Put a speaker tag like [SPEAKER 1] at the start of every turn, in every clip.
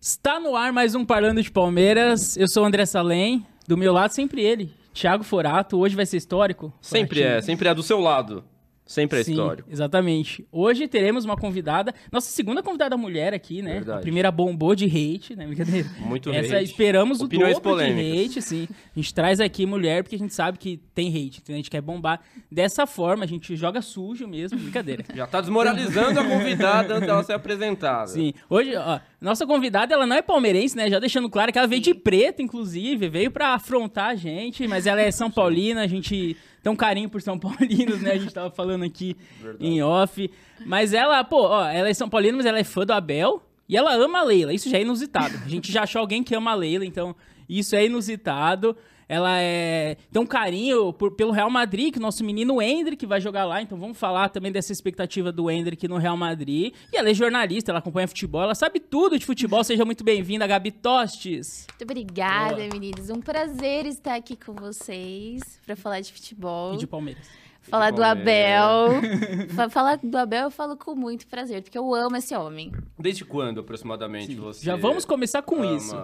[SPEAKER 1] Está no ar mais um Parlando de Palmeiras. Eu sou o André Salem. Do meu lado, sempre ele. Thiago Forato. Hoje vai ser histórico.
[SPEAKER 2] Sempre é, sempre é do seu lado. Sempre é
[SPEAKER 1] Sim,
[SPEAKER 2] histórico.
[SPEAKER 1] Exatamente. Hoje teremos uma convidada, nossa segunda convidada mulher aqui, né?
[SPEAKER 2] Verdade.
[SPEAKER 1] A primeira bombou de hate, né? Brincadeira.
[SPEAKER 2] Muito
[SPEAKER 1] Essa
[SPEAKER 2] hate.
[SPEAKER 1] esperamos
[SPEAKER 2] Opiniões
[SPEAKER 1] o dobro de
[SPEAKER 2] polêmicas.
[SPEAKER 1] hate, sim. A gente traz aqui mulher porque a gente sabe que tem hate, entendeu? A gente quer bombar. Dessa forma, a gente joga sujo mesmo, brincadeira.
[SPEAKER 2] Já tá desmoralizando a convidada antes dela ser apresentada.
[SPEAKER 1] Sim. Hoje, ó, nossa convidada, ela não é palmeirense, né? Já deixando claro que ela veio de preto, inclusive, veio pra afrontar a gente, mas ela é São Paulina, a gente tem um carinho por São Paulinos, né? A gente tava falando aqui em off. Mas ela, pô, ó, ela é São Paulina, mas ela é fã do Abel e ela ama a Leila. Isso já é inusitado. A gente já achou alguém que ama a Leila, então isso é inusitado. Ela é, tem um carinho por- pelo Real Madrid, que o nosso menino Hendrick vai jogar lá, então vamos falar também dessa expectativa do Hendrick no Real Madrid. E ela é jornalista, ela acompanha futebol, ela sabe tudo de futebol. Seja muito bem-vinda, Gabi Tostes.
[SPEAKER 3] Muito obrigada,
[SPEAKER 2] Boa.
[SPEAKER 3] meninos. Um prazer estar aqui com vocês pra falar de futebol,
[SPEAKER 1] E de Palmeiras.
[SPEAKER 3] falar do
[SPEAKER 2] Palmeiras.
[SPEAKER 3] Abel. Fa- falar do Abel eu falo com muito prazer, porque eu amo esse homem.
[SPEAKER 2] Desde quando, aproximadamente, você...
[SPEAKER 1] Já vamos começar com
[SPEAKER 2] ama-
[SPEAKER 1] isso.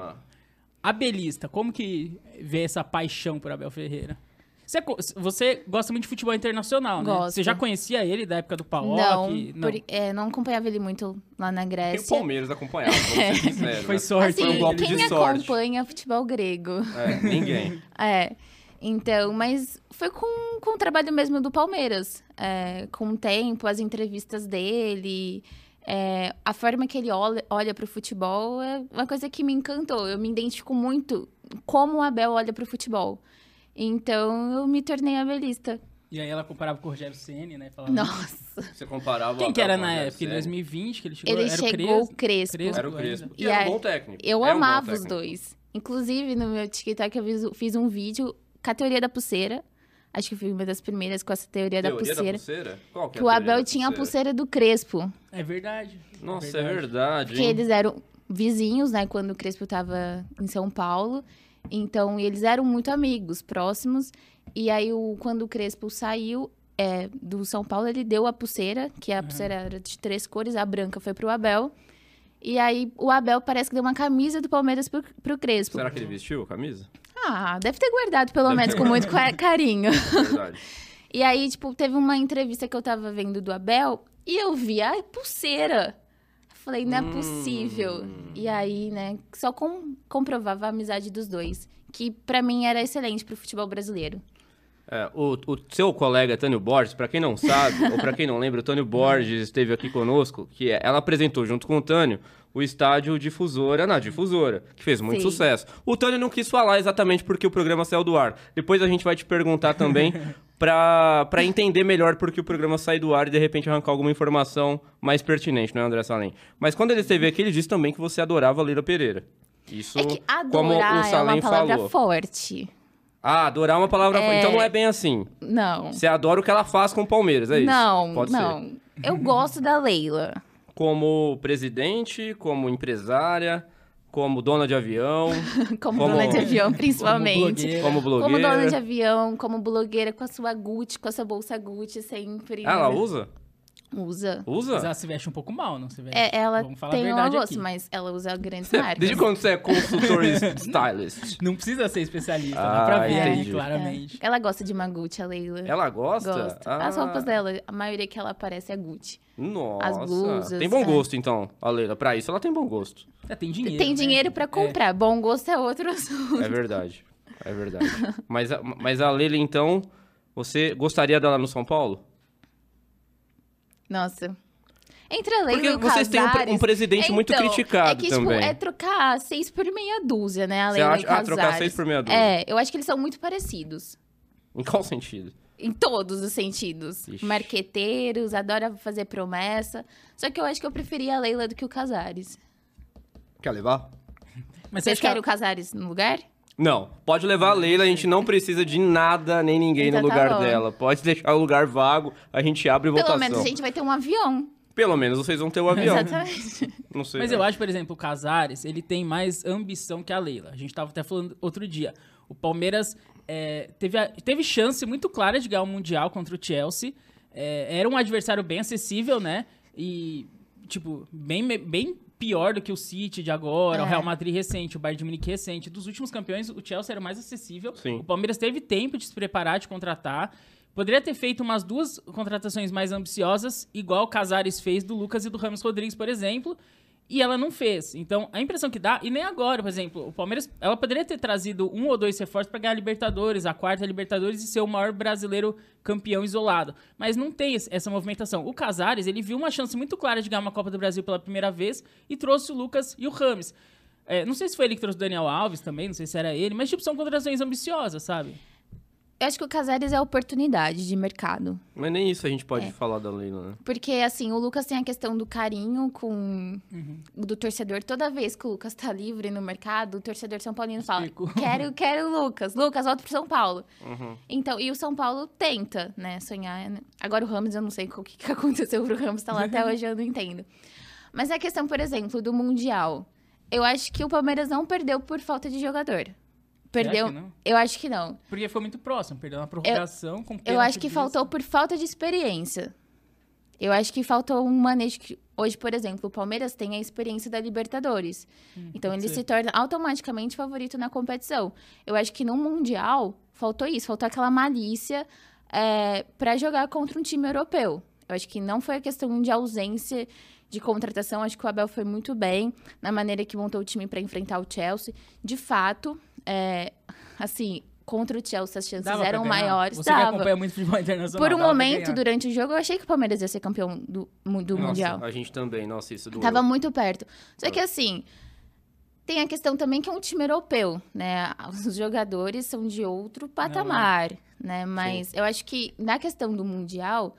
[SPEAKER 1] Abelista, como que vê essa paixão por Abel Ferreira? Você, co- você gosta muito de futebol internacional, né?
[SPEAKER 3] Gosto.
[SPEAKER 1] Você já conhecia ele da época do
[SPEAKER 2] Ah,
[SPEAKER 1] Paok?
[SPEAKER 3] não, por- é, não acompanhava ele muito lá na
[SPEAKER 2] E o
[SPEAKER 3] Grécia.
[SPEAKER 2] Palmeiras acompanhava, vamos ser sinceros.
[SPEAKER 1] Foi
[SPEAKER 2] né?
[SPEAKER 1] sorte.
[SPEAKER 2] Foi um
[SPEAKER 3] é Assim,
[SPEAKER 2] golpe
[SPEAKER 3] quem
[SPEAKER 2] de sorte.
[SPEAKER 3] acompanha é futebol grego?
[SPEAKER 2] É, ninguém.
[SPEAKER 3] É. Então, mas foi com, com o trabalho mesmo do Palmeiras. É, com o tempo, as entrevistas dele, é, a forma que ele olha, olha para o futebol é uma coisa que me encantou. Eu me identifico muito como o Abel olha para o futebol. Então, eu me tornei abelista.
[SPEAKER 1] E aí ela comparava com o Rogério Ceni, né? Falava,
[SPEAKER 3] Nossa!
[SPEAKER 2] Você comparava...
[SPEAKER 1] Quem
[SPEAKER 2] o
[SPEAKER 1] que
[SPEAKER 2] Abel
[SPEAKER 1] era
[SPEAKER 2] com
[SPEAKER 1] na
[SPEAKER 2] o Rogério
[SPEAKER 1] época? Em
[SPEAKER 2] Ceni?
[SPEAKER 1] 2020 que ele chegou?
[SPEAKER 3] Ele
[SPEAKER 1] Tipo, era
[SPEAKER 3] chegou
[SPEAKER 1] o
[SPEAKER 3] o
[SPEAKER 1] Crespo.
[SPEAKER 3] Crespo.
[SPEAKER 2] Era o Crespo. E,
[SPEAKER 3] E
[SPEAKER 2] era um
[SPEAKER 3] aí-
[SPEAKER 2] bom técnico.
[SPEAKER 3] É, Eu
[SPEAKER 2] Era um bom
[SPEAKER 3] amava os
[SPEAKER 2] técnico.
[SPEAKER 3] dois. Inclusive, no meu TikTok, eu fiz, fiz um vídeo com a teoria da pulseira. Acho que fui uma das primeiras com essa teoria, da
[SPEAKER 2] Teoria
[SPEAKER 3] pulseira.
[SPEAKER 2] Qual que é
[SPEAKER 3] Que o
[SPEAKER 2] a teoria
[SPEAKER 3] Abel
[SPEAKER 2] da
[SPEAKER 3] tinha a pulseira do Crespo.
[SPEAKER 1] É verdade.
[SPEAKER 2] Nossa, é verdade,
[SPEAKER 3] Porque
[SPEAKER 2] hein?
[SPEAKER 3] eles eram vizinhos, né? Quando o Crespo tava em São Paulo. Então, eles eram muito amigos, próximos. E aí, o, quando o Crespo saiu é, do São Paulo, ele deu a pulseira, que
[SPEAKER 2] Uhum.
[SPEAKER 3] a pulseira era de três cores, a branca foi pro Abel. E aí, o Abel parece que deu uma camisa do Palmeiras pro, pro Crespo.
[SPEAKER 2] Será que ele vestiu a camisa?
[SPEAKER 3] Ah, deve ter guardado, pelo
[SPEAKER 2] Deve
[SPEAKER 3] menos,
[SPEAKER 2] ter
[SPEAKER 3] com muito ca- carinho.
[SPEAKER 2] Verdade.
[SPEAKER 3] E aí, tipo, teve uma entrevista que eu tava vendo do Abel e eu vi a pulseira. Eu Falei, não é
[SPEAKER 2] Hum.
[SPEAKER 3] possível. E aí, né, só com- comprovava a amizade dos dois. Que pra mim era excelente pro futebol brasileiro.
[SPEAKER 2] É, o, o seu colega Tânio Borges, pra quem não sabe, ou pra quem não lembra, o Tânio Borges esteve aqui conosco, que é- ela apresentou junto com o Tânio o estádio Difusora, na Difusora, que fez muito
[SPEAKER 3] Sim.
[SPEAKER 2] sucesso. O Tânio não quis falar exatamente porque o programa saiu do ar. Depois a gente vai te perguntar também pra pra entender melhor porque o programa sai do ar e de repente arrancar alguma informação mais pertinente, não é, André Salem? Mas quando ele esteve aqui, ele disse também que você adorava a Leila Pereira. Isso,
[SPEAKER 3] É que
[SPEAKER 2] como o
[SPEAKER 3] adorar é
[SPEAKER 2] Salem
[SPEAKER 3] uma palavra
[SPEAKER 2] falou.
[SPEAKER 3] forte.
[SPEAKER 2] Ah, adorar é uma palavra...
[SPEAKER 3] É.
[SPEAKER 2] Então não é bem assim.
[SPEAKER 3] Não.
[SPEAKER 2] Você adora o que ela faz com o Palmeiras, é isso?
[SPEAKER 3] não,
[SPEAKER 2] Pode Ser.
[SPEAKER 3] não. Eu gosto da Leila.
[SPEAKER 2] Como presidente, como empresária, como dona de avião,
[SPEAKER 3] Como,
[SPEAKER 2] Como-
[SPEAKER 3] dona de avião,
[SPEAKER 1] Como
[SPEAKER 3] principalmente.
[SPEAKER 1] blogueira.
[SPEAKER 2] como blogueira.
[SPEAKER 3] Como dona de avião, como blogueira, com a sua Gucci, com a sua bolsa Gucci sempre.
[SPEAKER 2] Ah, ela usa?
[SPEAKER 3] Usa.
[SPEAKER 1] Mas
[SPEAKER 2] Usa?
[SPEAKER 1] ela se veste um pouco mal, não se veste?
[SPEAKER 3] É, ela
[SPEAKER 1] Vamos falar a
[SPEAKER 3] tem um
[SPEAKER 1] verdade
[SPEAKER 3] almoço,
[SPEAKER 1] aqui.
[SPEAKER 3] mas ela usa grandes marcas.
[SPEAKER 2] Desde quando você é consultor e stylist?
[SPEAKER 1] Não precisa ser especialista, dá
[SPEAKER 2] Ah,
[SPEAKER 1] pra ver ali,
[SPEAKER 2] entendi.
[SPEAKER 1] claramente.
[SPEAKER 3] É. Ela gosta de uma Gucci, a Leila.
[SPEAKER 2] Ela gosta?
[SPEAKER 3] gosta.
[SPEAKER 2] Ah,
[SPEAKER 3] As roupas dela, a maioria que ela aparece é Gucci.
[SPEAKER 2] Nossa.
[SPEAKER 3] as blusas,
[SPEAKER 2] Tem bom
[SPEAKER 3] é.
[SPEAKER 2] gosto, então, a Leila. Pra isso, ela tem bom gosto.
[SPEAKER 1] É, tem dinheiro,
[SPEAKER 3] tem
[SPEAKER 1] né?
[SPEAKER 3] dinheiro pra comprar, bom gosto é outro assunto.
[SPEAKER 2] É verdade. É verdade. mas, a- mas a Leila, então, você gostaria dela no São Paulo?
[SPEAKER 3] Nossa. Entre a Leila
[SPEAKER 2] É. Porque
[SPEAKER 3] e o
[SPEAKER 2] vocês têm um, pre- um
[SPEAKER 3] Casares-
[SPEAKER 2] presidente muito
[SPEAKER 3] Então,
[SPEAKER 2] criticado
[SPEAKER 3] é que,
[SPEAKER 2] também.
[SPEAKER 3] Tipo, é trocar seis por meia dúzia, né? A
[SPEAKER 2] Você
[SPEAKER 3] Leila e
[SPEAKER 2] acha-
[SPEAKER 3] o
[SPEAKER 2] ah, trocar
[SPEAKER 3] Casares.
[SPEAKER 2] seis por meia dúzia.
[SPEAKER 3] É, eu acho que eles são muito parecidos.
[SPEAKER 2] Em qual sentido?
[SPEAKER 3] Em todos os sentidos.
[SPEAKER 2] Ixi.
[SPEAKER 3] Marqueteiros, adora fazer promessa. Só que eu acho que eu preferia a Leila do que o Casares.
[SPEAKER 2] Quer levar?
[SPEAKER 1] Mas você
[SPEAKER 3] Vocês
[SPEAKER 1] acha que
[SPEAKER 3] querem
[SPEAKER 1] ela-
[SPEAKER 3] o Casares no lugar?
[SPEAKER 2] Não, pode levar a Leila, a gente não precisa de nada nem ninguém
[SPEAKER 3] Ah, Então
[SPEAKER 2] no
[SPEAKER 3] tá
[SPEAKER 2] lugar
[SPEAKER 3] bom.
[SPEAKER 2] dela. Pode deixar o lugar vago, a gente abre votação.
[SPEAKER 3] Pelo menos a gente vai ter um avião.
[SPEAKER 2] Pelo menos vocês vão ter o avião.
[SPEAKER 3] Exatamente.
[SPEAKER 2] Não sei.
[SPEAKER 1] Mas eu acho, por exemplo, o Casares, ele tem mais ambição que a Leila. A gente tava até falando outro dia. O Palmeiras é, teve, a- teve chance muito clara de ganhar o Mundial contra o Chelsea. É, era um adversário bem acessível, né? E, tipo, bem, bem pior do que o City de agora, o
[SPEAKER 3] É.
[SPEAKER 1] Real Madrid recente, o Bayern de Munique recente. Dos últimos campeões, o Chelsea era o mais acessível.
[SPEAKER 2] Sim.
[SPEAKER 1] O Palmeiras teve tempo de se preparar, de contratar. Poderia ter feito umas duas contratações mais ambiciosas, igual o Casares fez do Lucas e do Ramos Rodrigues, por exemplo. E ela não fez. Então, a impressão que dá, e nem agora, por exemplo, o Palmeiras, ela poderia ter trazido um ou dois reforços para ganhar a Libertadores, a quarta Libertadores e ser o maior brasileiro campeão isolado. Mas não tem esse- essa movimentação. O Casares, ele viu uma chance muito clara de ganhar uma Copa do Brasil pela primeira vez e trouxe o Lucas e o Rames. É, não sei se foi ele que trouxe o Daniel Alves também, não sei se era ele, mas tipo, são contratações ambiciosas, sabe?
[SPEAKER 3] Eu acho que o Casares é oportunidade de mercado.
[SPEAKER 2] Mas nem isso a gente
[SPEAKER 3] É.
[SPEAKER 2] pode falar da Leila, né?
[SPEAKER 3] Porque, assim, o Lucas tem a questão do carinho com do torcedor. Toda vez que o Lucas tá livre no mercado, o torcedor São Paulino fala:
[SPEAKER 1] Explico.
[SPEAKER 3] Quero, quero o Lucas. Lucas, volta pro São Paulo.
[SPEAKER 2] Uhum.
[SPEAKER 3] Então, e o São Paulo tenta, né, sonhar. né? Agora o Ramos, eu não sei o que, que aconteceu pro Ramos, tá lá até hoje, eu não entendo. Mas é a questão, por exemplo, do Mundial. Eu acho que o Palmeiras não perdeu por falta de jogador. Perdeu.
[SPEAKER 1] que não?
[SPEAKER 3] Eu acho que não.
[SPEAKER 1] Porque ficou muito próximo, perdeu na prorrogação, com
[SPEAKER 3] Eu
[SPEAKER 1] pênalti
[SPEAKER 3] acho que
[SPEAKER 1] disso.
[SPEAKER 3] faltou por falta de experiência. Eu acho que faltou um manejo que hoje, por exemplo, o Palmeiras tem a experiência da Libertadores. então
[SPEAKER 1] Hum, pode
[SPEAKER 3] ele
[SPEAKER 1] ser.
[SPEAKER 3] se torna automaticamente favorito na competição. Eu acho que no mundial faltou isso, faltou aquela malícia é, para jogar contra um time europeu. Eu acho que não foi a questão de ausência de contratação. Acho que o Abel foi muito bem na maneira que montou o time para enfrentar o Chelsea. De fato, é, assim, contra o Chelsea as chances
[SPEAKER 1] Dava pra
[SPEAKER 3] eram
[SPEAKER 1] ganhar?
[SPEAKER 3] maiores.
[SPEAKER 1] Você que
[SPEAKER 3] dava.
[SPEAKER 1] acompanha muito futebol internacional.
[SPEAKER 3] Por um
[SPEAKER 1] dava pra
[SPEAKER 3] momento,
[SPEAKER 1] ganhar.
[SPEAKER 3] durante o jogo, eu achei que o Palmeiras ia ser campeão do, mu- do
[SPEAKER 2] Nossa,
[SPEAKER 3] Mundial.
[SPEAKER 2] A gente também, nossa, isso do.
[SPEAKER 3] Tava muito perto. Só que assim, tem a questão também que é um time europeu, né? Os jogadores são de outro patamar, né? Mas eu acho que na questão do Mundial,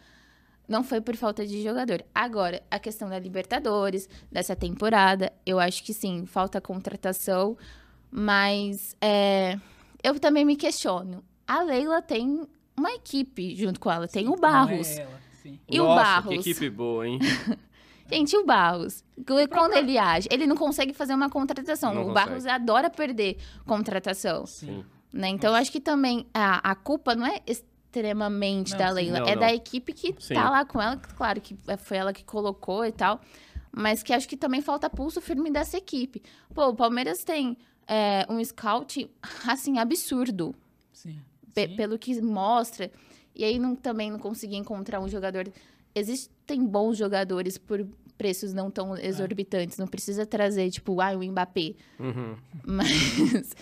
[SPEAKER 3] não foi por falta de jogador. Agora, a questão da Libertadores, dessa temporada, eu acho que sim, falta contratação. Mas é, eu também me questiono. A Leila tem uma equipe junto com ela, tem o Barros.
[SPEAKER 1] Não é ela, sim.
[SPEAKER 3] E o
[SPEAKER 2] Nossa,
[SPEAKER 3] Barros?
[SPEAKER 2] Que equipe boa, hein?
[SPEAKER 3] Gente, e o Barros, quando ele age, ele não consegue fazer uma contratação.
[SPEAKER 2] Não
[SPEAKER 3] o
[SPEAKER 2] consegue.
[SPEAKER 3] Barros adora perder contratação,
[SPEAKER 1] Sim.
[SPEAKER 3] né? Então, eu acho que também a, a culpa não é extremamente
[SPEAKER 1] Não,
[SPEAKER 3] da
[SPEAKER 1] sim.
[SPEAKER 3] Leila,
[SPEAKER 2] Não,
[SPEAKER 3] é
[SPEAKER 2] não.
[SPEAKER 3] da equipe que
[SPEAKER 2] Sim.
[SPEAKER 3] tá lá com ela, que, claro que é, foi ela que colocou e tal, mas que acho que também falta pulso firme dessa equipe. Pô, o Palmeiras tem é, um scout, assim, absurdo
[SPEAKER 1] Sim.
[SPEAKER 3] pe-
[SPEAKER 1] Sim.
[SPEAKER 3] pelo que mostra. E aí não- também não consegui encontrar um jogador. Existem bons jogadores por preços não tão exorbitantes. Não precisa trazer, tipo, ah, o Mbappé.
[SPEAKER 2] Uhum.
[SPEAKER 3] Mas,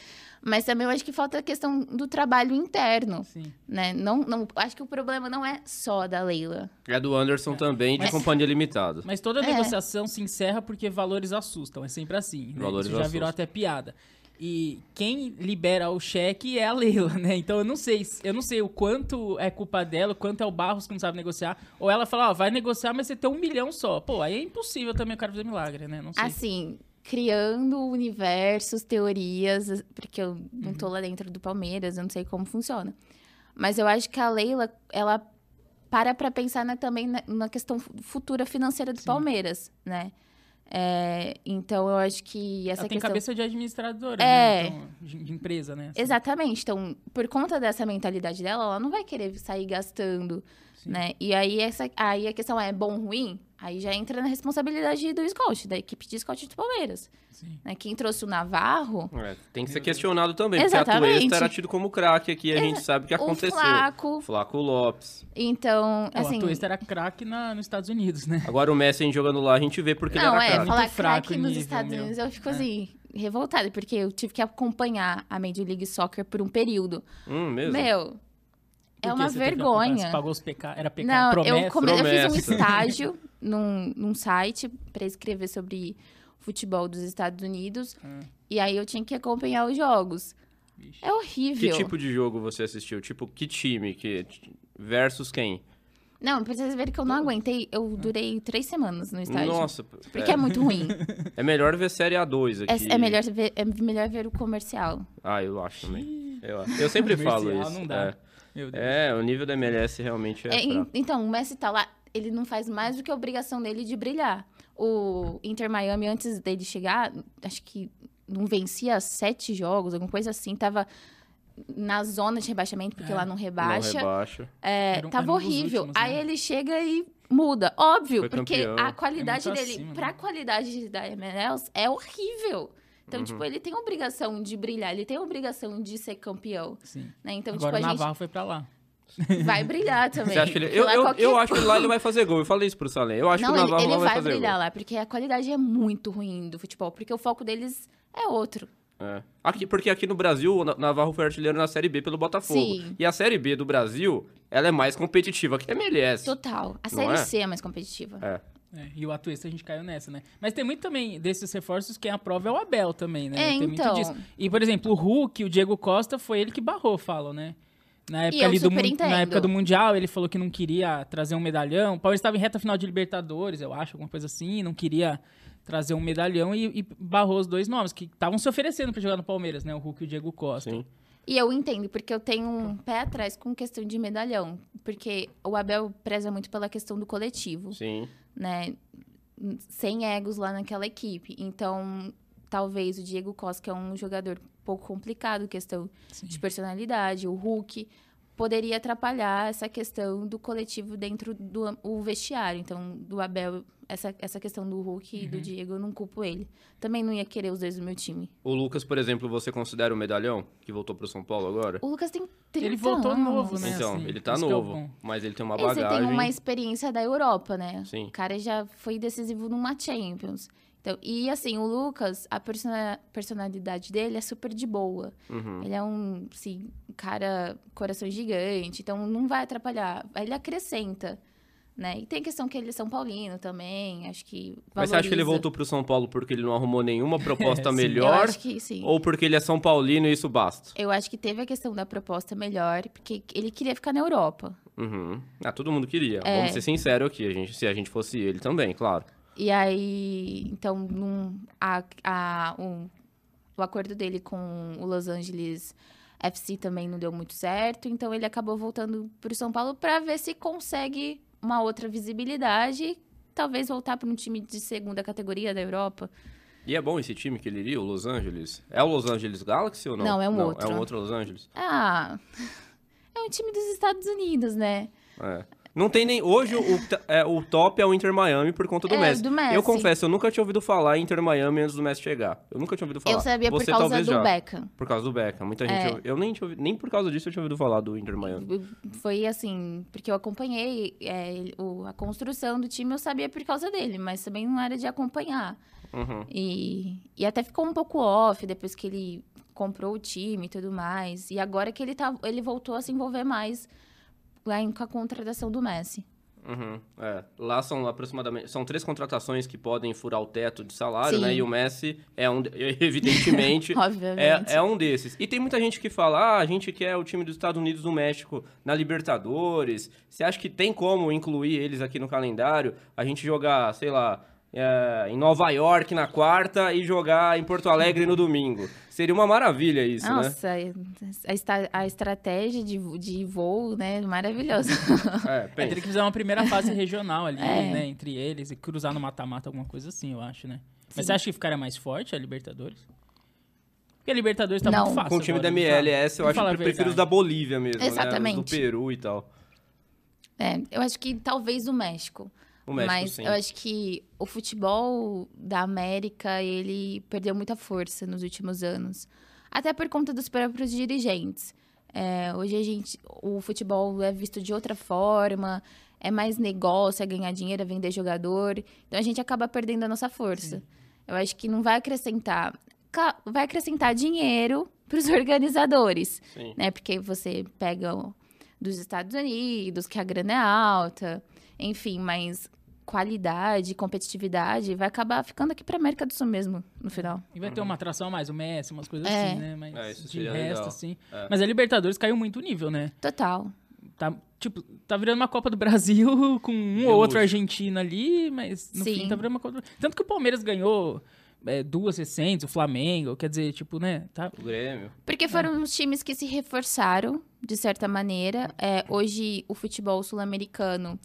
[SPEAKER 3] mas também eu acho que falta a questão do trabalho interno,
[SPEAKER 1] Sim.
[SPEAKER 3] né? Não, não, acho que o problema não é só da Leila.
[SPEAKER 2] É do Anderson também, de
[SPEAKER 3] Mas-
[SPEAKER 2] Companhia Limitada.
[SPEAKER 1] Mas toda
[SPEAKER 3] É.
[SPEAKER 1] negociação se encerra porque valores assustam. É sempre assim. né?
[SPEAKER 2] Valores
[SPEAKER 1] Isso já virou até piada. E quem libera o cheque é a Leila, né? Então eu não sei, se- eu não sei o quanto é culpa dela, o quanto é o Barros que não sabe negociar. Ou ela fala, ó, vai negociar, mas você tem um milhão só. Pô, aí é impossível também o cara fazer milagre, né? Não sei.
[SPEAKER 3] Assim, criando universos, teorias, porque eu não
[SPEAKER 1] Uhum.
[SPEAKER 3] tô lá dentro do Palmeiras, eu não sei como funciona. Mas eu acho que a Leila, ela para pra pensar né, também na, na questão fu- futura financeira do Palmeiras, né? É, então eu acho que essa
[SPEAKER 1] ela tem
[SPEAKER 3] questão.
[SPEAKER 1] cabeça de administradora, né?
[SPEAKER 3] É.
[SPEAKER 1] Então, de, de empresa, né?
[SPEAKER 3] Exatamente. Então, por conta dessa mentalidade dela, ela não vai querer sair gastando,
[SPEAKER 1] Sim.
[SPEAKER 3] né? E aí, essa, aí a questão é bom ou ruim? Aí já entra na responsabilidade do scout, da equipe de scout do Palmeiras.
[SPEAKER 1] Sim.
[SPEAKER 3] né? Quem trouxe o Navarro,
[SPEAKER 2] É, tem que ser questionado também, porque a
[SPEAKER 3] Exatamente.
[SPEAKER 2] Atuesta era tido como craque aqui, a gente sabe o que
[SPEAKER 3] o
[SPEAKER 2] aconteceu.
[SPEAKER 3] Flaco.
[SPEAKER 2] Flaco Lopes.
[SPEAKER 3] Então,
[SPEAKER 1] Pô,
[SPEAKER 3] assim. É
[SPEAKER 1] o Atuesta era craque na- nos Estados Unidos, né?
[SPEAKER 2] Agora o Messi a gente jogando lá, a gente vê porque
[SPEAKER 3] Não,
[SPEAKER 2] ele
[SPEAKER 1] cara.
[SPEAKER 2] era
[SPEAKER 3] é,
[SPEAKER 1] Muito
[SPEAKER 2] craque.
[SPEAKER 3] falar
[SPEAKER 1] fraco
[SPEAKER 3] craque
[SPEAKER 1] o
[SPEAKER 3] nos
[SPEAKER 1] nível,
[SPEAKER 3] Estados
[SPEAKER 1] meu.
[SPEAKER 3] Unidos, eu fico assim, revoltada, porque eu tive que acompanhar a Major League Soccer por um período.
[SPEAKER 2] Hum, mesmo?
[SPEAKER 3] Meu,
[SPEAKER 1] Por
[SPEAKER 3] é
[SPEAKER 1] quê?
[SPEAKER 3] uma
[SPEAKER 1] Você teve acompanhar?
[SPEAKER 3] vergonha.
[SPEAKER 1] Você pagou os pecados, era pecado,
[SPEAKER 3] Não,
[SPEAKER 1] promessa.
[SPEAKER 3] eu, come- eu fiz um
[SPEAKER 2] Promessa.
[SPEAKER 3] estágio num, num site para escrever sobre futebol dos Estados Unidos.
[SPEAKER 1] Hum.
[SPEAKER 3] E aí eu tinha que acompanhar os jogos.
[SPEAKER 1] Vixe.
[SPEAKER 3] É
[SPEAKER 2] Que
[SPEAKER 3] horrível.
[SPEAKER 2] tipo de jogo você assistiu? Tipo, que time? Que... Versus quem?
[SPEAKER 3] Não, pra vocês verem que eu não aguentei. Eu durei três semanas no estágio.
[SPEAKER 2] Nossa,
[SPEAKER 3] Porque é,
[SPEAKER 2] é,
[SPEAKER 3] muito ruim.
[SPEAKER 2] é melhor ver Série A2 aqui.
[SPEAKER 3] É, é melhor ver, é melhor ver o comercial.
[SPEAKER 2] Ah, eu acho também. Eu, acho. Eu sempre falo
[SPEAKER 1] Comercial
[SPEAKER 2] isso.
[SPEAKER 1] não dá. Meu Deus.
[SPEAKER 2] É. É, o nível da MLS realmente é,
[SPEAKER 3] É, en-
[SPEAKER 2] fraco.
[SPEAKER 3] então, o Messi tá lá, ele não faz mais do que a obrigação dele de brilhar. O Inter Miami, antes dele chegar, acho que não vencia sete jogos, alguma coisa assim, tava na zona de rebaixamento, porque lá não
[SPEAKER 2] Não
[SPEAKER 3] rebaixa.
[SPEAKER 2] rebaixa.
[SPEAKER 3] É,
[SPEAKER 1] É. Era um-
[SPEAKER 3] tava
[SPEAKER 1] era um dos
[SPEAKER 3] horrível.
[SPEAKER 1] últimos, né?
[SPEAKER 3] Aí ele chega e Muda, óbvio,
[SPEAKER 2] Foi
[SPEAKER 3] porque
[SPEAKER 2] campeão.
[SPEAKER 3] a qualidade
[SPEAKER 1] É muito
[SPEAKER 3] dele,
[SPEAKER 1] acima,
[SPEAKER 3] pra
[SPEAKER 1] né?
[SPEAKER 3] qualidade da MLS, é horrível. Então,
[SPEAKER 1] Uhum.
[SPEAKER 3] tipo, ele tem obrigação de brilhar, ele tem obrigação de ser campeão,
[SPEAKER 1] Sim.
[SPEAKER 3] né? Então,
[SPEAKER 1] Agora
[SPEAKER 3] tipo,
[SPEAKER 1] o
[SPEAKER 3] a gente
[SPEAKER 1] Navarro foi pra lá.
[SPEAKER 3] vai brilhar também.
[SPEAKER 2] Você acha que ele... eu,
[SPEAKER 3] Lá
[SPEAKER 2] eu,
[SPEAKER 3] qualquer
[SPEAKER 2] eu acho que lá ele vai fazer gol. Eu falei isso pro Salem. Eu acho
[SPEAKER 3] não,
[SPEAKER 2] que o
[SPEAKER 3] ele,
[SPEAKER 2] Navarro
[SPEAKER 3] ele
[SPEAKER 2] lá vai
[SPEAKER 3] vai
[SPEAKER 2] fazer
[SPEAKER 3] brilhar
[SPEAKER 2] gol.
[SPEAKER 3] lá, porque a qualidade é muito ruim do futebol, porque o foco deles é outro.
[SPEAKER 2] É. Aqui, porque aqui no Brasil, o Na- Navarro foi artilheiro na Série B pelo Botafogo.
[SPEAKER 3] Sim.
[SPEAKER 2] E a Série B do Brasil, ela é mais competitiva que a MLS.
[SPEAKER 3] Total. A
[SPEAKER 2] Não
[SPEAKER 3] série
[SPEAKER 2] é?
[SPEAKER 3] C é mais competitiva.
[SPEAKER 2] É.
[SPEAKER 1] É, e o Atuesta a gente caiu nessa, né? Mas tem muito também desses reforços, quem aprova é o Abel também, né?
[SPEAKER 3] É,
[SPEAKER 1] tem
[SPEAKER 3] então.
[SPEAKER 1] muito disso. E, por exemplo, o Hulk, o Diego Costa, foi ele que barrou, falam, né? Na época,
[SPEAKER 3] eu
[SPEAKER 1] ali do,
[SPEAKER 3] super
[SPEAKER 1] mun-
[SPEAKER 3] entendo.
[SPEAKER 1] na época do Mundial, ele falou que não queria trazer um medalhão. O Palmeiras estava em reta final de Libertadores, eu acho, alguma coisa assim, não queria trazer um medalhão e, e barrou os dois nomes, que estavam se oferecendo para jogar no Palmeiras, né? O Hulk e o Diego Costa.
[SPEAKER 2] Sim.
[SPEAKER 3] E eu entendo, porque eu tenho um pé atrás com questão de medalhão. Porque o Abel preza muito pela questão do coletivo,
[SPEAKER 2] Sim.
[SPEAKER 3] né? Sem egos lá naquela equipe. Então, talvez o Diego Costa, que é um jogador pouco complicado, questão
[SPEAKER 1] Sim.
[SPEAKER 3] de personalidade, o Hulk, poderia atrapalhar essa questão do coletivo dentro do am- o vestiário. Então, do Abel, essa, essa questão do Hulk e do
[SPEAKER 1] Uhum.
[SPEAKER 3] Diego, eu não culpo ele. Também não ia querer os dois no meu time.
[SPEAKER 2] O Lucas, por exemplo, você considera o medalhão que voltou pro São Paulo agora?
[SPEAKER 3] O Lucas tem 30
[SPEAKER 1] Ele voltou
[SPEAKER 3] anos.
[SPEAKER 1] novo, né?
[SPEAKER 2] Então,
[SPEAKER 1] assim,
[SPEAKER 2] ele tá
[SPEAKER 1] isso que é o
[SPEAKER 2] novo,
[SPEAKER 1] bom.
[SPEAKER 2] mas ele tem uma
[SPEAKER 3] E você
[SPEAKER 2] bagagem.
[SPEAKER 3] tem um uma experiência da Europa, né?
[SPEAKER 2] Sim.
[SPEAKER 3] O cara já foi decisivo numa Champions. Então, e assim, o Lucas, a persona- personalidade dele é super de boa.
[SPEAKER 2] Uhum.
[SPEAKER 3] Ele é um, assim, um cara, coração gigante, então não vai atrapalhar. Ele acrescenta, né? E tem a questão que ele é São Paulino também, acho que valoriza.
[SPEAKER 2] Mas você acha que ele voltou pro São Paulo porque ele não arrumou nenhuma proposta
[SPEAKER 1] É, sim.
[SPEAKER 3] Eu
[SPEAKER 2] melhor?
[SPEAKER 3] acho que sim.
[SPEAKER 2] Ou porque ele é São Paulino e isso basta?
[SPEAKER 3] Eu acho que teve a questão da proposta melhor, porque ele queria ficar na Europa.
[SPEAKER 2] Uhum. Ah, todo mundo queria.
[SPEAKER 3] É.
[SPEAKER 2] Vamos ser sinceros aqui, a gente, se a gente fosse ele também, claro.
[SPEAKER 3] E aí, então, num, a, a, um- o acordo dele com o Los Angeles FC também não deu muito certo, então ele acabou voltando pro São Paulo para ver se consegue uma outra visibilidade, talvez voltar para um time de segunda categoria da Europa.
[SPEAKER 2] E é bom esse time que ele iria, o Los Angeles? É o Los Angeles Galaxy ou não?
[SPEAKER 3] Não, é um
[SPEAKER 2] É
[SPEAKER 3] outro.
[SPEAKER 2] um outro Los Angeles?
[SPEAKER 3] Ah, é um time dos Estados Unidos, né?
[SPEAKER 2] É. Não tem nem. Hoje o, t- é, o top é o Inter Miami por conta do,
[SPEAKER 3] É,
[SPEAKER 2] Messi.
[SPEAKER 3] do Messi.
[SPEAKER 2] Eu confesso, eu nunca tinha ouvido falar em Inter Miami antes do Messi chegar. Eu nunca tinha ouvido falar.
[SPEAKER 3] Eu sabia por
[SPEAKER 2] Você
[SPEAKER 3] causa
[SPEAKER 2] talvez
[SPEAKER 3] do
[SPEAKER 2] já.
[SPEAKER 3] Beckham.
[SPEAKER 2] Por causa do Beckham. Muita gente.
[SPEAKER 3] É.
[SPEAKER 2] ouvi- Eu nem, tinha ouvido- nem por causa disso eu tinha ouvido falar do Inter Miami.
[SPEAKER 3] Foi assim, porque eu acompanhei é, ele- o- a construção do time, eu sabia por causa dele, mas também não era de acompanhar.
[SPEAKER 2] Uhum.
[SPEAKER 3] E, e até ficou um pouco off depois que ele comprou o time e tudo mais. E agora que ele, tá, ele voltou a se envolver mais lá em- com a contratação do Messi.
[SPEAKER 2] Uhum, é. Lá são aproximadamente. São três contratações que podem furar o teto de salário,
[SPEAKER 3] Sim.
[SPEAKER 2] né? E o Messi é um. de- Evidentemente.
[SPEAKER 3] Obviamente.
[SPEAKER 2] É, é um desses. E tem muita gente que fala: ah, a gente quer o time dos Estados Unidos no México na Libertadores. Você acha que tem como incluir eles aqui no calendário? A gente jogar, sei lá, é, em Nova York na quarta e jogar em Porto Alegre no domingo. Seria uma maravilha isso, né?
[SPEAKER 3] Nossa, a, esta- a estratégia de, vo- de voo, né? Maravilhosa.
[SPEAKER 2] É,
[SPEAKER 1] É,
[SPEAKER 2] pensa.
[SPEAKER 1] teria que fazer uma primeira fase regional ali,
[SPEAKER 3] É.
[SPEAKER 1] né? Entre eles e cruzar no mata-mata, alguma coisa assim, eu acho, né? Mas
[SPEAKER 3] Sim.
[SPEAKER 1] você acha que ficaria mais forte a Libertadores? Porque a Libertadores tá
[SPEAKER 3] Não.
[SPEAKER 1] muito fácil.
[SPEAKER 2] Com o time da
[SPEAKER 1] agora, não tá?
[SPEAKER 2] MLS, eu
[SPEAKER 1] Vamos
[SPEAKER 2] acho que
[SPEAKER 1] falar a
[SPEAKER 2] eu prefiro os
[SPEAKER 1] verdade.
[SPEAKER 2] da Bolívia mesmo. né? Os
[SPEAKER 3] Exatamente.
[SPEAKER 2] do Peru e tal.
[SPEAKER 3] É, eu acho que talvez o México.
[SPEAKER 2] O México,
[SPEAKER 3] Mas
[SPEAKER 2] sim.
[SPEAKER 3] eu acho que o futebol da América, ele perdeu muita força nos últimos anos. Até por conta dos próprios dirigentes. É, hoje a gente, o futebol é visto de outra forma, é mais negócio, é ganhar dinheiro, é vender jogador. Então a gente acaba perdendo a nossa força. Eu acho que não vai acrescentar. Ca- Vai acrescentar dinheiro para os organizadores
[SPEAKER 2] Sim.
[SPEAKER 3] né? Porque você pega o- dos Estados Unidos, que a grana é alta, enfim, mas qualidade, competitividade vai acabar ficando aqui para América do Sul mesmo, no final.
[SPEAKER 1] E vai ter uma atração a mais, o Messi, umas coisas
[SPEAKER 3] É.
[SPEAKER 1] assim, né? Mas
[SPEAKER 2] É, isso
[SPEAKER 1] de
[SPEAKER 2] seria
[SPEAKER 1] resto,
[SPEAKER 2] legal.
[SPEAKER 1] assim.
[SPEAKER 2] É.
[SPEAKER 1] Mas a Libertadores caiu muito o nível, né?
[SPEAKER 3] Total.
[SPEAKER 1] Tá, tipo, tá virando uma Copa do Brasil com um
[SPEAKER 2] De
[SPEAKER 1] ou outro
[SPEAKER 2] luxo.
[SPEAKER 1] argentino ali, mas no
[SPEAKER 3] Sim.
[SPEAKER 1] fim tá virando uma Copa do Brasil. Tanto que o Palmeiras ganhou é, duas recentes, o Flamengo, quer dizer, tipo, né? Tá...
[SPEAKER 2] O Grêmio.
[SPEAKER 3] Porque foram os times que se reforçaram, de certa maneira. É, hoje, o futebol sul-americano,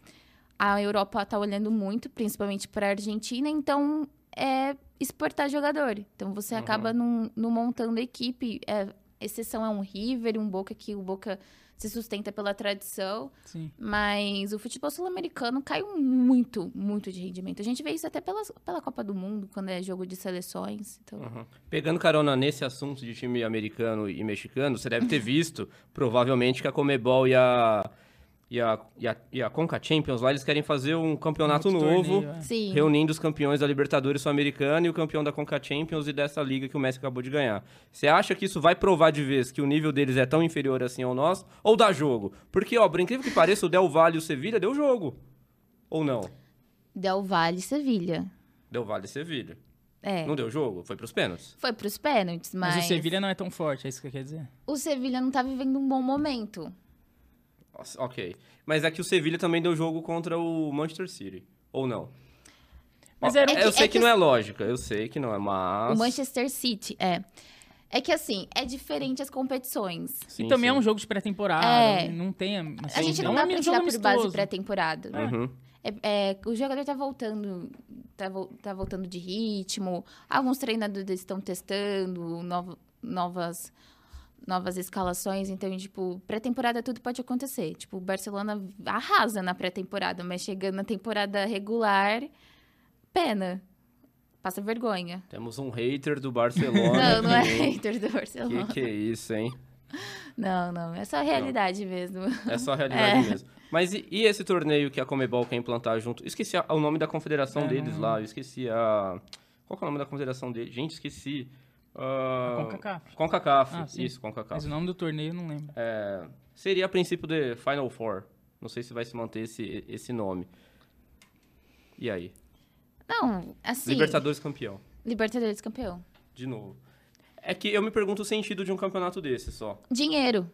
[SPEAKER 3] a Europa está olhando muito, principalmente para a Argentina, então é exportar jogador. Então você acaba não não montando equipe, é, exceção é um River, e um Boca que o Boca se sustenta pela tradição,
[SPEAKER 1] Sim.
[SPEAKER 3] mas o futebol sul-americano caiu muito, muito de rendimento. A gente vê isso até pela, pela Copa do Mundo, quando é jogo de seleções. Então,
[SPEAKER 2] Uhum. Pegando carona nesse assunto de time americano e mexicano, você deve ter visto, provavelmente, que a Comebol e a, e a, e a, e a Conca Champions lá, eles querem fazer um campeonato
[SPEAKER 1] Outro
[SPEAKER 2] novo,
[SPEAKER 1] torneio, é.
[SPEAKER 3] Sim.
[SPEAKER 2] reunindo os campeões da Libertadores Sul-Americana e o campeão da Conca Champions e dessa liga que o Messi acabou de ganhar. Você acha que isso vai provar de vez que o nível deles é tão inferior assim ao nosso? Ou dá jogo? Porque, ó, por incrível que pareça, o Del Valle e o Sevilha deu jogo. Ou não?
[SPEAKER 3] Del Valle e Sevilha.
[SPEAKER 2] Del Valle e Sevilha.
[SPEAKER 3] É.
[SPEAKER 2] Não deu jogo? Foi pros pênaltis.
[SPEAKER 3] Foi pros pênaltis, mas.
[SPEAKER 1] Mas o Sevilha não é tão forte, é isso que eu quero dizer.
[SPEAKER 3] o Sevilha não tá vivendo um bom momento.
[SPEAKER 2] Nossa, ok. Mas é que o Sevilha também deu jogo contra o Manchester City. Ou não?
[SPEAKER 1] Mas
[SPEAKER 2] Ó,
[SPEAKER 1] era- um
[SPEAKER 2] Eu
[SPEAKER 3] É que-
[SPEAKER 2] sei
[SPEAKER 3] é
[SPEAKER 2] que,
[SPEAKER 3] que
[SPEAKER 2] não é lógica, eu sei que não é, mas.
[SPEAKER 3] O Manchester City, é. É que assim, é diferente as competições.
[SPEAKER 2] Sim,
[SPEAKER 1] e também
[SPEAKER 2] sim.
[SPEAKER 1] é um jogo de pré-temporada,
[SPEAKER 3] É.
[SPEAKER 1] não tem...
[SPEAKER 3] a
[SPEAKER 1] assim,
[SPEAKER 3] gente não
[SPEAKER 1] é
[SPEAKER 3] dá
[SPEAKER 1] um jogo
[SPEAKER 3] pra tirar por base
[SPEAKER 1] amistoso.
[SPEAKER 3] pré-temporada.
[SPEAKER 1] né?
[SPEAKER 2] Uhum.
[SPEAKER 3] É, é, o jogador tá voltando, tá, vol- tá voltando de ritmo. Alguns treinadores estão testando novo- novas novas escalações. Então, tipo, pré-temporada tudo pode acontecer. Tipo, o Barcelona arrasa na pré-temporada, mas chegando na temporada regular, pena. Passa vergonha.
[SPEAKER 2] Temos um hater do Barcelona.
[SPEAKER 3] Não, não é
[SPEAKER 2] aqui, hein?
[SPEAKER 3] hater do Barcelona.
[SPEAKER 2] Que que é isso, hein?
[SPEAKER 3] Não, não. É só a realidade mesmo.
[SPEAKER 2] É só a realidade mesmo. Mas e, e esse torneio que a Comebol quer implantar junto? Esqueci a- o nome da confederação
[SPEAKER 1] É,
[SPEAKER 2] deles
[SPEAKER 1] não-
[SPEAKER 2] lá, eu esqueci a. Qual que é o nome da confederação deles? Gente, esqueci. Ah,
[SPEAKER 1] CONCACAF.
[SPEAKER 2] CONCACAF.
[SPEAKER 1] Ah, sim.
[SPEAKER 2] isso, CONCACAF.
[SPEAKER 1] Mas o nome do torneio eu não lembro.
[SPEAKER 2] É, seria a princípio de Final Four. Não sei se vai se manter esse, esse nome. E aí?
[SPEAKER 3] Não, assim.
[SPEAKER 2] Libertadores campeão.
[SPEAKER 3] Libertadores campeão.
[SPEAKER 2] De novo. É que eu me pergunto o sentido de um campeonato desse só.
[SPEAKER 3] Dinheiro.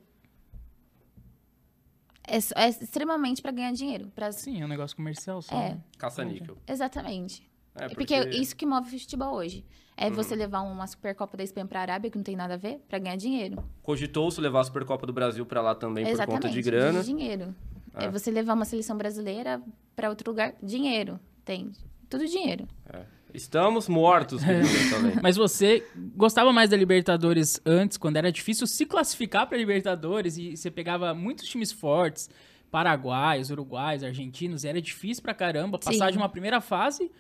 [SPEAKER 3] É, só- é extremamente pra ganhar dinheiro. Pra...
[SPEAKER 1] Sim, é um negócio comercial só.
[SPEAKER 3] É.
[SPEAKER 1] né?
[SPEAKER 2] Caça-níquel.
[SPEAKER 3] Exatamente.
[SPEAKER 2] É, Uhum.
[SPEAKER 3] É porque... é isso que move o futebol hoje. É você levar uma Supercopa da Espanha pra Arábia, que não tem nada a ver, pra ganhar dinheiro.
[SPEAKER 2] cogitou-se levar a Supercopa do Brasil pra lá também
[SPEAKER 3] Exatamente.
[SPEAKER 2] por conta de grana.
[SPEAKER 3] dinheiro.
[SPEAKER 2] É.
[SPEAKER 3] É você levar uma seleção brasileira pra outro lugar, dinheiro. Tem. Tudo dinheiro.
[SPEAKER 2] É. Estamos mortos, quer dizer, também.
[SPEAKER 1] Mas você gostava mais da Libertadores antes, quando era difícil se classificar pra Libertadores e você pegava muitos times fortes, paraguaios, uruguaios, argentinos, era difícil pra caramba passar
[SPEAKER 3] Sim.
[SPEAKER 1] de uma primeira fase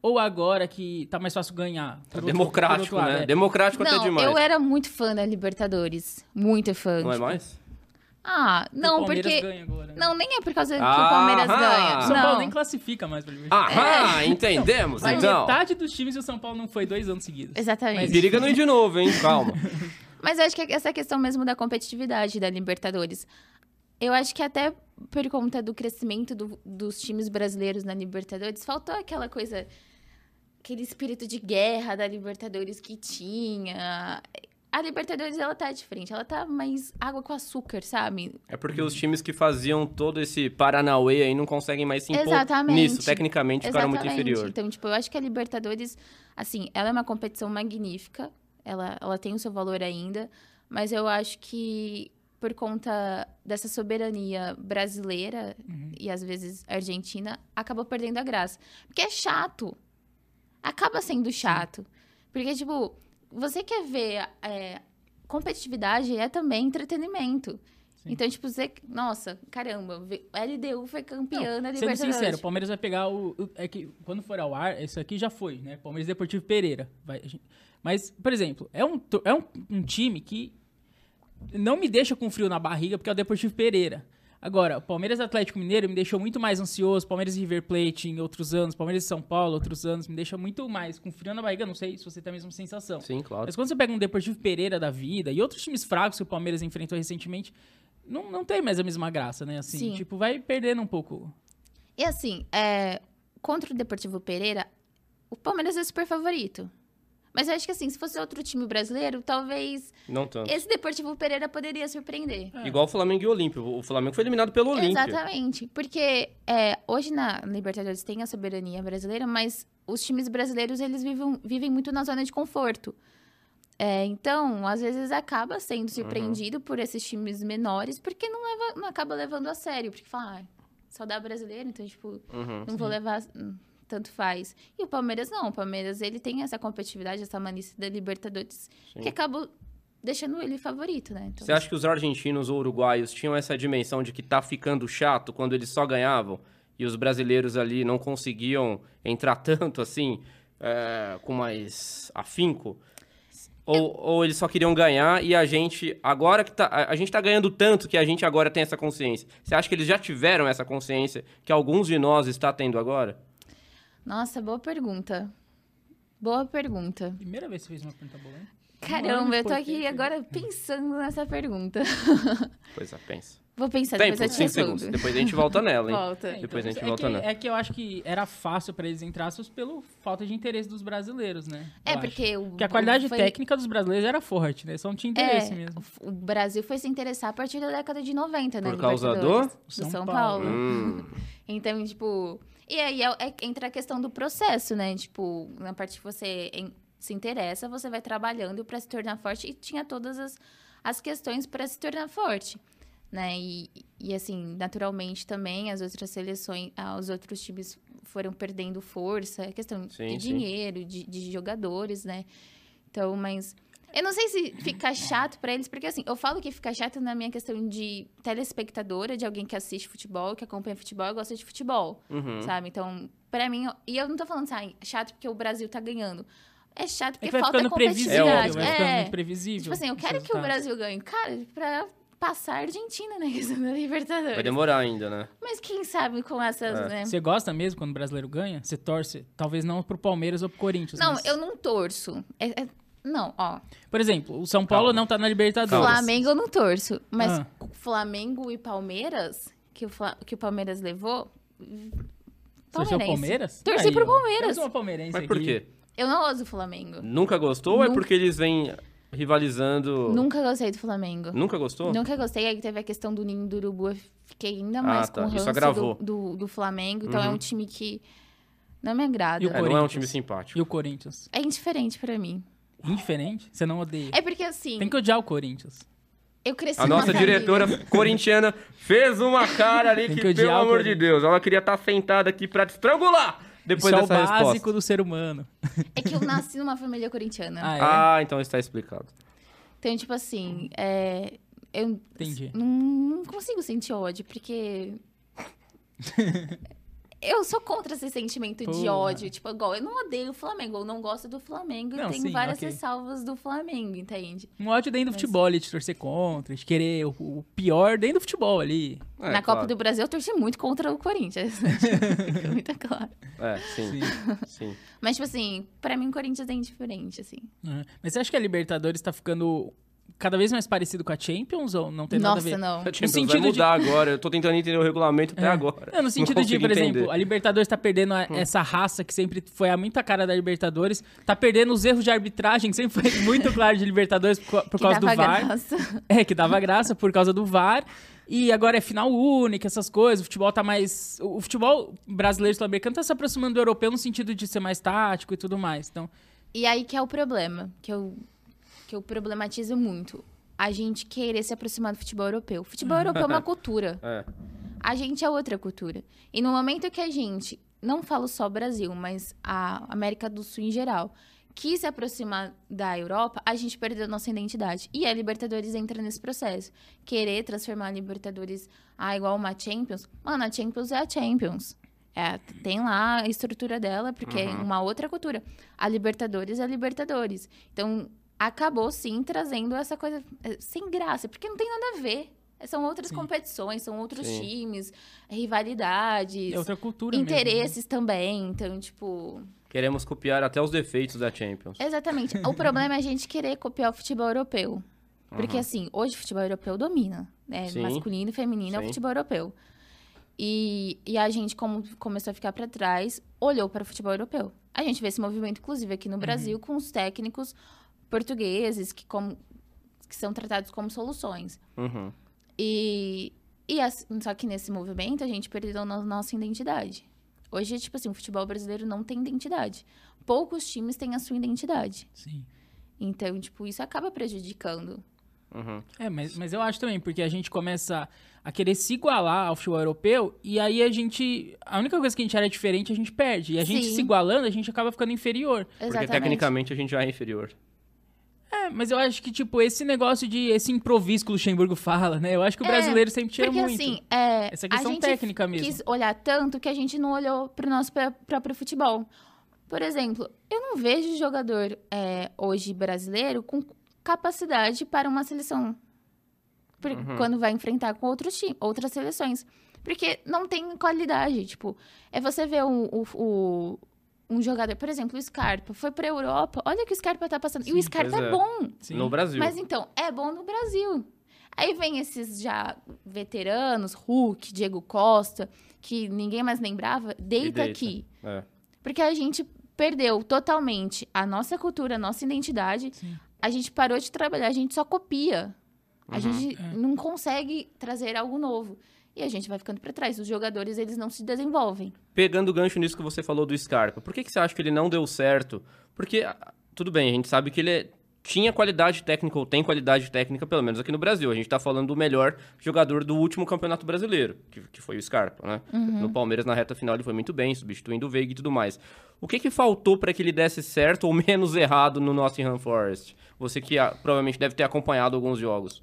[SPEAKER 1] ou agora que tá mais fácil ganhar? Por outro-
[SPEAKER 2] É Democrático,
[SPEAKER 1] por outro lado,
[SPEAKER 2] né?
[SPEAKER 1] é.
[SPEAKER 2] Democrático até
[SPEAKER 3] Não,
[SPEAKER 2] demais.
[SPEAKER 3] eu era muito fã da Libertadores. Muito fã.
[SPEAKER 2] Não é
[SPEAKER 3] tipo-
[SPEAKER 2] mais?
[SPEAKER 3] Ah,
[SPEAKER 1] O
[SPEAKER 3] não,
[SPEAKER 1] Palmeiras
[SPEAKER 3] porque.
[SPEAKER 1] ganha agora, né?
[SPEAKER 3] Não, nem é por causa que
[SPEAKER 2] Ah,
[SPEAKER 3] o Palmeiras ganha.
[SPEAKER 2] ah.
[SPEAKER 1] São Paulo
[SPEAKER 3] não.
[SPEAKER 1] nem classifica mais pra Libertadores. É,
[SPEAKER 2] Aham,
[SPEAKER 3] É.
[SPEAKER 2] entendemos,
[SPEAKER 1] Mas
[SPEAKER 2] Ah, então.
[SPEAKER 1] metade dos times e o São Paulo não foi dois anos seguidos.
[SPEAKER 3] Exatamente.
[SPEAKER 2] Periga não ir de novo, hein? Calma.
[SPEAKER 3] Mas eu acho que é essa questão mesmo da competitividade da Libertadores. Eu acho que até por conta do crescimento do- dos times brasileiros na Libertadores, faltou aquela coisa, aquele espírito de guerra da Libertadores que tinha. A Libertadores, ela tá diferente, ela tá mais água com açúcar, sabe?
[SPEAKER 2] É porque os times que faziam todo esse Paranauê aí não conseguem mais se impor
[SPEAKER 3] Exatamente.
[SPEAKER 2] nisso. Tecnicamente ficaram muito inferior.
[SPEAKER 3] Então, tipo, eu acho que a Libertadores, assim, ela é uma competição magnífica, ela, ela tem o seu valor ainda, mas eu acho que por conta dessa soberania brasileira
[SPEAKER 1] Uhum.
[SPEAKER 3] e às vezes argentina, acaba perdendo a graça. Porque é chato. Acaba sendo chato. Porque, tipo, você quer ver é, competitividade é também entretenimento.
[SPEAKER 1] Sim.
[SPEAKER 3] Então, tipo, você. Nossa, caramba, ve- LDU foi campeã da
[SPEAKER 1] Sendo
[SPEAKER 3] né, Libertadores.
[SPEAKER 1] sincero, o Palmeiras vai pegar o, o- É que quando for ao ar, isso aqui já foi, né? Palmeiras Deportivo Pereira. Vai- a gente- mas, por exemplo, é, um, to- é um, um time que não me deixa com frio na barriga, porque é o Deportivo Pereira. Agora, o Palmeiras Atlético Mineiro me deixou muito mais ansioso, Palmeiras e River Plate em outros anos, Palmeiras e São Paulo outros anos, me deixa muito mais com frio na barriga, não sei se você tem a mesma sensação.
[SPEAKER 2] Sim, claro.
[SPEAKER 1] Mas quando você pega um Deportivo Pereira da vida e outros times fracos que o Palmeiras enfrentou recentemente, não, não tem mais a mesma graça, né? Assim,
[SPEAKER 3] Sim.
[SPEAKER 1] tipo, vai perdendo um pouco.
[SPEAKER 3] E assim, é, contra o Deportivo Pereira, o Palmeiras é super favorito. Mas eu acho que assim, se fosse outro time brasileiro, talvez
[SPEAKER 2] Não tanto.
[SPEAKER 3] esse Deportivo Pereira poderia surpreender.
[SPEAKER 2] Igual o Flamengo e o Olímpio. É O Flamengo foi eliminado pelo Olímpio.
[SPEAKER 3] Exatamente. Porque é, hoje na Libertadores tem a soberania brasileira, mas os times brasileiros, eles vivem, vivem muito na zona de conforto. É, então, às vezes acaba sendo surpreendido por esses times menores, porque não, leva- não acaba levando a sério. Porque fala, ah, só dá brasileiro, então, tipo,
[SPEAKER 2] Uhum.
[SPEAKER 3] não vou levar. hum, Tanto faz. E o Palmeiras não. O Palmeiras ele tem essa competitividade, essa malícia da Libertadores,
[SPEAKER 2] Sim.
[SPEAKER 3] que acaba deixando ele favorito, né? Então,
[SPEAKER 2] Você acha que os argentinos ou uruguaios tinham essa dimensão de que tá ficando chato quando eles só ganhavam e os brasileiros ali não conseguiam entrar tanto assim, é, com mais afinco? Ou, ou eles só queriam ganhar e a gente, agora que tá. A, a gente tá ganhando tanto que a gente agora tem essa consciência. Você acha que eles já tiveram essa consciência que alguns de nós está tendo agora?
[SPEAKER 3] Nossa, boa pergunta. Boa pergunta.
[SPEAKER 1] Primeira vez que você fez uma pergunta boa, hein?
[SPEAKER 3] Caramba,
[SPEAKER 1] Mano,
[SPEAKER 3] eu tô
[SPEAKER 1] por
[SPEAKER 3] aqui
[SPEAKER 1] que-
[SPEAKER 3] agora pensando nessa pergunta.
[SPEAKER 2] Pois é, pensa.
[SPEAKER 3] Vou pensar,
[SPEAKER 2] Tem
[SPEAKER 3] Tá, depois eu te
[SPEAKER 2] 5
[SPEAKER 3] respondo.
[SPEAKER 2] segundos. Depois a gente volta nela, hein?
[SPEAKER 3] Volta.
[SPEAKER 1] É,
[SPEAKER 2] Depois a gente
[SPEAKER 1] é
[SPEAKER 2] volta né?
[SPEAKER 1] que,
[SPEAKER 2] nela.
[SPEAKER 1] É que eu acho que era fácil pra eles entrar só pelo falta de interesse dos brasileiros, né?
[SPEAKER 3] É,
[SPEAKER 1] Eu acho.
[SPEAKER 3] porque o.
[SPEAKER 1] Porque a qualidade
[SPEAKER 3] foi-
[SPEAKER 1] técnica dos brasileiros era forte, né? Só não tinha interesse
[SPEAKER 3] É,
[SPEAKER 1] mesmo.
[SPEAKER 3] o Brasil foi se interessar a partir da década de 90, né?
[SPEAKER 2] Por causa do?
[SPEAKER 3] Libertadores,
[SPEAKER 1] São
[SPEAKER 3] Do São
[SPEAKER 1] Paulo.
[SPEAKER 3] Paulo.
[SPEAKER 2] Hum.
[SPEAKER 3] Então, tipo. E aí é, é- entra a questão do processo, né? Tipo, na parte que você em- se interessa, você vai trabalhando pra se tornar forte e tinha todas as, as questões pra se tornar forte. Né? E, e assim, naturalmente também as outras seleções, ah, os outros times foram perdendo força, é questão
[SPEAKER 2] Sim,
[SPEAKER 3] de
[SPEAKER 2] sim.
[SPEAKER 3] dinheiro, de, de jogadores, né? Então, mas. Eu não sei se fica chato pra eles, porque assim, eu falo que fica chato na minha questão de telespectadora, de alguém que assiste futebol, que acompanha futebol e gosta de futebol,
[SPEAKER 2] Uhum.
[SPEAKER 3] sabe? Então, pra mim, eu- e eu não tô falando assim, "Ai, chato porque o Brasil tá ganhando. É chato
[SPEAKER 1] É
[SPEAKER 3] porque
[SPEAKER 1] que vai
[SPEAKER 3] falta
[SPEAKER 1] ficando previsível, vai
[SPEAKER 3] competitividade.
[SPEAKER 1] ficando
[SPEAKER 3] É.
[SPEAKER 1] muito previsível.
[SPEAKER 3] Tipo assim, eu
[SPEAKER 1] os
[SPEAKER 3] quero que o
[SPEAKER 1] resultados.
[SPEAKER 3] Brasil ganhe, cara, pra passar a Argentina na questão da
[SPEAKER 2] Vai
[SPEAKER 3] Libertadores.
[SPEAKER 2] demorar ainda, né?
[SPEAKER 3] Mas quem sabe com essas,
[SPEAKER 2] É.
[SPEAKER 3] né?
[SPEAKER 1] Você gosta mesmo quando o brasileiro ganha? Você torce? Talvez não pro Palmeiras ou pro Corinthians.
[SPEAKER 3] Não,
[SPEAKER 1] mas-
[SPEAKER 3] eu não torço. É- é- Não, ó.
[SPEAKER 1] Por exemplo, o São Paulo
[SPEAKER 2] Calma.
[SPEAKER 1] não tá na Libertadores.
[SPEAKER 3] Flamengo eu não torço, mas
[SPEAKER 1] Ah.
[SPEAKER 3] Flamengo e Palmeiras, que o, Fla- que o Palmeiras levou.
[SPEAKER 1] Torceu pro
[SPEAKER 3] palmeirense.
[SPEAKER 1] Palmeiras?
[SPEAKER 3] Torci pro
[SPEAKER 1] ó.
[SPEAKER 3] Palmeiras.
[SPEAKER 1] Temos uma palmeirense
[SPEAKER 2] Mas por
[SPEAKER 1] aqui.
[SPEAKER 2] quê?
[SPEAKER 3] Eu não gosto do Flamengo.
[SPEAKER 2] Nunca gostou ou é
[SPEAKER 3] Nunca.
[SPEAKER 2] porque eles vêm rivalizando?
[SPEAKER 3] Nunca gostei do Flamengo.
[SPEAKER 2] Nunca gostou?
[SPEAKER 3] Nunca gostei. Aí teve a questão do Ninho do Urubu. Eu
[SPEAKER 1] Ah,
[SPEAKER 3] fiquei ainda mais
[SPEAKER 2] tá.
[SPEAKER 3] com o
[SPEAKER 2] Isso
[SPEAKER 3] ranço
[SPEAKER 2] agravou.
[SPEAKER 3] do, do, do Flamengo. Então é
[SPEAKER 2] Uhum.
[SPEAKER 3] um time que não me agrada.
[SPEAKER 1] E o
[SPEAKER 2] É, não é um
[SPEAKER 1] Corinthians.
[SPEAKER 2] time simpático.
[SPEAKER 1] E o Corinthians?
[SPEAKER 3] É indiferente pra mim.
[SPEAKER 1] Indiferente? Você não odeia.
[SPEAKER 3] É porque assim,
[SPEAKER 1] Tem que odiar o Corinthians.
[SPEAKER 3] eu cresci
[SPEAKER 2] A nossa
[SPEAKER 3] numa família-
[SPEAKER 2] diretora corintiana fez uma cara ali
[SPEAKER 1] Tem
[SPEAKER 2] que,
[SPEAKER 1] que odiar
[SPEAKER 2] pelo
[SPEAKER 1] o
[SPEAKER 2] amor de
[SPEAKER 1] Corinthians.
[SPEAKER 2] Deus, ela queria estar sentada aqui pra te estrangular depois
[SPEAKER 1] Isso
[SPEAKER 2] dessa
[SPEAKER 1] é o básico
[SPEAKER 2] resposta.
[SPEAKER 1] do ser humano.
[SPEAKER 3] É que eu nasci numa família corintiana.
[SPEAKER 1] Ah, é?
[SPEAKER 2] Ah, então está explicado.
[SPEAKER 3] Então, tipo assim, é, eu
[SPEAKER 1] Entendi.
[SPEAKER 3] não- não consigo sentir ódio, porque. eu sou contra esse sentimento de
[SPEAKER 1] Porra.
[SPEAKER 3] ódio. Tipo, igual, eu não odeio o Flamengo, eu não gosto do Flamengo,
[SPEAKER 1] Não,
[SPEAKER 3] eu tenho
[SPEAKER 1] sim,
[SPEAKER 3] várias
[SPEAKER 1] ok.
[SPEAKER 3] ressalvas do Flamengo, entende?
[SPEAKER 1] Um ódio dentro do futebol, ali, de torcer contra, de querer o, o pior dentro do futebol ali.
[SPEAKER 2] É,
[SPEAKER 3] Na Copa
[SPEAKER 2] claro.
[SPEAKER 3] do Brasil, eu torci muito contra o Corinthians. né? Fica muito claro.
[SPEAKER 2] É, sim. sim.
[SPEAKER 3] Mas, tipo assim, pra mim, o Corinthians é indiferente, assim.
[SPEAKER 1] Uhum. Mas você acha que a Libertadores tá ficando cada vez mais parecido com a Champions ou não tem nada a
[SPEAKER 3] Nossa,
[SPEAKER 1] ver?
[SPEAKER 3] não.
[SPEAKER 2] A Champions vai
[SPEAKER 1] sentido de-
[SPEAKER 2] mudar agora. Eu tô tentando entender o regulamento até
[SPEAKER 1] É.
[SPEAKER 2] agora.
[SPEAKER 1] É, no sentido de,
[SPEAKER 2] consigo
[SPEAKER 1] por
[SPEAKER 2] entender. Hum.
[SPEAKER 1] exemplo, a Libertadores tá perdendo a- essa raça que sempre foi a muita cara da Libertadores, tá perdendo os erros de arbitragem, que sempre foi muito claro de Libertadores por, co- por
[SPEAKER 3] Que
[SPEAKER 1] causa do
[SPEAKER 3] dava
[SPEAKER 1] VAR.
[SPEAKER 3] graça.
[SPEAKER 1] É, que dava graça por causa do VAR. E agora é final única, essas coisas. O futebol tá mais. O o futebol brasileiro e sul-americano tá se aproximando do europeu no sentido de ser mais tático e tudo mais. Então,
[SPEAKER 3] E aí que é o problema, que eu, que eu problematizo muito. A gente querer se aproximar do futebol europeu. O futebol europeu é uma cultura.
[SPEAKER 2] É.
[SPEAKER 3] A gente é outra cultura. E no momento que a gente, não falo só Brasil, mas a América do Sul em geral, quis se aproximar da Europa, a gente perdeu nossa identidade. E a Libertadores entra nesse processo. Querer transformar a Libertadores a igual uma Champions. Mano, a Champions é a Champions. É, tem lá a estrutura dela, porque é uma outra cultura. A Libertadores é a Libertadores. Então, acabou sim trazendo essa coisa eh, sem graça, porque não tem nada a ver. São outras
[SPEAKER 1] Sim.
[SPEAKER 3] competições, são outros
[SPEAKER 2] Sim.
[SPEAKER 3] times, rivalidades,
[SPEAKER 1] é outra cultura. mesmo, né?
[SPEAKER 3] interesses também. Então, tipo.
[SPEAKER 2] Queremos copiar até os defeitos da Champions.
[SPEAKER 3] Exatamente. o problema é a gente querer copiar o futebol europeu. Porque, assim, hoje o futebol europeu domina. Né?
[SPEAKER 2] Sim.
[SPEAKER 3] Masculino e feminino é o
[SPEAKER 2] Sim.
[SPEAKER 3] futebol europeu. E, e a gente, como começou a ficar pra trás, olhou para o futebol europeu. A gente vê esse movimento, inclusive,
[SPEAKER 1] Uhum.
[SPEAKER 3] aqui no Brasil, com os técnicos portugueses que, como, que são tratados como soluções.
[SPEAKER 2] Uhum.
[SPEAKER 3] E, e as- só que nesse movimento a gente perdeu no- nossa identidade. Hoje, tipo assim, o futebol brasileiro não tem identidade. Poucos times têm a sua identidade.
[SPEAKER 1] Sim.
[SPEAKER 3] Então, tipo, isso acaba prejudicando.
[SPEAKER 2] Uhum.
[SPEAKER 1] É, mas, mas eu acho também, porque a gente começa a querer se igualar ao futebol europeu e aí a gente. A única coisa que a gente era diferente, a gente perde. E a gente
[SPEAKER 3] Sim.
[SPEAKER 1] se igualando, a gente acaba ficando inferior.
[SPEAKER 2] Porque
[SPEAKER 3] Exatamente.
[SPEAKER 2] tecnicamente a gente já é inferior.
[SPEAKER 1] É, mas eu acho que, tipo, esse negócio de esse improviso que o Luxemburgo fala, né? Eu acho que o
[SPEAKER 3] É,
[SPEAKER 1] brasileiro sempre tira
[SPEAKER 3] Porque
[SPEAKER 1] muito.
[SPEAKER 3] assim, é,
[SPEAKER 1] Essa
[SPEAKER 3] a
[SPEAKER 1] questão
[SPEAKER 3] gente
[SPEAKER 1] técnica mesmo.
[SPEAKER 3] quis olhar tanto que a gente não olhou pro nosso pró- próprio futebol. Por exemplo, eu não vejo jogador é, hoje brasileiro com capacidade para uma seleção. Por-
[SPEAKER 1] Uhum.
[SPEAKER 3] Quando vai enfrentar com outros ti- outras seleções. Porque não tem qualidade. Tipo, é você ver o, o- o- um jogador, por exemplo, o Scarpa, foi pra Europa. Olha o que o Scarpa tá passando. e
[SPEAKER 1] Sim,
[SPEAKER 3] o Scarpa
[SPEAKER 2] pois
[SPEAKER 3] é
[SPEAKER 2] é.
[SPEAKER 3] bom.
[SPEAKER 1] Sim.
[SPEAKER 2] No Brasil.
[SPEAKER 3] Mas então, é bom no Brasil. Aí vem esses já veteranos, Hulk, Diego Costa, que ninguém mais lembrava,
[SPEAKER 2] deita.
[SPEAKER 3] deita, aqui.
[SPEAKER 2] É.
[SPEAKER 3] Porque a gente perdeu totalmente a nossa cultura, a nossa identidade.
[SPEAKER 1] Sim.
[SPEAKER 3] A gente parou de trabalhar, a gente só copia. A
[SPEAKER 2] Uhum.
[SPEAKER 3] gente
[SPEAKER 1] É.
[SPEAKER 3] não consegue trazer algo novo. E a gente vai ficando pra trás. Os jogadores, eles não se desenvolvem.
[SPEAKER 2] Pegando o gancho nisso que você falou do Scarpa, por que, que você acha que ele não deu certo? Porque, ah, tudo bem, a gente sabe que ele é- tinha qualidade técnica, ou tem qualidade técnica, pelo menos aqui no Brasil. A gente tá falando do melhor jogador do último campeonato brasileiro, que, que foi o Scarpa, né? No Palmeiras, na reta final, ele foi muito bem, substituindo o Veiga e tudo mais. O que que faltou para que ele desse certo ou menos errado no Nottingham Forest? Você que ah, provavelmente deve ter acompanhado alguns jogos.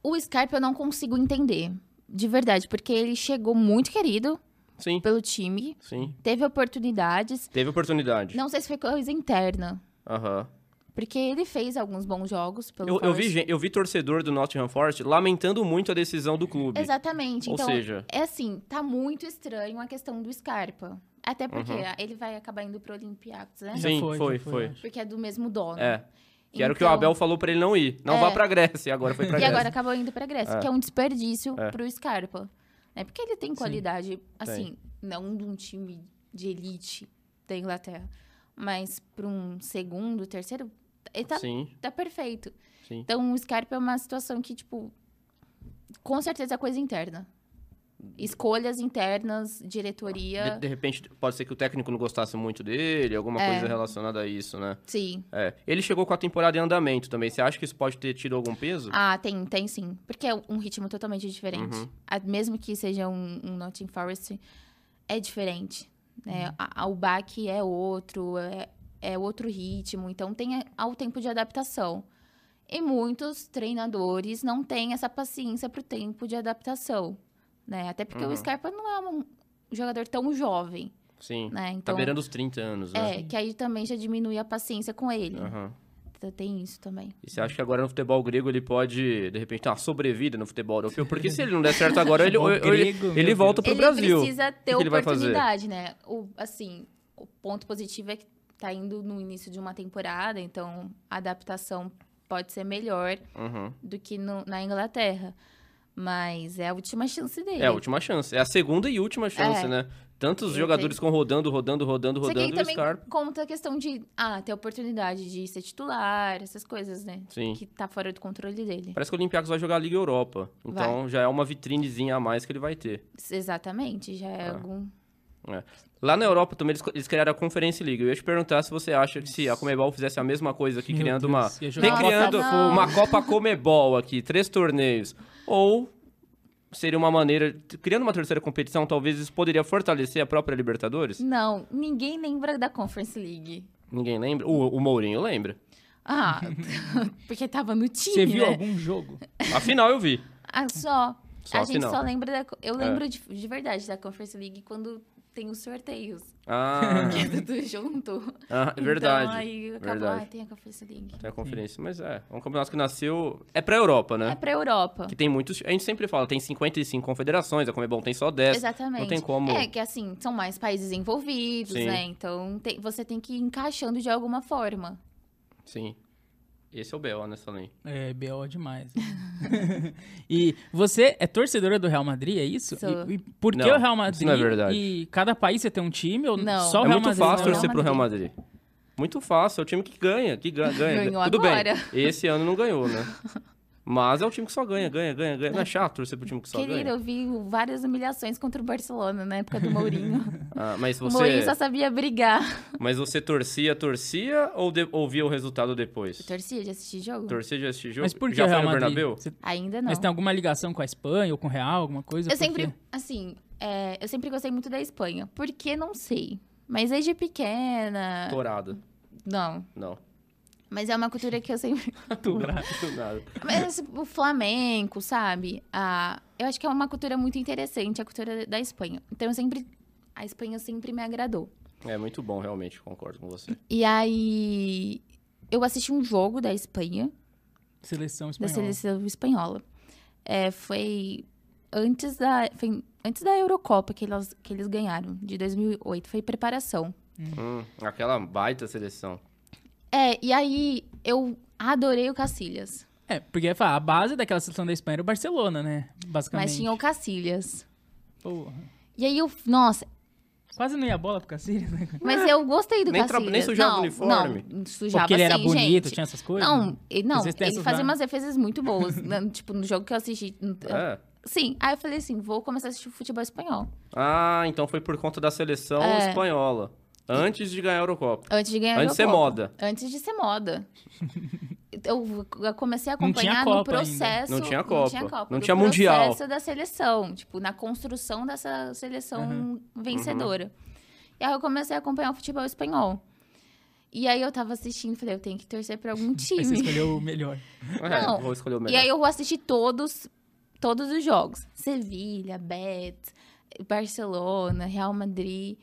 [SPEAKER 3] O Scarpa eu não consigo entender, de verdade. Porque ele chegou muito querido
[SPEAKER 2] Sim,
[SPEAKER 3] pelo time,
[SPEAKER 2] sim.
[SPEAKER 3] teve oportunidades.
[SPEAKER 2] Teve oportunidade.
[SPEAKER 3] Não sei se foi coisa interna.
[SPEAKER 2] Aham.
[SPEAKER 3] Porque ele fez alguns bons jogos pelo
[SPEAKER 2] Eu, eu vi,
[SPEAKER 3] Forest.
[SPEAKER 2] gen- eu vi torcedor do Nottingham Forest lamentando muito a decisão do clube.
[SPEAKER 3] Exatamente.
[SPEAKER 2] Ou
[SPEAKER 3] então,
[SPEAKER 2] seja-
[SPEAKER 3] é assim, tá muito estranho a questão do Scarpa. Até porque
[SPEAKER 2] Uhum.
[SPEAKER 3] a- ele vai acabar indo pro Olympiacos, né?
[SPEAKER 1] Já
[SPEAKER 2] Sim, foi,
[SPEAKER 1] já
[SPEAKER 2] foi.
[SPEAKER 1] eu acho.
[SPEAKER 3] Porque é do mesmo dono.
[SPEAKER 2] É. Que era o que o
[SPEAKER 3] Então-
[SPEAKER 2] Abel falou pra ele não ir. Não
[SPEAKER 3] É.
[SPEAKER 2] vá pra Grécia. E agora foi pra
[SPEAKER 3] E
[SPEAKER 2] Grécia.
[SPEAKER 3] agora acabou indo pra Grécia,
[SPEAKER 2] É.
[SPEAKER 3] que é um desperdício
[SPEAKER 2] É.
[SPEAKER 3] pro Scarpa. Né? Porque ele tem qualidade, assim, não de um time de elite da Inglaterra, mas pra um segundo, terceiro, ele tá,
[SPEAKER 2] Sim,
[SPEAKER 3] tá perfeito.
[SPEAKER 2] sim.
[SPEAKER 3] Então, o Scarpa é uma situação que, tipo, com certeza é coisa interna. Escolhas internas, diretoria.
[SPEAKER 2] De, de repente, pode ser que o técnico não gostasse muito dele, alguma
[SPEAKER 3] É.
[SPEAKER 2] coisa relacionada a isso, né?
[SPEAKER 3] Sim.
[SPEAKER 2] É. Ele chegou com a temporada em andamento também. Você acha que isso pode ter tido algum peso?
[SPEAKER 3] Ah, tem, tem sim. Porque é um ritmo totalmente diferente.
[SPEAKER 2] Uhum.
[SPEAKER 3] Ah, Mesmo que seja um, um Nottingham Forest, é diferente. Né?
[SPEAKER 2] Uhum.
[SPEAKER 3] A- a- o baque é outro, é, é outro ritmo. Então, tem a- ao tempo de adaptação. E muitos treinadores não têm essa paciência pro tempo de adaptação. Né? Até porque
[SPEAKER 2] Uhum.
[SPEAKER 3] o Scarpa não é um jogador tão jovem.
[SPEAKER 2] Sim.
[SPEAKER 3] né?
[SPEAKER 2] Tá
[SPEAKER 3] Então,
[SPEAKER 2] beirando os 30 anos, né?
[SPEAKER 3] é, que aí também já diminui a paciência com ele.
[SPEAKER 2] Aham.
[SPEAKER 3] Então, tem isso também.
[SPEAKER 2] E você acha que agora no futebol grego ele pode, de repente, ter uma sobrevida no futebol europeu? Porque se ele não der certo agora, ele, ou- ou ele,
[SPEAKER 1] Grego, meu
[SPEAKER 2] ele
[SPEAKER 1] Deus.
[SPEAKER 2] volta pro
[SPEAKER 3] ele
[SPEAKER 2] Brasil.
[SPEAKER 3] precisa ter
[SPEAKER 2] que ele vai fazer?
[SPEAKER 3] oportunidade, né? O, assim, o ponto positivo é que tá indo no início de uma temporada, então a adaptação pode ser melhor
[SPEAKER 2] Uhum.
[SPEAKER 3] do que no- na Inglaterra. Mas é a última chance dele.
[SPEAKER 2] É a última chance. É a segunda e última chance,
[SPEAKER 3] É.
[SPEAKER 2] né? Tantos
[SPEAKER 3] Ele
[SPEAKER 2] jogadores ficam rodando, rodando, rodando,
[SPEAKER 3] Só que aí
[SPEAKER 2] rodando e o
[SPEAKER 3] também
[SPEAKER 2] Scarpa.
[SPEAKER 3] conta a questão de ah, ter oportunidade de ser titular, essas coisas, né?
[SPEAKER 2] Sim.
[SPEAKER 3] Que tá fora do controle dele.
[SPEAKER 2] Parece que o Olympiacos vai jogar a Liga Europa. Então já é uma vitrinezinha a mais que ele vai ter.
[SPEAKER 3] Exatamente, já é
[SPEAKER 2] Ah.
[SPEAKER 3] algum.
[SPEAKER 2] Lá na Europa também eles, eles criaram a Conference League. Eu ia te perguntar se você acha que se a Comebol fizesse a mesma coisa aqui,
[SPEAKER 1] Meu
[SPEAKER 2] criando
[SPEAKER 1] Deus,
[SPEAKER 2] uma.
[SPEAKER 1] ia jogar
[SPEAKER 2] Tem
[SPEAKER 3] um
[SPEAKER 2] criando
[SPEAKER 3] Botafogo.
[SPEAKER 2] uma Copa Comebol aqui, três torneios. Ou seria uma maneira. Criando uma terceira competição, talvez isso poderia fortalecer a própria Libertadores?
[SPEAKER 3] Não, ninguém lembra da Conference League.
[SPEAKER 2] Ninguém lembra? O, o Mourinho lembra.
[SPEAKER 3] Ah, porque tava no time,
[SPEAKER 1] Você viu
[SPEAKER 3] né?
[SPEAKER 1] algum jogo?
[SPEAKER 2] Afinal, eu vi.
[SPEAKER 3] Ah, só.
[SPEAKER 2] Só
[SPEAKER 3] a
[SPEAKER 2] a
[SPEAKER 3] gente
[SPEAKER 2] final. É.
[SPEAKER 3] só lembra da. co- Eu lembro de, de verdade da Conference League quando tem os sorteios.
[SPEAKER 2] Ah,
[SPEAKER 3] Que é tudo junto.
[SPEAKER 2] ah, é verdade.
[SPEAKER 3] Então, aí acabou,
[SPEAKER 2] verdade.
[SPEAKER 3] ah, tem a Conference League.
[SPEAKER 2] Tem a conferência, mas é. É um campeonato que nasceu. É pra Europa, né?
[SPEAKER 3] É pra Europa.
[SPEAKER 2] Que tem muitos. A gente sempre fala, tem 55 confederações, a Comebol tem só 10.
[SPEAKER 3] Exatamente.
[SPEAKER 2] é, Não tem como.
[SPEAKER 3] É, que assim, são mais países envolvidos,
[SPEAKER 2] Sim.
[SPEAKER 3] né? Então tem- você tem que ir encaixando de alguma forma.
[SPEAKER 2] Sim. Esse é o B.O. nessa lei.
[SPEAKER 1] É, BO demais. e você é torcedora do Real Madrid, é isso?
[SPEAKER 3] Sou.
[SPEAKER 1] E, e por que
[SPEAKER 2] Não,
[SPEAKER 1] o Real Madrid?
[SPEAKER 2] isso não é verdade.
[SPEAKER 1] E cada país você tem um time? Ou
[SPEAKER 3] Não.
[SPEAKER 1] Só o
[SPEAKER 2] é
[SPEAKER 1] Real
[SPEAKER 2] muito
[SPEAKER 1] Madrid? né?
[SPEAKER 2] fácil
[SPEAKER 1] não?
[SPEAKER 2] torcer pro Real Madrid. Muito fácil, é o time que ganha, que ga- ganha.
[SPEAKER 3] Ganhou
[SPEAKER 2] Tudo
[SPEAKER 3] agora.
[SPEAKER 2] bem, esse ano não ganhou, né? Mas é o time que só ganha, ganha, ganha, ganha. Não é chato torcer pro time que só
[SPEAKER 3] Querido,
[SPEAKER 2] ganha.
[SPEAKER 3] eu vi várias humilhações contra o Barcelona na época do Mourinho.
[SPEAKER 2] Ah, mas
[SPEAKER 3] O Mourinho
[SPEAKER 2] você,
[SPEAKER 3] só sabia brigar.
[SPEAKER 2] mas você torcia, torcia ou, de, ou via o resultado depois?
[SPEAKER 3] Eu torcia de assistir jogo?
[SPEAKER 2] Torcia já assistiu?
[SPEAKER 1] Mas por que
[SPEAKER 2] já
[SPEAKER 1] o
[SPEAKER 2] foi
[SPEAKER 1] Real
[SPEAKER 2] no
[SPEAKER 1] Madrid?
[SPEAKER 2] Bernabéu?
[SPEAKER 1] Você-
[SPEAKER 3] Ainda não.
[SPEAKER 1] Mas tem alguma ligação com a Espanha ou com o Real, alguma coisa?
[SPEAKER 3] Eu
[SPEAKER 1] Por
[SPEAKER 3] sempre,
[SPEAKER 1] quê?
[SPEAKER 3] assim, é, eu sempre gostei muito da Espanha. Por É. que, não sei. Mas desde pequena...
[SPEAKER 2] Torado.
[SPEAKER 3] Não.
[SPEAKER 2] Não.
[SPEAKER 3] Mas é uma cultura que eu sempre.
[SPEAKER 2] Do nada, do nada.
[SPEAKER 3] Mas o flamenco, sabe? Ah, eu acho que é uma cultura muito interessante, a cultura da Espanha. Então eu sempre. A Espanha sempre me agradou.
[SPEAKER 2] É muito bom, realmente, concordo com você.
[SPEAKER 3] E aí. Eu assisti um jogo da Espanha,
[SPEAKER 1] Seleção
[SPEAKER 3] da
[SPEAKER 1] espanhola.
[SPEAKER 3] seleção espanhola. É, foi antes da. Foi antes da Eurocopa que elas- que eles ganharam, de 2008. Foi preparação.
[SPEAKER 2] Hum, aquela baita seleção.
[SPEAKER 3] É, e aí eu adorei o Cacilhas.
[SPEAKER 1] É, porque fala, a base daquela seleção da Espanha era o Barcelona, né? Basicamente.
[SPEAKER 3] Mas tinha o Cacilhas.
[SPEAKER 1] Porra.
[SPEAKER 3] E aí eu. Nossa,
[SPEAKER 1] Quase não ia bola pro Cacilhas, né?
[SPEAKER 3] mas eu gostei do
[SPEAKER 2] É. Nem tra-
[SPEAKER 3] Cacilhas.
[SPEAKER 2] nem sujava
[SPEAKER 3] não,
[SPEAKER 2] o uniforme?
[SPEAKER 3] Não, sujava
[SPEAKER 1] Porque ele era
[SPEAKER 3] sim,
[SPEAKER 1] bonito,
[SPEAKER 3] gente.
[SPEAKER 1] tinha essas coisas.
[SPEAKER 3] Não, ele, não,
[SPEAKER 1] Às vezes tem
[SPEAKER 3] ele
[SPEAKER 1] essas
[SPEAKER 3] fazia
[SPEAKER 1] lá.
[SPEAKER 3] umas defesas muito boas. né, tipo, no jogo que eu assisti.
[SPEAKER 2] É.
[SPEAKER 3] Sim, aí eu falei assim: vou começar a assistir futebol espanhol.
[SPEAKER 2] Ah, então foi por conta da seleção
[SPEAKER 3] É.
[SPEAKER 2] espanhola. Antes de ganhar a Eurocopa.
[SPEAKER 3] Antes de ganhar a
[SPEAKER 2] Antes de ser
[SPEAKER 3] Eurocopa.
[SPEAKER 2] moda.
[SPEAKER 3] Antes de ser moda. Eu comecei a
[SPEAKER 1] Não tinha
[SPEAKER 3] acompanhar no
[SPEAKER 1] Copa ainda.
[SPEAKER 3] processo.
[SPEAKER 2] Não tinha
[SPEAKER 3] Não
[SPEAKER 2] Copa,
[SPEAKER 3] tinha, Copa,
[SPEAKER 2] não
[SPEAKER 3] do
[SPEAKER 2] tinha Mundial.
[SPEAKER 3] processo da seleção. Tipo, na construção dessa seleção vencedora. E aí eu comecei a acompanhar o futebol espanhol. E aí eu tava assistindo, falei, eu tenho que torcer pra algum
[SPEAKER 1] Aí você
[SPEAKER 3] time.
[SPEAKER 1] escolheu o melhor.
[SPEAKER 2] É,
[SPEAKER 3] Não.
[SPEAKER 2] vou escolher o melhor.
[SPEAKER 3] E aí eu assisti todos, todos os jogos. Sevilha, Bet, Barcelona, Real Madrid.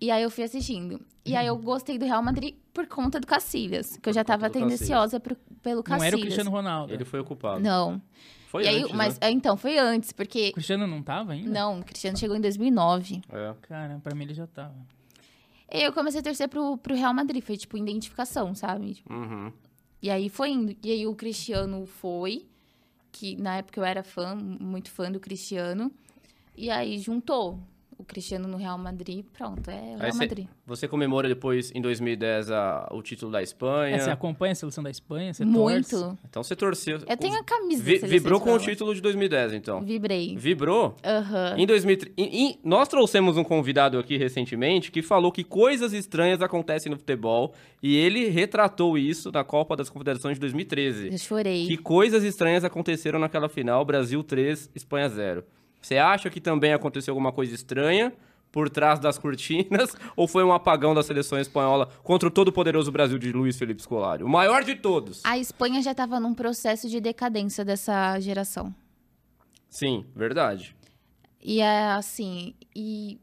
[SPEAKER 3] E aí eu fui assistindo. E aí eu gostei do Real Madrid por conta do Cacilhas. Que eu já
[SPEAKER 2] Uhum. conta
[SPEAKER 3] tava
[SPEAKER 2] do
[SPEAKER 3] tendenciosa pro- pelo Cacilhas.
[SPEAKER 1] Não era o Cristiano Ronaldo.
[SPEAKER 2] Ele foi ocupado.
[SPEAKER 3] Não.
[SPEAKER 2] Foi
[SPEAKER 3] E aí,
[SPEAKER 2] antes,
[SPEAKER 3] mas
[SPEAKER 2] né? Uhum.
[SPEAKER 3] é, então, foi antes,
[SPEAKER 1] O
[SPEAKER 3] porque...
[SPEAKER 1] Cristiano não tava ainda?
[SPEAKER 3] Não, o Cristiano chegou em 2009.
[SPEAKER 2] É.
[SPEAKER 1] Cara, pra mim ele já tava.
[SPEAKER 3] E aí eu comecei a torcer pro, pro Real Madrid. Foi, tipo, identificação, sabe?
[SPEAKER 2] Uhum.
[SPEAKER 3] E aí foi indo. E aí o Cristiano foi, que na época eu era fã, muito fã do Cristiano. E aí juntou o Cristiano no Real Madrid, pronto, é o
[SPEAKER 2] Aí
[SPEAKER 3] Real
[SPEAKER 2] cê-
[SPEAKER 3] Madrid.
[SPEAKER 2] Você comemora depois, em 2010, a- o título da Espanha.
[SPEAKER 1] É, você acompanha a seleção da Espanha? Você
[SPEAKER 3] muito.
[SPEAKER 1] torce?
[SPEAKER 2] Então você torceu.
[SPEAKER 3] Eu tenho a camisa. da
[SPEAKER 2] Vi-
[SPEAKER 3] seleção
[SPEAKER 2] Vibrou com o
[SPEAKER 3] espanhola.
[SPEAKER 2] título de 2010, então.
[SPEAKER 3] Vibrei.
[SPEAKER 2] Vibrou?
[SPEAKER 3] Aham.
[SPEAKER 2] Em 2003, em- em- nós trouxemos um convidado aqui recentemente que falou que coisas estranhas acontecem no futebol e ele retratou isso na Copa das Confederações de 2013.
[SPEAKER 3] Eu chorei.
[SPEAKER 2] Que coisas estranhas aconteceram naquela final, Brasil 3, Espanha 0. Você acha que também aconteceu alguma coisa estranha por trás das cortinas ou foi um apagão da seleção espanhola contra o todo poderoso Brasil de Luiz Felipe Scolari? O maior de todos.
[SPEAKER 3] A Espanha já tava num processo de decadência dessa geração.
[SPEAKER 2] Sim, verdade.
[SPEAKER 3] E é assim, e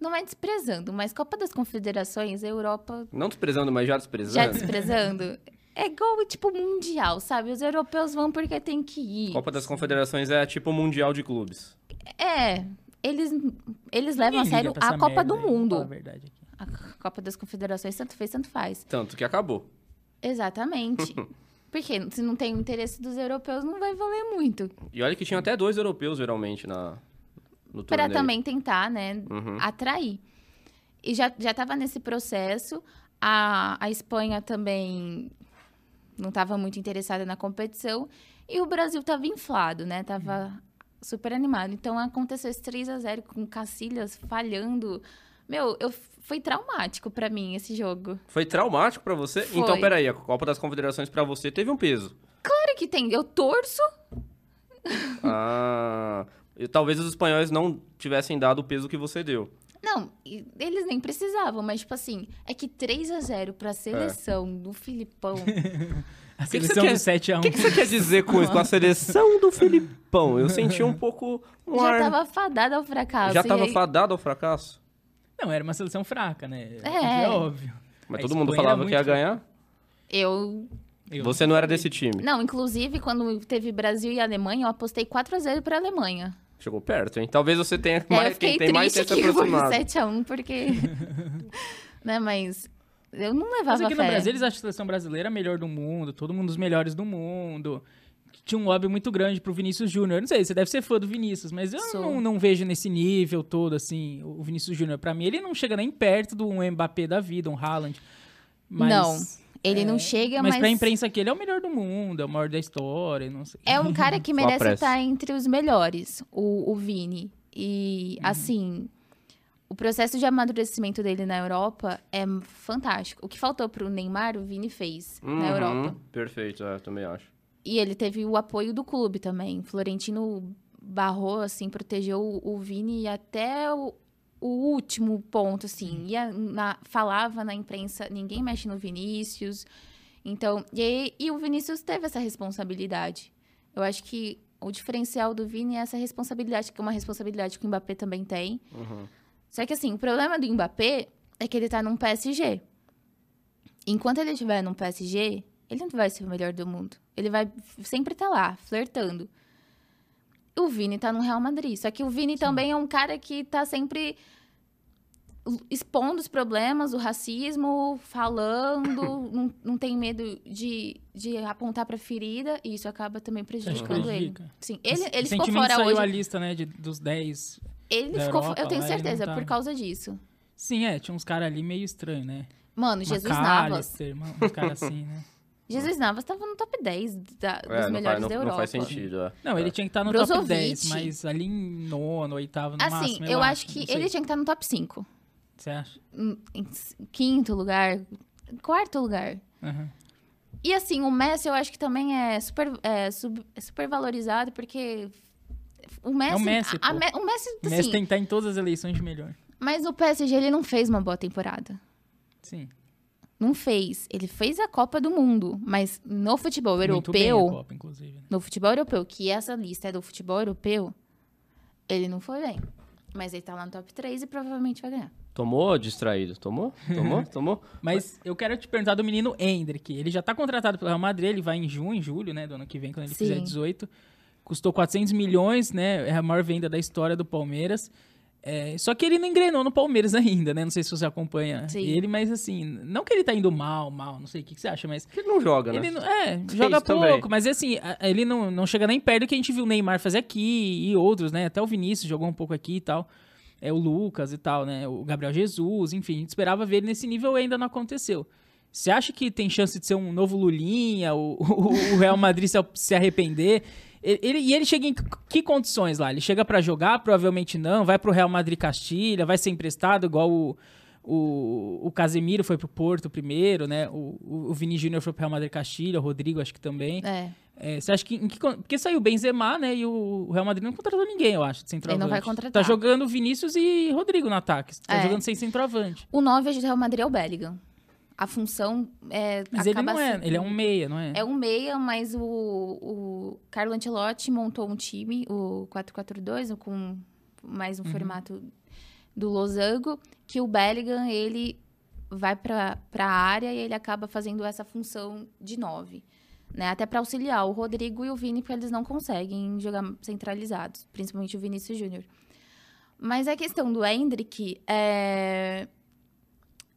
[SPEAKER 3] não é desprezando, mas Copa das Confederações, a Europa
[SPEAKER 2] Não desprezando, mas já
[SPEAKER 3] já
[SPEAKER 2] desprezando.
[SPEAKER 3] desprezando. É igual, tipo, mundial, sabe? Os europeus vão porque tem que ir.
[SPEAKER 2] Copa das Confederações é tipo o Mundial de Clubes.
[SPEAKER 3] É, eles, eles levam a
[SPEAKER 1] Ninguém
[SPEAKER 3] sério
[SPEAKER 1] liga pra
[SPEAKER 3] a
[SPEAKER 1] essa
[SPEAKER 3] Copa
[SPEAKER 1] merda
[SPEAKER 3] do
[SPEAKER 1] aí, vou falar a
[SPEAKER 3] Mundo.
[SPEAKER 1] verdade aqui.
[SPEAKER 3] A Copa das Confederações, tanto fez, tanto faz.
[SPEAKER 2] Tanto que acabou.
[SPEAKER 3] Exatamente. Porque se não tem o interesse dos europeus, não vai valer muito.
[SPEAKER 2] E olha que tinha até dois europeus, geralmente, na, no
[SPEAKER 3] Pra
[SPEAKER 2] torneio.
[SPEAKER 3] também tentar, né,
[SPEAKER 2] Uhum.
[SPEAKER 3] atrair. E já, já tava nesse processo. A, a Espanha também não estava muito interessada na competição. E o Brasil estava inflado, né? Tava
[SPEAKER 2] Uhum.
[SPEAKER 3] super animado. Então aconteceu esse 3 a 0 com Cacilhas falhando. Meu, eu, foi traumático pra mim esse jogo.
[SPEAKER 2] Foi traumático pra você?
[SPEAKER 3] Foi.
[SPEAKER 2] Então, peraí, a Copa das Confederações pra você teve um peso.
[SPEAKER 3] Claro que tem. Eu torço.
[SPEAKER 2] ah, e talvez os espanhóis não tivessem dado o peso que você deu.
[SPEAKER 3] Não, e- eles nem precisavam, mas tipo assim, é que 3 a 0
[SPEAKER 2] É.
[SPEAKER 3] pra seleção do Filipão.
[SPEAKER 1] A
[SPEAKER 2] que que
[SPEAKER 1] seleção
[SPEAKER 2] você
[SPEAKER 1] do
[SPEAKER 2] quer?
[SPEAKER 1] 7 a 1
[SPEAKER 2] O que, que você quer dizer com isso? Com a seleção do Filipão? Eu senti um pouco um
[SPEAKER 3] já
[SPEAKER 2] ar...
[SPEAKER 3] tava fadada ao fracasso.
[SPEAKER 2] Já
[SPEAKER 3] e
[SPEAKER 2] tava
[SPEAKER 3] aí-
[SPEAKER 2] fadado ao fracasso?
[SPEAKER 1] Não, era uma seleção fraca, né?
[SPEAKER 3] É.
[SPEAKER 1] É. óbvio.
[SPEAKER 2] Mas
[SPEAKER 1] A
[SPEAKER 2] todo mundo
[SPEAKER 1] Espanha era
[SPEAKER 2] falava que ia
[SPEAKER 1] muito-
[SPEAKER 2] ganhar?
[SPEAKER 3] Eu
[SPEAKER 1] Eu-
[SPEAKER 2] Você não era desse time.
[SPEAKER 3] Não, inclusive, quando teve Brasil e Alemanha, eu apostei 4x0 pra Alemanha.
[SPEAKER 2] Chegou perto, hein? Talvez você tenha
[SPEAKER 3] Aí É, eu
[SPEAKER 2] mais,
[SPEAKER 3] fiquei
[SPEAKER 2] quem tem mais
[SPEAKER 3] triste
[SPEAKER 2] tenha se
[SPEAKER 3] que foi
[SPEAKER 2] aproximado.
[SPEAKER 3] 7x1, porque... né, mas eu não
[SPEAKER 1] Mas
[SPEAKER 3] levava
[SPEAKER 1] aqui no
[SPEAKER 3] fé.
[SPEAKER 1] Brasil eles acham a seleção brasileira é a melhor do mundo, todo mundo os melhores do mundo. Tinha um lobby muito grande pro Vinícius Júnior. Eu Não sei, você deve ser fã do Vinícius, mas eu
[SPEAKER 3] Sou.
[SPEAKER 1] não, não vejo nesse nível todo, assim, o Vinícius Júnior. Pra mim, ele não chega nem perto do Mbappé da vida, um Haaland. Mas,
[SPEAKER 3] Não, Ele não chega,
[SPEAKER 1] é, mas
[SPEAKER 3] mas...
[SPEAKER 1] pra imprensa aqui, ele é o melhor do mundo, é o maior da história, não sei.
[SPEAKER 3] É um cara que merece
[SPEAKER 2] pressa.
[SPEAKER 3] estar entre os melhores, o, o Vini. E,
[SPEAKER 1] Uhum.
[SPEAKER 3] assim, o processo de amadurecimento dele na Europa é fantástico. O que faltou pro Neymar, o Vini fez na
[SPEAKER 2] Uhum,
[SPEAKER 3] Europa.
[SPEAKER 2] Perfeito, é, eu também acho.
[SPEAKER 3] E ele teve o apoio do clube também. Florentino barrou, assim, protegeu o, o Vini até o, o último ponto, assim. Ia na- falava na imprensa, ninguém mexe no Vinícius. Então, e, aí- e o Vinícius teve essa responsabilidade. Eu acho que o diferencial do Vini é essa responsabilidade, que é uma responsabilidade que o Mbappé também tem.
[SPEAKER 2] Uhum.
[SPEAKER 3] Só que assim, o problema do Mbappé é que ele tá num PSG. Enquanto ele estiver num PSG, ele não vai ser o melhor do mundo. Ele vai f- sempre estar lá, flertando. O Vini tá no Real Madrid. Só que o Vini também é um cara que tá sempre l- expondo os problemas, o racismo, falando, não, não tem medo de, de apontar pra ferida, e isso acaba também prejudicando ele.
[SPEAKER 1] prejudica.
[SPEAKER 3] Sim, ele, ele ficou
[SPEAKER 1] é Recentemente
[SPEAKER 3] fora
[SPEAKER 1] saiu
[SPEAKER 3] hoje.
[SPEAKER 1] a lista, né, de, dos 10.
[SPEAKER 3] Ele
[SPEAKER 1] da
[SPEAKER 3] ficou, fo-
[SPEAKER 1] Europa
[SPEAKER 3] eu tenho
[SPEAKER 1] lá, ele não
[SPEAKER 3] certeza,
[SPEAKER 1] tá.
[SPEAKER 3] por causa disso.
[SPEAKER 1] Sim, é, tinha uns caras ali meio estranho, né?
[SPEAKER 3] Mano, Jesus Navas.
[SPEAKER 1] McAllister, mano, uns caras assim, né?
[SPEAKER 3] Jesus Navas tava no top 10 da- dos
[SPEAKER 2] É, não,
[SPEAKER 3] melhores
[SPEAKER 2] faz, não,
[SPEAKER 3] da Europa.
[SPEAKER 2] não faz sentido. é.
[SPEAKER 1] Não, ele tinha que estar no top
[SPEAKER 3] Brozovic.
[SPEAKER 1] 10, mas ali em nono, oitavo, no
[SPEAKER 3] Assim,
[SPEAKER 1] máximo.
[SPEAKER 3] eu acho que
[SPEAKER 1] não sei.
[SPEAKER 3] ele tinha que estar no top 5.
[SPEAKER 1] Você acha?
[SPEAKER 3] Em em s- quinto lugar, quarto lugar.
[SPEAKER 1] Aham.
[SPEAKER 3] E assim, o Messi eu acho que também é super, é, sub- é super valorizado, porque o Messi...
[SPEAKER 1] É o Messi,
[SPEAKER 3] a- a
[SPEAKER 1] pô.
[SPEAKER 3] Me- o Messi,
[SPEAKER 1] O
[SPEAKER 3] assim,
[SPEAKER 1] Messi tem que estar em todas as eleições de melhor.
[SPEAKER 3] mas o PSG ele não fez uma boa temporada.
[SPEAKER 1] Sim.
[SPEAKER 3] Não fez. Ele fez a Copa do Mundo, mas no futebol
[SPEAKER 1] Muito bem a
[SPEAKER 3] europeu...
[SPEAKER 1] Copa, inclusive. né?
[SPEAKER 3] no futebol europeu, que essa lista é do futebol europeu, ele não foi bem. Mas ele tá lá no top 3 e provavelmente vai ganhar.
[SPEAKER 2] Tomou distraído? Tomou? Tomou? Tomou?
[SPEAKER 1] Mas eu quero te perguntar do menino Hendrick. Ele já tá contratado pelo Real Madrid, ele vai em junho, em julho, né, do ano que vem, quando ele
[SPEAKER 3] Sim.
[SPEAKER 1] fizer 18. Custou 400 milhões, né? É a maior venda da história do Palmeiras. É, só que ele não engrenou no Palmeiras ainda, né? Não sei se você acompanha
[SPEAKER 3] Sim.
[SPEAKER 1] ele, mas assim, não que ele tá indo mal, mal, não sei o que, que você acha, mas
[SPEAKER 2] Porque ele não joga, né?
[SPEAKER 1] Ele não, é,
[SPEAKER 2] Tem
[SPEAKER 1] joga
[SPEAKER 2] isso
[SPEAKER 1] pouco,
[SPEAKER 2] também.
[SPEAKER 1] mas assim, a- ele não, não chega nem perto do que a gente viu o Neymar fazer aqui e outros, né? Até o Vinícius jogou um pouco aqui e tal. É o Lucas e tal, né? O Gabriel Jesus, enfim, a gente esperava ver ele nesse nível e ainda não aconteceu. Você acha que tem chance de ser um novo Lulinha, o, o- o Real Madrid se, se arrepender? E- Ele, e ele chega em que condições lá? Ele chega pra jogar? Provavelmente não. Vai pro Real Madrid Castilha, vai ser emprestado igual o, o, o Casemiro foi pro Porto primeiro, né? O, o, o Vini Júnior foi pro Real Madrid Castilha, o Rodrigo acho que também.
[SPEAKER 3] É,
[SPEAKER 1] É, você acha que, em que con- Porque saiu o Benzema, né? E o Real Madrid não contratou ninguém, eu acho, de centroavante.
[SPEAKER 3] Ele não vai contratar.
[SPEAKER 1] Tá jogando Vinícius e Rodrigo no ataque. Tá
[SPEAKER 3] É.
[SPEAKER 1] jogando sem centroavante.
[SPEAKER 3] O 9 do Real Madrid é o Bellingham. A função é.
[SPEAKER 1] Mas ele
[SPEAKER 3] acaba
[SPEAKER 1] não é,
[SPEAKER 3] sendo-
[SPEAKER 1] ele é um meia, não é?
[SPEAKER 3] É um meia, mas o, o Carlo Ancelotti montou um time, o 4-4-2, com mais um formato do losango, que o Bellingham, ele vai para a área e ele acaba fazendo essa função de nove. Né? Até para auxiliar o Rodrigo e o Vini, porque eles não conseguem jogar centralizados, principalmente o Vinícius Júnior. Mas a questão do Hendrick, é...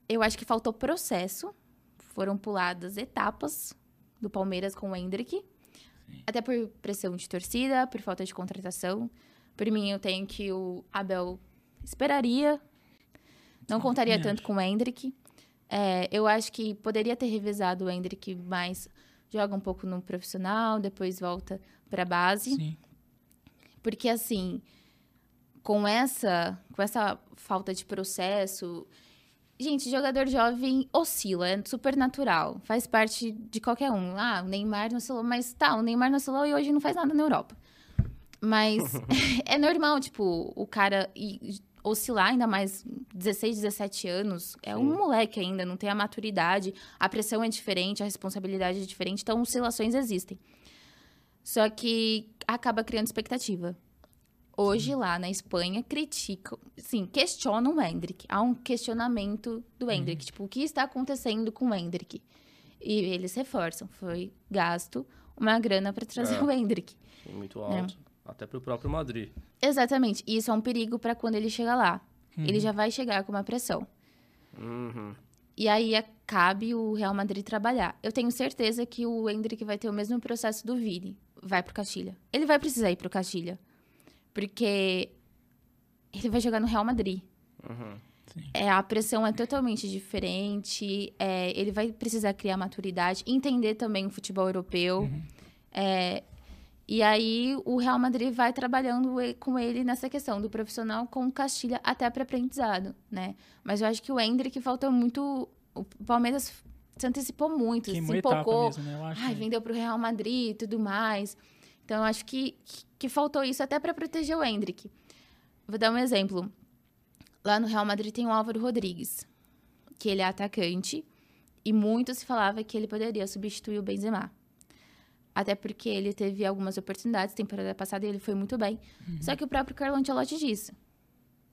[SPEAKER 3] eu acho que faltou processo, foram puladas etapas do Palmeiras com o Hendrick. Até por pressão de torcida, por falta de contratação. Por mim, eu tenho que o Abel esperaria. Não contaria
[SPEAKER 1] também
[SPEAKER 3] tanto com o Hendrick. É, eu acho que poderia ter revezado o Hendrick, mas joga um pouco no profissional, depois volta para a base.
[SPEAKER 1] Sim.
[SPEAKER 3] Porque assim, com essa, com essa falta de processo, gente, jogador jovem oscila, é super natural, faz parte de qualquer um. Ah, o Neymar não oscilou, mas tá, o Neymar não oscilou e hoje não faz nada na Europa. Mas
[SPEAKER 2] Uhum.
[SPEAKER 3] é normal, tipo, o cara i- oscilar ainda mais 16, 17 anos, é um
[SPEAKER 2] Sim.
[SPEAKER 3] moleque ainda, não tem a maturidade, a pressão é diferente, a responsabilidade é diferente, então oscilações existem. Só que acaba criando expectativa. Hoje, lá na Espanha, criticam, sim, questionam o Hendrick. Há um questionamento do Hendrick.
[SPEAKER 2] Uhum.
[SPEAKER 3] Tipo, o que está acontecendo com o Hendrick? E eles reforçam. Foi gasto uma grana para trazer
[SPEAKER 2] É.
[SPEAKER 3] o Hendrick.
[SPEAKER 2] Muito alto.
[SPEAKER 3] É.
[SPEAKER 2] Até pro próprio Madrid.
[SPEAKER 3] Exatamente. E isso é um perigo para quando ele chega lá.
[SPEAKER 1] Uhum.
[SPEAKER 3] Ele já vai chegar com uma pressão.
[SPEAKER 2] Uhum.
[SPEAKER 3] E aí é- cabe o Real Madrid trabalhar. Eu tenho certeza que o Hendrick vai ter o mesmo processo do Vini. Vai pro Castilha. Ele vai precisar ir pro Castilha. Porque ele vai jogar no Real Madrid.
[SPEAKER 2] Uhum.
[SPEAKER 3] É, a pressão é totalmente diferente. é, ele vai precisar criar maturidade, entender também o futebol europeu.
[SPEAKER 1] Uhum.
[SPEAKER 3] É, e aí o Real Madrid vai trabalhando e- com ele nessa questão do profissional com o Castilha até para aprendizado, né? Mas eu acho que o Hendrick faltou muito. O Palmeiras se antecipou muito,
[SPEAKER 1] Queimou
[SPEAKER 3] se
[SPEAKER 1] etapa
[SPEAKER 3] empolgou.
[SPEAKER 1] mesmo, né? Eu acho.
[SPEAKER 3] Ai,
[SPEAKER 1] né?
[SPEAKER 3] vendeu pro Real Madrid e tudo mais. Então, eu acho que, que faltou isso até para proteger o Hendrick. Vou dar um exemplo. Lá no Real Madrid tem o Álvaro Rodrigues, que ele é atacante E muito se falava que ele poderia substituir o Benzema. Até porque ele teve algumas oportunidades, temporada passada, e ele foi muito bem.
[SPEAKER 1] Uhum.
[SPEAKER 3] Só que o próprio Carlo Ancelotti disse,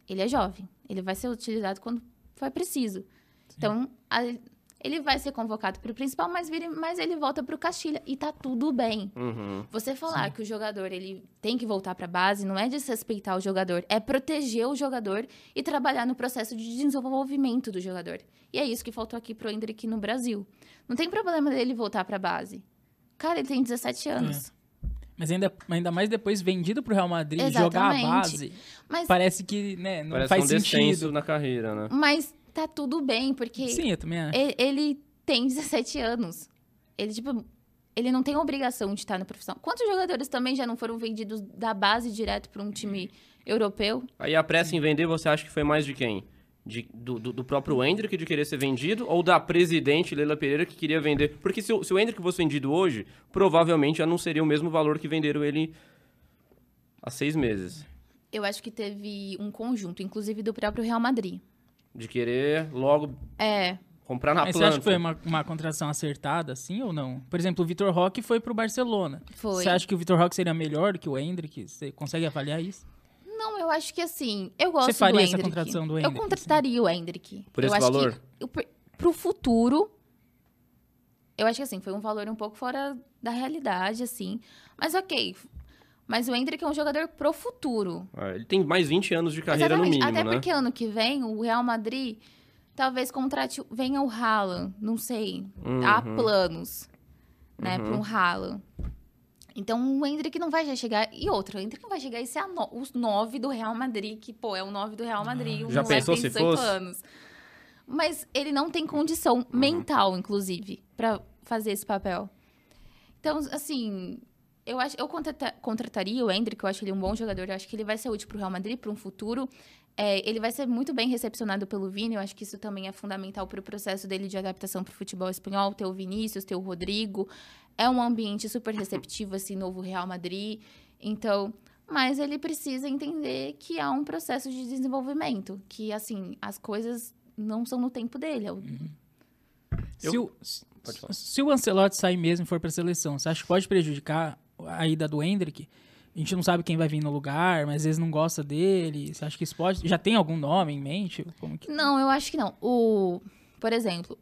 [SPEAKER 3] ele é jovem, ele vai ser utilizado quando for preciso. Então, a- ele vai ser convocado para o principal, mas, vira- mas ele volta para o Castilha, e tá tudo bem.
[SPEAKER 2] Uhum.
[SPEAKER 3] Você falar que o jogador ele tem que voltar para base não é desrespeitar o jogador, é proteger o jogador e trabalhar no processo de desenvolvimento do jogador. E é isso que faltou aqui pro Hendrick no Brasil. Não tem problema dele voltar para base. Cara, ele tem 17 anos.
[SPEAKER 1] Mas ainda, ainda mais depois vendido pro Real Madrid,
[SPEAKER 3] Exatamente.
[SPEAKER 1] jogar a base,
[SPEAKER 3] Mas,
[SPEAKER 1] parece que né, não
[SPEAKER 2] Parece
[SPEAKER 1] faz
[SPEAKER 2] um descenso
[SPEAKER 1] sentido.
[SPEAKER 2] na carreira, né?
[SPEAKER 3] mas tá tudo bem, porque
[SPEAKER 1] Sim, eu também acho.
[SPEAKER 3] e- ele tem 17 anos. Ele, tipo, ele não tem obrigação de estar na profissão. Quantos jogadores também já não foram vendidos da base direto para um time europeu?
[SPEAKER 2] Aí a pressa em vender, você acha que foi mais de quem? De- do, do- do próprio Hendrick de querer ser vendido ou da presidente Leila Pereira que queria vender? Porque se, o- se o Hendrick fosse vendido hoje, provavelmente já não seria o mesmo valor que venderam ele há seis meses.
[SPEAKER 3] Eu acho que teve um conjunto, inclusive do próprio Real Madrid.
[SPEAKER 2] De querer logo
[SPEAKER 3] É,
[SPEAKER 2] comprar na
[SPEAKER 1] Mas você
[SPEAKER 2] planta.
[SPEAKER 1] acha que foi uma, uma contratação acertada, assim ou não? Por exemplo, o Vitor Roque foi pro Barcelona.
[SPEAKER 3] Foi.
[SPEAKER 1] Você acha que o Vitor Roque seria melhor do que o Hendrick? Você consegue avaliar isso?
[SPEAKER 3] não, eu acho que assim, eu gosto
[SPEAKER 1] Você faria
[SPEAKER 3] do
[SPEAKER 1] essa
[SPEAKER 3] Hendrick.
[SPEAKER 1] contratação do assim?
[SPEAKER 3] Eu
[SPEAKER 1] Hendrick,
[SPEAKER 3] contrataria o Hendrick.
[SPEAKER 2] Por
[SPEAKER 3] eu
[SPEAKER 2] esse
[SPEAKER 3] acho
[SPEAKER 2] valor?
[SPEAKER 3] Que, eu, pr- pro futuro, eu acho que assim, foi um valor um pouco fora da realidade, assim. Mas ok, mas o Hendrick é um jogador pro futuro.
[SPEAKER 2] Ah, ele tem mais 20 anos de carreira
[SPEAKER 3] Exatamente.
[SPEAKER 2] no mínimo,
[SPEAKER 3] Até
[SPEAKER 2] né?
[SPEAKER 3] porque ano que vem, o Real Madrid talvez contrate, venha o Haaland, não sei. Há
[SPEAKER 2] Uhum.
[SPEAKER 3] planos, né,
[SPEAKER 2] Uhum.
[SPEAKER 3] para um Haaland. Então o Hendrick não vai já chegar. E outro, o Hendrick não vai chegar e ser a no- os nove do Real Madrid, que, pô, é o nove do Real Madrid. um
[SPEAKER 2] Ah, Já
[SPEAKER 3] moleque
[SPEAKER 2] pensou
[SPEAKER 3] tem
[SPEAKER 2] se
[SPEAKER 3] 18
[SPEAKER 2] fosse? Uhum.
[SPEAKER 3] anos. Mas ele não tem condição mental, inclusive, para fazer esse papel. Então, assim, eu acho, eu contrata- contrataria o Hendrick, eu acho ele um bom jogador, eu acho que ele vai ser útil pro Real Madrid, para um futuro. É, ele vai ser muito bem recepcionado pelo Vini, eu acho que isso também é fundamental pro processo dele de adaptação pro futebol espanhol, ter o Vinícius, ter o Rodrigo. É um ambiente super receptivo, esse novo Real Madrid. Então, mas ele precisa entender que há um processo de desenvolvimento, que, assim, as coisas não são no tempo dele. é o-
[SPEAKER 1] Se, o,
[SPEAKER 2] Pode falar.
[SPEAKER 1] se o Ancelotti sair mesmo e for pra seleção, você acha que pode prejudicar a ida do Hendrick? A gente não sabe quem vai vir no lugar, mas às vezes não gosta dele. Você acha que isso pode? Já tem algum nome em mente? Como que...
[SPEAKER 3] Não, eu acho que não. O, por exemplo,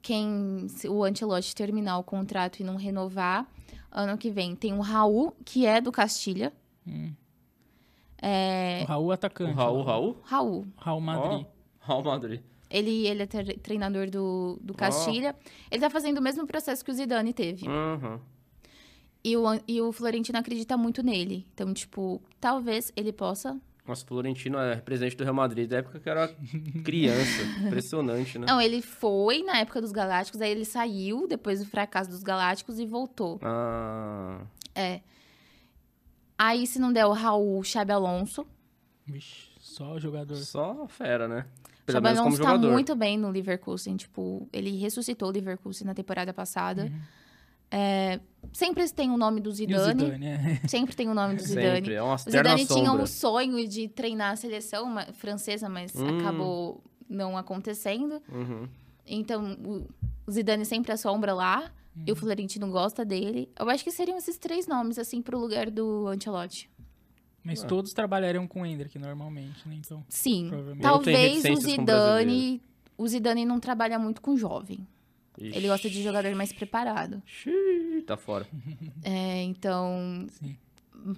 [SPEAKER 3] quem se o Ancelotti terminar o contrato e não renovar, ano que vem tem o Raul, que é do Castilha.
[SPEAKER 1] O Raul atacante.
[SPEAKER 2] O Raul,
[SPEAKER 1] lá.
[SPEAKER 2] Raul?
[SPEAKER 3] Raul,
[SPEAKER 1] Raul Madrid.
[SPEAKER 2] Uhum. Ó, Raul Madrid.
[SPEAKER 3] ele, ele é tre- treinador do, do Castilha. Ele tá fazendo o mesmo processo que o Zidane teve.
[SPEAKER 2] Uhum.
[SPEAKER 3] E, o, An- e o Florentino acredita muito nele. Então, tipo, talvez ele possa
[SPEAKER 2] Nossa, o Florentino é presidente do Real Madrid da época que eu era criança. Impressionante, né?
[SPEAKER 3] Não, ele foi na época dos Galácticos, aí ele saiu depois do fracasso dos Galácticos e voltou.
[SPEAKER 2] Ah,
[SPEAKER 3] Aí, se não der o Raul, o Xabi Alonso.
[SPEAKER 1] Vixe, só o jogador.
[SPEAKER 2] só fera, né?
[SPEAKER 3] O
[SPEAKER 2] Pelo
[SPEAKER 3] Xabi
[SPEAKER 2] menos como
[SPEAKER 3] Alonso tá
[SPEAKER 2] jogador.
[SPEAKER 3] muito bem no Leverkusen, tipo, ele ressuscitou o Leverkusen na temporada passada. É, sempre tem o nome do
[SPEAKER 1] Uhum. E o
[SPEAKER 3] Zidane,
[SPEAKER 1] Zidane, é.
[SPEAKER 3] sempre tem o nome do Zidane.
[SPEAKER 2] Sempre, é uma
[SPEAKER 3] O
[SPEAKER 2] eterna
[SPEAKER 3] Zidane tinha
[SPEAKER 2] sombra.
[SPEAKER 3] um sonho de treinar a seleção ma- francesa, mas
[SPEAKER 2] Hum.
[SPEAKER 3] acabou não acontecendo.
[SPEAKER 2] Uhum.
[SPEAKER 3] Então, o- o Zidane sempre assombra lá. E o Florentino gosta dele. Eu acho que seriam esses três nomes, assim, pro lugar do Ancelotti.
[SPEAKER 2] Ah.
[SPEAKER 1] Mas todos trabalhariam com o Hendrick normalmente, né? Então,
[SPEAKER 3] Sim.
[SPEAKER 1] Provavelmente.
[SPEAKER 2] Eu tenho
[SPEAKER 3] Talvez o
[SPEAKER 2] reticências com o
[SPEAKER 3] Zidane... O Zidane não trabalha muito com jovem.
[SPEAKER 2] Ixi,
[SPEAKER 3] Ele gosta de jogador mais preparado.
[SPEAKER 2] xiii, tá fora.
[SPEAKER 3] É, então...
[SPEAKER 1] Sim.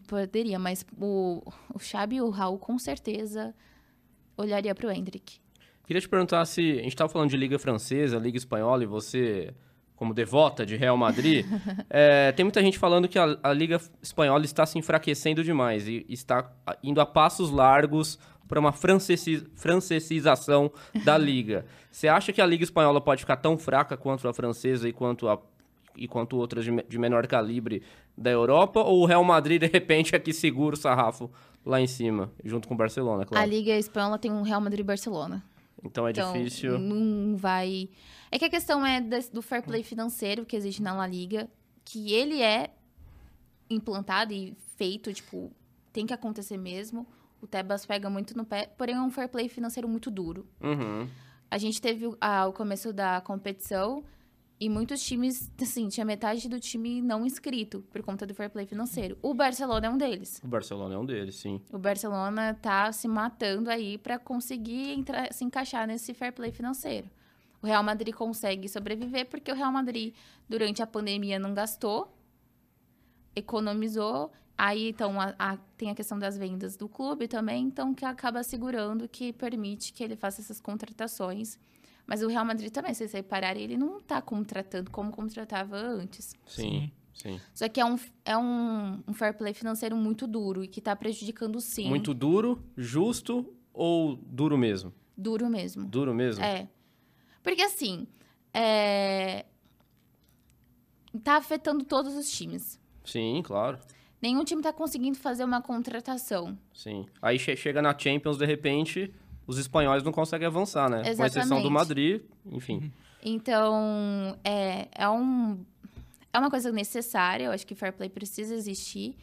[SPEAKER 3] Poderia, mas o, o Xabi e o Raul, com certeza, olharia pro Hendrick.
[SPEAKER 2] Queria te perguntar se a gente tava falando de Liga Francesa, Liga Espanhola e você, como devota de Real Madrid, é, tem muita gente falando que a, a Liga Espanhola está se enfraquecendo demais e está a- indo a passos largos para uma francesi- francesização da Liga. Você acha que a Liga Espanhola pode ficar tão fraca quanto a francesa e quanto a e quanto outras de, me- de menor calibre da Europa, ou o Real Madrid, de repente, é que segura o sarrafo lá em cima, junto com o Barcelona,
[SPEAKER 3] A
[SPEAKER 2] claro.
[SPEAKER 3] Liga Espanhola tem um Real Madrid e Barcelona.
[SPEAKER 2] Então é
[SPEAKER 3] Então,
[SPEAKER 2] difícil.
[SPEAKER 3] não vai. É que a questão é des- do fair play financeiro que existe na La Liga, que ele é implantado e feito, tipo, tem que acontecer mesmo. O Tebas pega muito no pé, porém é um fair play financeiro muito duro.
[SPEAKER 2] Uhum.
[SPEAKER 3] a gente teve o, a- o começo da competição e muitos times, assim, tinha metade do time não inscrito por conta do fair play financeiro. O Barcelona é um deles.
[SPEAKER 2] O Barcelona é um deles, sim.
[SPEAKER 3] O Barcelona tá se matando aí para conseguir entrar, se encaixar nesse fair play financeiro. O Real Madrid consegue sobreviver porque o Real Madrid, durante a pandemia, não gastou, economizou. Aí então, a- a- tem a questão das vendas do clube também, então que acaba segurando, que permite que ele faça essas contratações. Mas o Real Madrid também, se vocês repararem, ele não está contratando como contratava antes.
[SPEAKER 2] Sim, sim.
[SPEAKER 3] Só que é um, é um, um fair play financeiro muito duro e que está prejudicando sim.
[SPEAKER 2] Muito duro, justo ou duro mesmo?
[SPEAKER 3] Duro mesmo.
[SPEAKER 2] Duro mesmo?
[SPEAKER 3] É. Porque assim, é... tá afetando todos os times.
[SPEAKER 2] Sim, claro.
[SPEAKER 3] Nenhum time tá conseguindo fazer uma contratação.
[SPEAKER 2] Sim. Aí che- chega na Champions, de repente, os espanhóis não conseguem avançar, né? Com exceção
[SPEAKER 3] Exatamente.
[SPEAKER 2] do Madrid,
[SPEAKER 1] Uhum.
[SPEAKER 2] enfim.
[SPEAKER 3] Então, é, é, um, é uma coisa necessária, eu acho que fair play precisa existir,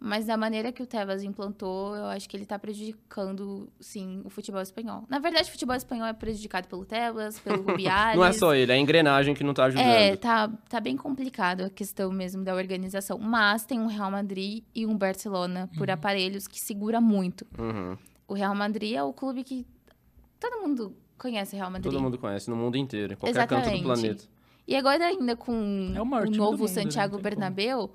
[SPEAKER 3] mas da maneira que o Tebas implantou, eu acho que ele tá prejudicando, sim, o futebol espanhol. Na verdade, o futebol espanhol é prejudicado pelo Tebas, pelo Rubiales.
[SPEAKER 2] Não é só ele, é a engrenagem que não tá ajudando.
[SPEAKER 3] É, tá, tá bem complicado a questão mesmo da organização. Mas tem um Real Madrid e um Barcelona por
[SPEAKER 1] Uhum.
[SPEAKER 3] aparelhos que segura muito.
[SPEAKER 2] Uhum.
[SPEAKER 3] O Real Madrid é o clube que todo mundo conhece o Real Madrid.
[SPEAKER 2] Todo mundo conhece, no mundo inteiro, em qualquer canto do
[SPEAKER 3] Exatamente.
[SPEAKER 2] planeta.
[SPEAKER 3] E agora ainda com
[SPEAKER 1] É o
[SPEAKER 3] o,
[SPEAKER 1] maior time do
[SPEAKER 3] novo
[SPEAKER 1] mundo, né?
[SPEAKER 3] Santiago
[SPEAKER 1] Não tem como.
[SPEAKER 3] Bernabéu,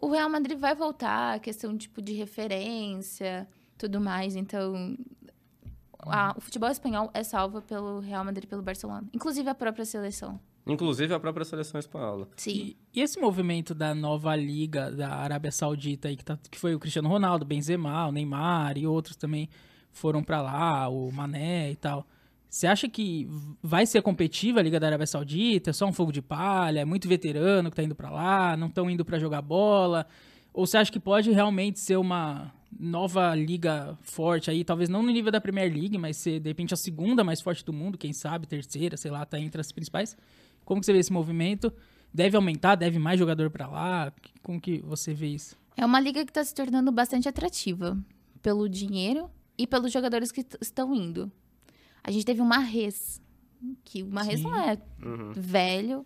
[SPEAKER 3] o Real Madrid vai voltar, a questão tipo de referência, tudo mais. Então, a- o futebol espanhol é salvo pelo Real Madrid e pelo Barcelona. Inclusive a própria seleção.
[SPEAKER 2] Inclusive a própria seleção espanhola.
[SPEAKER 3] Sim.
[SPEAKER 1] E, e esse movimento da nova liga da Arábia Saudita aí, que, tá- que foi o Cristiano Ronaldo, Benzema, o Neymar e outros também foram pra lá, o Mané e tal. Você acha que v- vai ser competitiva a Liga da Arábia Saudita? É só um fogo de palha? É muito veterano que tá indo pra lá? Não estão indo pra jogar bola? Ou você acha que pode realmente ser uma nova liga forte aí? Talvez não no nível da Premier League, mas ser de repente a segunda mais forte do mundo, quem sabe, terceira, sei lá, tá entre as principais? Como que você vê esse movimento? Deve aumentar? Deve mais jogador pra lá? Que- Como que você vê isso?
[SPEAKER 3] É uma liga que está se tornando bastante atrativa pelo dinheiro e pelos jogadores que t- estão indo. A gente teve uma res, que uma res
[SPEAKER 1] Sim.
[SPEAKER 3] não é velho.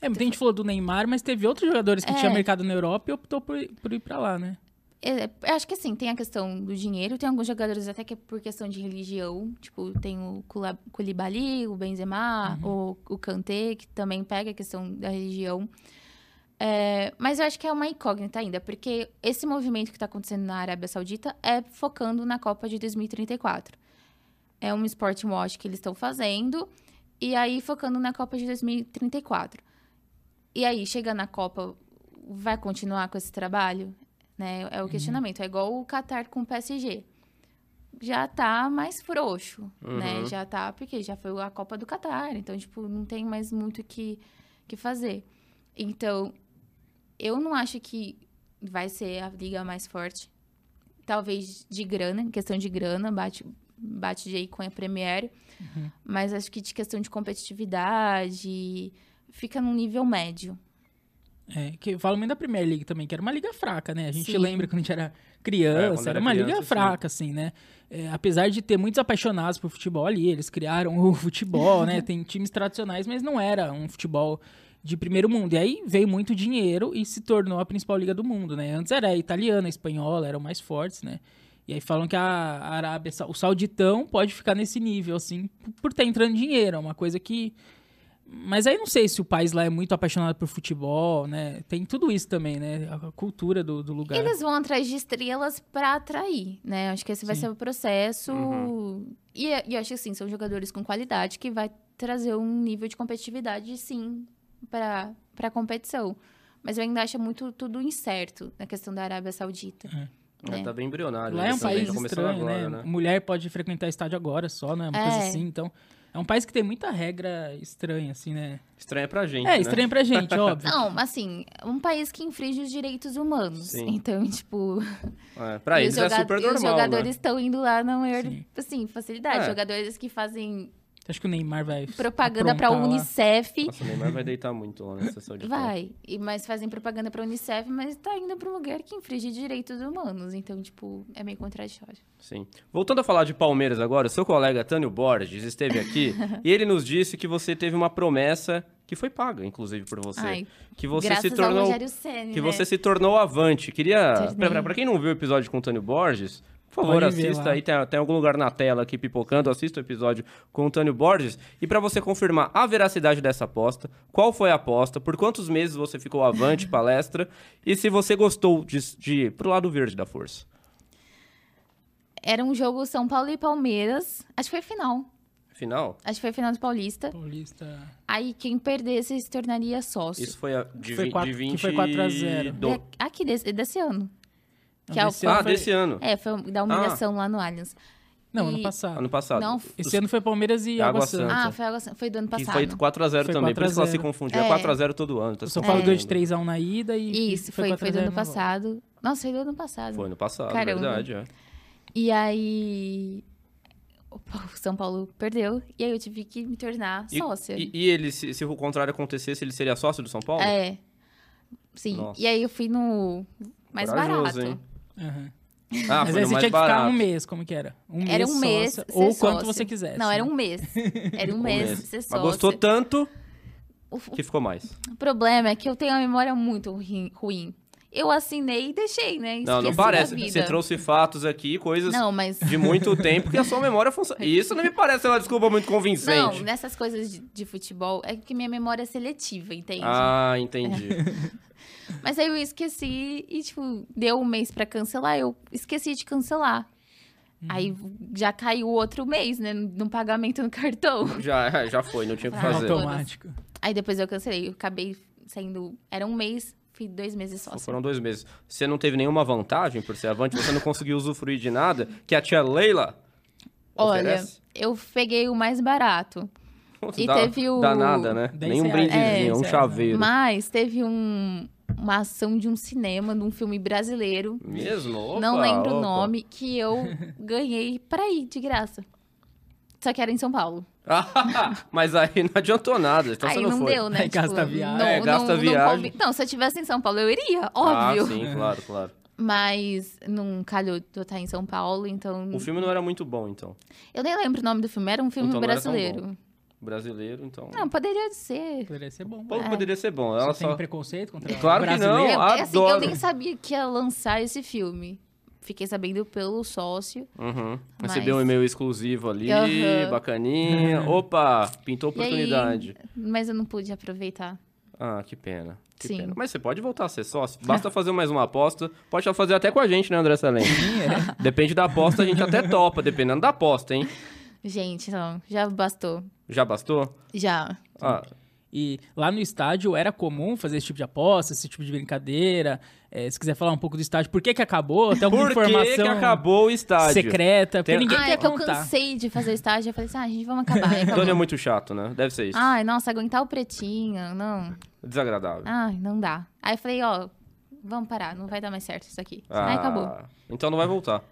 [SPEAKER 1] É, muita gente falou do Neymar, mas teve outros jogadores que
[SPEAKER 3] É.
[SPEAKER 1] tinham mercado na Europa e optou por, por ir pra lá, né?
[SPEAKER 3] É, Eu acho que assim, tem a questão do dinheiro, tem alguns jogadores até que é por questão de religião, tipo, tem o Kula- Koulibaly, o Benzema, o, o Kanté, que também pega a questão da religião. É, mas eu acho que é uma incógnita ainda, porque esse movimento que está acontecendo na Arábia Saudita é focando na Copa de 2034. É um sport watch que eles estão fazendo, e aí focando na Copa de 2034. E aí, chega na Copa, vai continuar com esse trabalho? Né? É o questionamento. É igual o Qatar com o PSG. Já tá mais frouxo, né?
[SPEAKER 2] Uhum.
[SPEAKER 3] Já tá, porque já foi a Copa do Qatar. Então, tipo, não tem mais muito o que, que fazer. Então, eu não acho que vai ser a liga mais forte. Talvez de grana, em questão de grana, bate, bate de aí com a Premier. Mas acho que de questão de competitividade, fica num nível médio.
[SPEAKER 1] É, que falam muito da Premier League também, que era uma liga fraca, né? A gente
[SPEAKER 3] Sim.
[SPEAKER 1] lembra quando a gente era
[SPEAKER 2] É,
[SPEAKER 1] criança,
[SPEAKER 2] quando
[SPEAKER 1] era,
[SPEAKER 2] era
[SPEAKER 1] uma liga
[SPEAKER 2] criança, sim.
[SPEAKER 1] fraca, assim, né? É, apesar de ter muitos apaixonados por futebol ali, eles criaram o futebol, né? Tem times tradicionais, mas não era um futebol de primeiro mundo. E aí veio muito dinheiro e se tornou a principal liga do mundo, né? Antes era a italiana, a espanhola, eram mais fortes, né? E aí falam que a Arábia, Sa- o sauditão pode ficar nesse nível, assim, por estar entrando dinheiro. É uma coisa que mas aí não sei se o país lá é muito apaixonado por futebol, né? Tem tudo isso também, né? A a cultura do, do lugar.
[SPEAKER 3] Eles vão atrás de estrelas pra atrair, né? Acho que esse vai
[SPEAKER 1] Sim.
[SPEAKER 3] ser o processo. E, e eu acho que, assim, são jogadores com qualidade que vai trazer um nível de competitividade, sim, pra, pra competição. Mas eu ainda acho muito tudo incerto na questão da Arábia Saudita.
[SPEAKER 2] É,
[SPEAKER 3] É.
[SPEAKER 2] Tá bem embrionário.
[SPEAKER 1] Lá é
[SPEAKER 2] eles
[SPEAKER 1] um
[SPEAKER 2] também,
[SPEAKER 1] país
[SPEAKER 2] tá começando
[SPEAKER 1] estranho,
[SPEAKER 2] agora,
[SPEAKER 1] né? Mulher pode frequentar estádio agora só, né? Uma coisa
[SPEAKER 3] É.
[SPEAKER 1] assim, então... É um país que tem muita regra estranha, assim, né?
[SPEAKER 2] Estranho é pra gente,
[SPEAKER 1] É,
[SPEAKER 2] né?
[SPEAKER 1] estranho pra gente, óbvio.
[SPEAKER 3] Não, assim, é um país que infringe os direitos humanos.
[SPEAKER 2] Sim.
[SPEAKER 3] Então, tipo,
[SPEAKER 2] É, pra
[SPEAKER 3] E
[SPEAKER 2] eles
[SPEAKER 3] os
[SPEAKER 2] é
[SPEAKER 3] joga-
[SPEAKER 2] super
[SPEAKER 3] e
[SPEAKER 2] normal,
[SPEAKER 3] os jogadores
[SPEAKER 2] né?
[SPEAKER 3] estão indo lá na maior,
[SPEAKER 1] Sim.
[SPEAKER 3] assim, facilidade.
[SPEAKER 2] É.
[SPEAKER 3] Jogadores que fazem
[SPEAKER 1] Acho que o Neymar vai.
[SPEAKER 3] Propaganda pra
[SPEAKER 1] aprontar lá.
[SPEAKER 3] Unicef.
[SPEAKER 2] Nossa, o Neymar vai deitar muito lá na sessão de foto.
[SPEAKER 3] Vai. E, mas fazem propaganda pra Unicef, mas tá indo pra um lugar que infringe direitos humanos. Então, tipo, é meio contraditório.
[SPEAKER 2] Sim. Voltando a falar de Palmeiras agora, o seu colega Tânio Borges esteve aqui e ele nos disse que você teve uma promessa que foi paga, inclusive, por você.
[SPEAKER 3] Ai,
[SPEAKER 2] que você
[SPEAKER 3] Graças
[SPEAKER 2] se
[SPEAKER 3] ao
[SPEAKER 2] tornou.
[SPEAKER 3] Rogério Ceni,
[SPEAKER 2] Que
[SPEAKER 3] né?
[SPEAKER 2] você se tornou avante. Queria.
[SPEAKER 3] Tornei.
[SPEAKER 2] pra- Pra, pra quem não viu o episódio com o Tânio Borges, por favor,
[SPEAKER 1] Pode ver
[SPEAKER 2] assista
[SPEAKER 1] lá.
[SPEAKER 2] aí. Tem, tem algum lugar na tela aqui pipocando, assista o episódio com o Tânio Borges. E pra você confirmar a veracidade dessa aposta, qual foi a aposta, por quantos meses você ficou avante palestra e se você gostou de, de pro lado verde da força.
[SPEAKER 3] Era um jogo São Paulo e Palmeiras. Acho que foi final.
[SPEAKER 2] Final?
[SPEAKER 3] Acho que foi final do Paulista.
[SPEAKER 1] Paulista.
[SPEAKER 3] Aí quem perdesse se tornaria sócio.
[SPEAKER 2] Isso foi a de,
[SPEAKER 1] Foi
[SPEAKER 2] vi-
[SPEAKER 1] quatro-
[SPEAKER 2] de 20
[SPEAKER 1] que foi 4 a 0.
[SPEAKER 2] do-
[SPEAKER 3] É, Aqui, desse, desse ano. Que é o-
[SPEAKER 1] desse ano
[SPEAKER 2] Ah,
[SPEAKER 1] foi-
[SPEAKER 2] desse ano. Ah.
[SPEAKER 3] É, foi da humilhação lá no Allianz.
[SPEAKER 1] Não,
[SPEAKER 3] E-
[SPEAKER 1] ano passado.
[SPEAKER 2] Ano Ah, passado.
[SPEAKER 3] Não,
[SPEAKER 1] Esse ano foi Palmeiras e
[SPEAKER 2] Água
[SPEAKER 1] Água Santa.
[SPEAKER 2] Santa.
[SPEAKER 3] Ah, foi, algo assim- foi do ano
[SPEAKER 2] Que
[SPEAKER 3] passado.
[SPEAKER 2] foi 4x0
[SPEAKER 1] Foi
[SPEAKER 2] também, por isso que ela se
[SPEAKER 1] 4x0.
[SPEAKER 2] confundia.
[SPEAKER 3] É.
[SPEAKER 2] 4x0 todo ano. Tá
[SPEAKER 1] O
[SPEAKER 2] se
[SPEAKER 1] São Paulo
[SPEAKER 2] confundindo.
[SPEAKER 1] ganhou de 3x1 na ida e.
[SPEAKER 3] Isso, foi, foi do
[SPEAKER 1] 4x0 na
[SPEAKER 3] ano
[SPEAKER 1] volta.
[SPEAKER 3] passado. Nossa, foi do ano passado.
[SPEAKER 2] Foi ano passado,
[SPEAKER 3] Caramba.
[SPEAKER 2] verdade, é.
[SPEAKER 3] E aí. O Pa- o São Paulo perdeu. E aí eu tive que me tornar
[SPEAKER 2] E-
[SPEAKER 3] sócia.
[SPEAKER 2] E, e ele, se, se o contrário acontecesse, ele seria sócio do São Paulo?
[SPEAKER 3] É. Sim.
[SPEAKER 2] Nossa.
[SPEAKER 3] E aí eu fui no mais
[SPEAKER 2] Corajoso,
[SPEAKER 3] barato.
[SPEAKER 2] hein?
[SPEAKER 1] Aham.
[SPEAKER 2] Ah,
[SPEAKER 1] Mas
[SPEAKER 2] foi
[SPEAKER 1] aí
[SPEAKER 2] no
[SPEAKER 1] você
[SPEAKER 2] mais
[SPEAKER 1] tinha que
[SPEAKER 2] barato.
[SPEAKER 1] ficar um mês, como que era? Um
[SPEAKER 3] Era um mês.
[SPEAKER 1] sócia,
[SPEAKER 3] ser
[SPEAKER 1] Ou quanto
[SPEAKER 3] sócia.
[SPEAKER 1] você quisesse.
[SPEAKER 3] Não, era
[SPEAKER 1] né?
[SPEAKER 3] um mês. Era um
[SPEAKER 2] Um
[SPEAKER 3] mês
[SPEAKER 2] mês.
[SPEAKER 3] ser sócia.
[SPEAKER 2] Mas gostou tanto
[SPEAKER 3] O, f-
[SPEAKER 2] que ficou mais.
[SPEAKER 3] o problema é que eu tenho uma memória muito ri- ruim. Eu assinei e deixei, né?
[SPEAKER 2] Não, não
[SPEAKER 3] Esqueci da
[SPEAKER 2] parece.
[SPEAKER 3] vida.
[SPEAKER 2] Você trouxe fatos aqui, coisas
[SPEAKER 3] Não, mas.
[SPEAKER 2] de muito tempo que a sua memória funciona. Isso não me parece uma desculpa muito
[SPEAKER 3] Não,
[SPEAKER 2] convincente.
[SPEAKER 3] nessas coisas de, de futebol, é que minha memória é seletiva, entende?
[SPEAKER 2] ah, entendi.
[SPEAKER 3] Mas aí eu esqueci e, tipo, deu um mês pra cancelar, eu esqueci de cancelar.
[SPEAKER 2] Uhum.
[SPEAKER 3] Aí já caiu outro mês, né? No pagamento no cartão.
[SPEAKER 2] já, já foi, não tinha o que
[SPEAKER 3] Ah,
[SPEAKER 2] fazer.
[SPEAKER 3] então-
[SPEAKER 1] Automático.
[SPEAKER 3] Aí depois eu cancelei, eu acabei saindo. Era um mês, fui dois meses só.
[SPEAKER 2] Foram dois meses. Você não teve nenhuma vantagem por ser avante, você não conseguiu usufruir de nada, que a tia Leila
[SPEAKER 3] Olha,
[SPEAKER 2] oferece?
[SPEAKER 3] eu peguei o mais barato. e
[SPEAKER 2] Dá-
[SPEAKER 3] teve o-
[SPEAKER 2] Dá nada, né?
[SPEAKER 1] Dez
[SPEAKER 2] Nem um
[SPEAKER 1] reais.
[SPEAKER 2] brindezinho,
[SPEAKER 1] É,
[SPEAKER 2] um
[SPEAKER 1] sério.
[SPEAKER 2] chaveiro.
[SPEAKER 3] Mas teve um- uma ação de um cinema, de um filme brasileiro.
[SPEAKER 2] Mesmo? Opa,
[SPEAKER 3] não lembro o
[SPEAKER 2] opa.
[SPEAKER 3] nome, que eu ganhei pra ir de graça. Só que era em São Paulo.
[SPEAKER 2] Mas aí não adiantou nada, então
[SPEAKER 3] Aí
[SPEAKER 2] você não,
[SPEAKER 3] não
[SPEAKER 2] foi.
[SPEAKER 3] deu, né?
[SPEAKER 1] Aí gasta a viagem.
[SPEAKER 3] Não,
[SPEAKER 2] É,
[SPEAKER 3] não-
[SPEAKER 2] gasta a
[SPEAKER 3] não
[SPEAKER 2] viagem.
[SPEAKER 3] convi- Não, se eu estivesse em São Paulo, eu iria,
[SPEAKER 2] Ah,
[SPEAKER 3] óbvio.
[SPEAKER 2] sim, claro, claro.
[SPEAKER 3] Mas não calhou de eu estar em São Paulo, então.
[SPEAKER 2] O filme não era muito bom, então.
[SPEAKER 3] Eu nem lembro o nome do filme, era um filme
[SPEAKER 2] Então não era tão
[SPEAKER 3] brasileiro.
[SPEAKER 2] Brasileiro, então.
[SPEAKER 3] Não, é. poderia ser.
[SPEAKER 1] Poderia ser bom.
[SPEAKER 2] Pouco
[SPEAKER 1] né?
[SPEAKER 2] poderia ser bom. Ela
[SPEAKER 1] Você tem
[SPEAKER 2] só.
[SPEAKER 1] preconceito contra
[SPEAKER 2] Claro
[SPEAKER 1] o
[SPEAKER 2] que não.
[SPEAKER 1] brasileiro?
[SPEAKER 3] eu, é assim, eu
[SPEAKER 2] adoro.
[SPEAKER 3] nem sabia que ia lançar esse filme. Fiquei sabendo pelo sócio.
[SPEAKER 2] Uhum.
[SPEAKER 3] Mas-
[SPEAKER 2] Recebeu um e-mail exclusivo ali,
[SPEAKER 3] Aham.
[SPEAKER 2] bacaninha. Opa, pintou
[SPEAKER 3] E aí-
[SPEAKER 2] oportunidade.
[SPEAKER 3] Mas eu não pude aproveitar.
[SPEAKER 2] Ah, que pena. Que
[SPEAKER 3] Sim.
[SPEAKER 2] pena. Mas você pode voltar a ser sócio. Basta fazer mais uma aposta. Pode fazer até com a gente, né, André Salem?
[SPEAKER 1] é.
[SPEAKER 2] Depende da aposta, a gente até topa, dependendo da aposta, hein?
[SPEAKER 3] Gente, não, já bastou.
[SPEAKER 2] Já bastou?
[SPEAKER 3] Já.
[SPEAKER 2] Ah,
[SPEAKER 1] E lá no estádio era comum fazer esse tipo de aposta, esse tipo de brincadeira. É, se quiser falar um pouco do estádio, por que que acabou?
[SPEAKER 3] É
[SPEAKER 1] Tem alguma
[SPEAKER 2] por que, que
[SPEAKER 1] informação
[SPEAKER 2] acabou o estádio?
[SPEAKER 1] secreta? Porque
[SPEAKER 2] Tem-
[SPEAKER 1] ninguém
[SPEAKER 3] Ah, é
[SPEAKER 1] quer
[SPEAKER 3] que eu
[SPEAKER 1] contar.
[SPEAKER 3] cansei de fazer estágio. Eu falei assim, ah, gente, vamos acabar. aí acabou.
[SPEAKER 2] Tony é muito chato, né? Deve ser isso.
[SPEAKER 3] Ai, nossa, aguentar o pretinho, não.
[SPEAKER 2] Desagradável.
[SPEAKER 3] Ai, Ah, não dá. Aí eu falei, ó, vamos parar, não vai dar mais certo isso aqui.
[SPEAKER 2] Ah,
[SPEAKER 3] Aí acabou.
[SPEAKER 2] Então não vai voltar.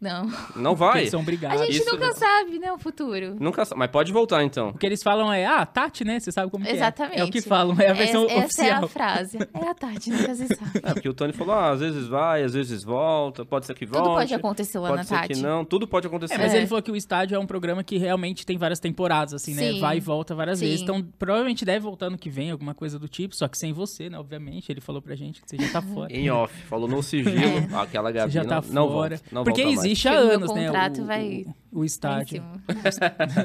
[SPEAKER 3] Não.
[SPEAKER 2] Não
[SPEAKER 1] porque
[SPEAKER 2] vai.
[SPEAKER 1] Eles são
[SPEAKER 3] A
[SPEAKER 1] obrigados.
[SPEAKER 3] gente
[SPEAKER 2] isso
[SPEAKER 3] nunca
[SPEAKER 2] não.
[SPEAKER 3] sabe, né, o futuro.
[SPEAKER 2] Nunca sa- Mas pode voltar, então.
[SPEAKER 1] O que eles falam é, ah, Tati, né? Você sabe como que é.
[SPEAKER 3] Exatamente.
[SPEAKER 1] É o que falam, é a versão
[SPEAKER 3] essa, Essa é
[SPEAKER 1] oficial.
[SPEAKER 3] a frase. É a Tati, nunca se sabe.
[SPEAKER 2] É, porque o Tony falou, ah, às vezes vai, às vezes volta, pode ser que volte.
[SPEAKER 3] Tudo pode acontecer lá na
[SPEAKER 2] Pode ser que
[SPEAKER 3] Tati.
[SPEAKER 2] não, tudo pode acontecer.
[SPEAKER 1] É, mas
[SPEAKER 3] É.
[SPEAKER 1] ele falou que o estádio é um programa que realmente tem várias temporadas, assim, né?
[SPEAKER 3] Sim.
[SPEAKER 1] Vai e volta várias
[SPEAKER 3] Sim.
[SPEAKER 1] vezes. Então, provavelmente deve voltar no que vem, alguma coisa do tipo, só que sem você, né? Obviamente, ele falou pra gente que você já tá fora.
[SPEAKER 2] Em off, falou no sigilo, aquela
[SPEAKER 1] É. Você
[SPEAKER 2] Gabi
[SPEAKER 1] já tá
[SPEAKER 2] não, não
[SPEAKER 1] fora.
[SPEAKER 2] volta, não
[SPEAKER 1] Porque
[SPEAKER 2] volta mais.
[SPEAKER 1] existe há
[SPEAKER 3] Porque o meu
[SPEAKER 1] anos, né?
[SPEAKER 3] contrato
[SPEAKER 1] o-
[SPEAKER 3] vai
[SPEAKER 1] o, o estádio.
[SPEAKER 3] Péssimo.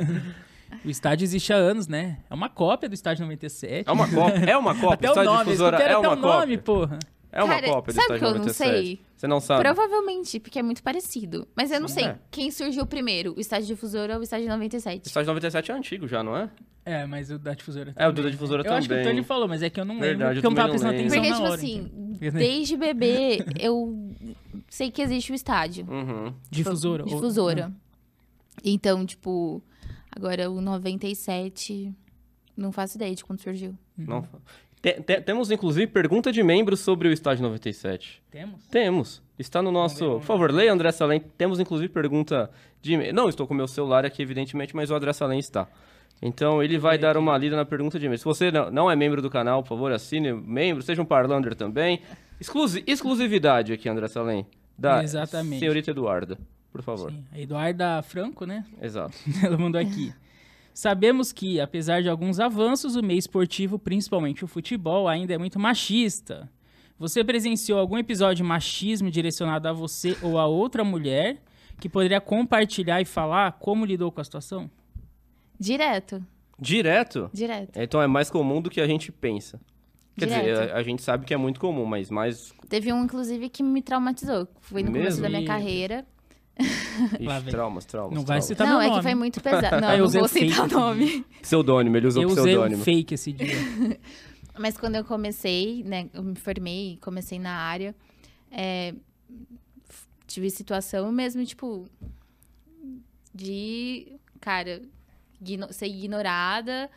[SPEAKER 1] O estádio existe há anos, né? É uma cópia do estádio 97.
[SPEAKER 2] É uma Copa, é uma Copa,
[SPEAKER 1] Até o
[SPEAKER 2] estádio
[SPEAKER 1] nome, eles
[SPEAKER 2] difusora,
[SPEAKER 1] copiaram
[SPEAKER 2] é
[SPEAKER 1] até
[SPEAKER 2] uma
[SPEAKER 1] o nome,
[SPEAKER 2] Copa.
[SPEAKER 1] porra.
[SPEAKER 2] É uma
[SPEAKER 3] Cara,
[SPEAKER 2] Copa do
[SPEAKER 3] sabe
[SPEAKER 2] estádio
[SPEAKER 3] que eu não
[SPEAKER 2] 97.
[SPEAKER 3] sei?
[SPEAKER 2] Você não sabe.
[SPEAKER 3] Provavelmente, porque é muito parecido. Mas eu não sei
[SPEAKER 2] É.
[SPEAKER 3] quem surgiu primeiro, o estádio difusor ou o estádio 97.
[SPEAKER 2] Estádio 97 é antigo já, não é?
[SPEAKER 1] É, mas o da difusora
[SPEAKER 2] É, o
[SPEAKER 1] também,
[SPEAKER 2] da
[SPEAKER 1] né?
[SPEAKER 2] difusora
[SPEAKER 1] eu acho que o
[SPEAKER 2] também.
[SPEAKER 1] Tony falou, mas é que eu não lembro,
[SPEAKER 2] Verdade, eu
[SPEAKER 1] porque eu não tava
[SPEAKER 2] também não
[SPEAKER 1] prestando
[SPEAKER 2] lembro.
[SPEAKER 1] atenção
[SPEAKER 3] Porque,
[SPEAKER 1] na
[SPEAKER 3] tipo
[SPEAKER 1] hora.
[SPEAKER 3] assim,
[SPEAKER 1] então.
[SPEAKER 3] desde bebê eu sei que existe o estádio.
[SPEAKER 2] Uhum.
[SPEAKER 1] Difusora. ou- né?
[SPEAKER 3] Difusora. Então, tipo, agora o 97, não faço ideia de quando surgiu.
[SPEAKER 2] Não. Te- te- temos, inclusive, pergunta de membros sobre o Estádio 97.
[SPEAKER 1] Temos?
[SPEAKER 2] Temos. Está no
[SPEAKER 1] ver,
[SPEAKER 2] nosso.
[SPEAKER 1] vamos
[SPEAKER 2] Por
[SPEAKER 1] ver.
[SPEAKER 2] favor, leia, André Salem. Temos, inclusive, pergunta de. e-mail. Não estou com meu celular aqui, evidentemente, mas o André Salem está. Então, ele vai dar uma lida na pergunta de e-mail. Se você não- não é membro do canal, por favor, assine membro, seja um Parlander também. Exclusi- exclusividade aqui, André Salem. Da
[SPEAKER 1] Exatamente.
[SPEAKER 2] senhorita Eduarda, por favor.
[SPEAKER 1] Sim. A Eduarda Franco, né?
[SPEAKER 2] Exato.
[SPEAKER 1] Ela mandou aqui. Sabemos que, apesar de alguns avanços, o meio esportivo, principalmente o futebol, ainda é muito machista. Você presenciou algum episódio de machismo direcionado a você ou a outra mulher que poderia compartilhar e falar como lidou com a situação?
[SPEAKER 3] Direto,
[SPEAKER 2] Direto?
[SPEAKER 3] direto.
[SPEAKER 2] Então, é mais comum do que a gente pensa. Quer dizer,
[SPEAKER 3] Direto.
[SPEAKER 2] a, a gente sabe que é muito comum, mas mais.
[SPEAKER 3] Teve um, inclusive, que me traumatizou. Foi no começo
[SPEAKER 2] Mesmo?
[SPEAKER 3] da minha
[SPEAKER 1] Ih.
[SPEAKER 3] carreira.
[SPEAKER 1] Lá
[SPEAKER 2] Ixi,
[SPEAKER 1] vem.
[SPEAKER 2] traumas, traumas.
[SPEAKER 1] Não vai
[SPEAKER 2] traumas.
[SPEAKER 1] citar
[SPEAKER 3] não,
[SPEAKER 1] tá meu
[SPEAKER 3] é
[SPEAKER 1] nome. Tá
[SPEAKER 3] que foi muito pesado. Não,
[SPEAKER 1] Eu
[SPEAKER 3] eu não
[SPEAKER 1] usei
[SPEAKER 3] vou
[SPEAKER 1] fake
[SPEAKER 3] citar
[SPEAKER 1] esse dia.
[SPEAKER 3] nome.
[SPEAKER 2] Pseudônimo, ele usou
[SPEAKER 1] Eu usei um
[SPEAKER 2] pseudônimo.
[SPEAKER 1] fake esse dia.
[SPEAKER 3] Mas quando eu comecei, né, eu me formei, comecei na área, é, f- tive situação mesmo, tipo, de, cara, igno- ser ignorada,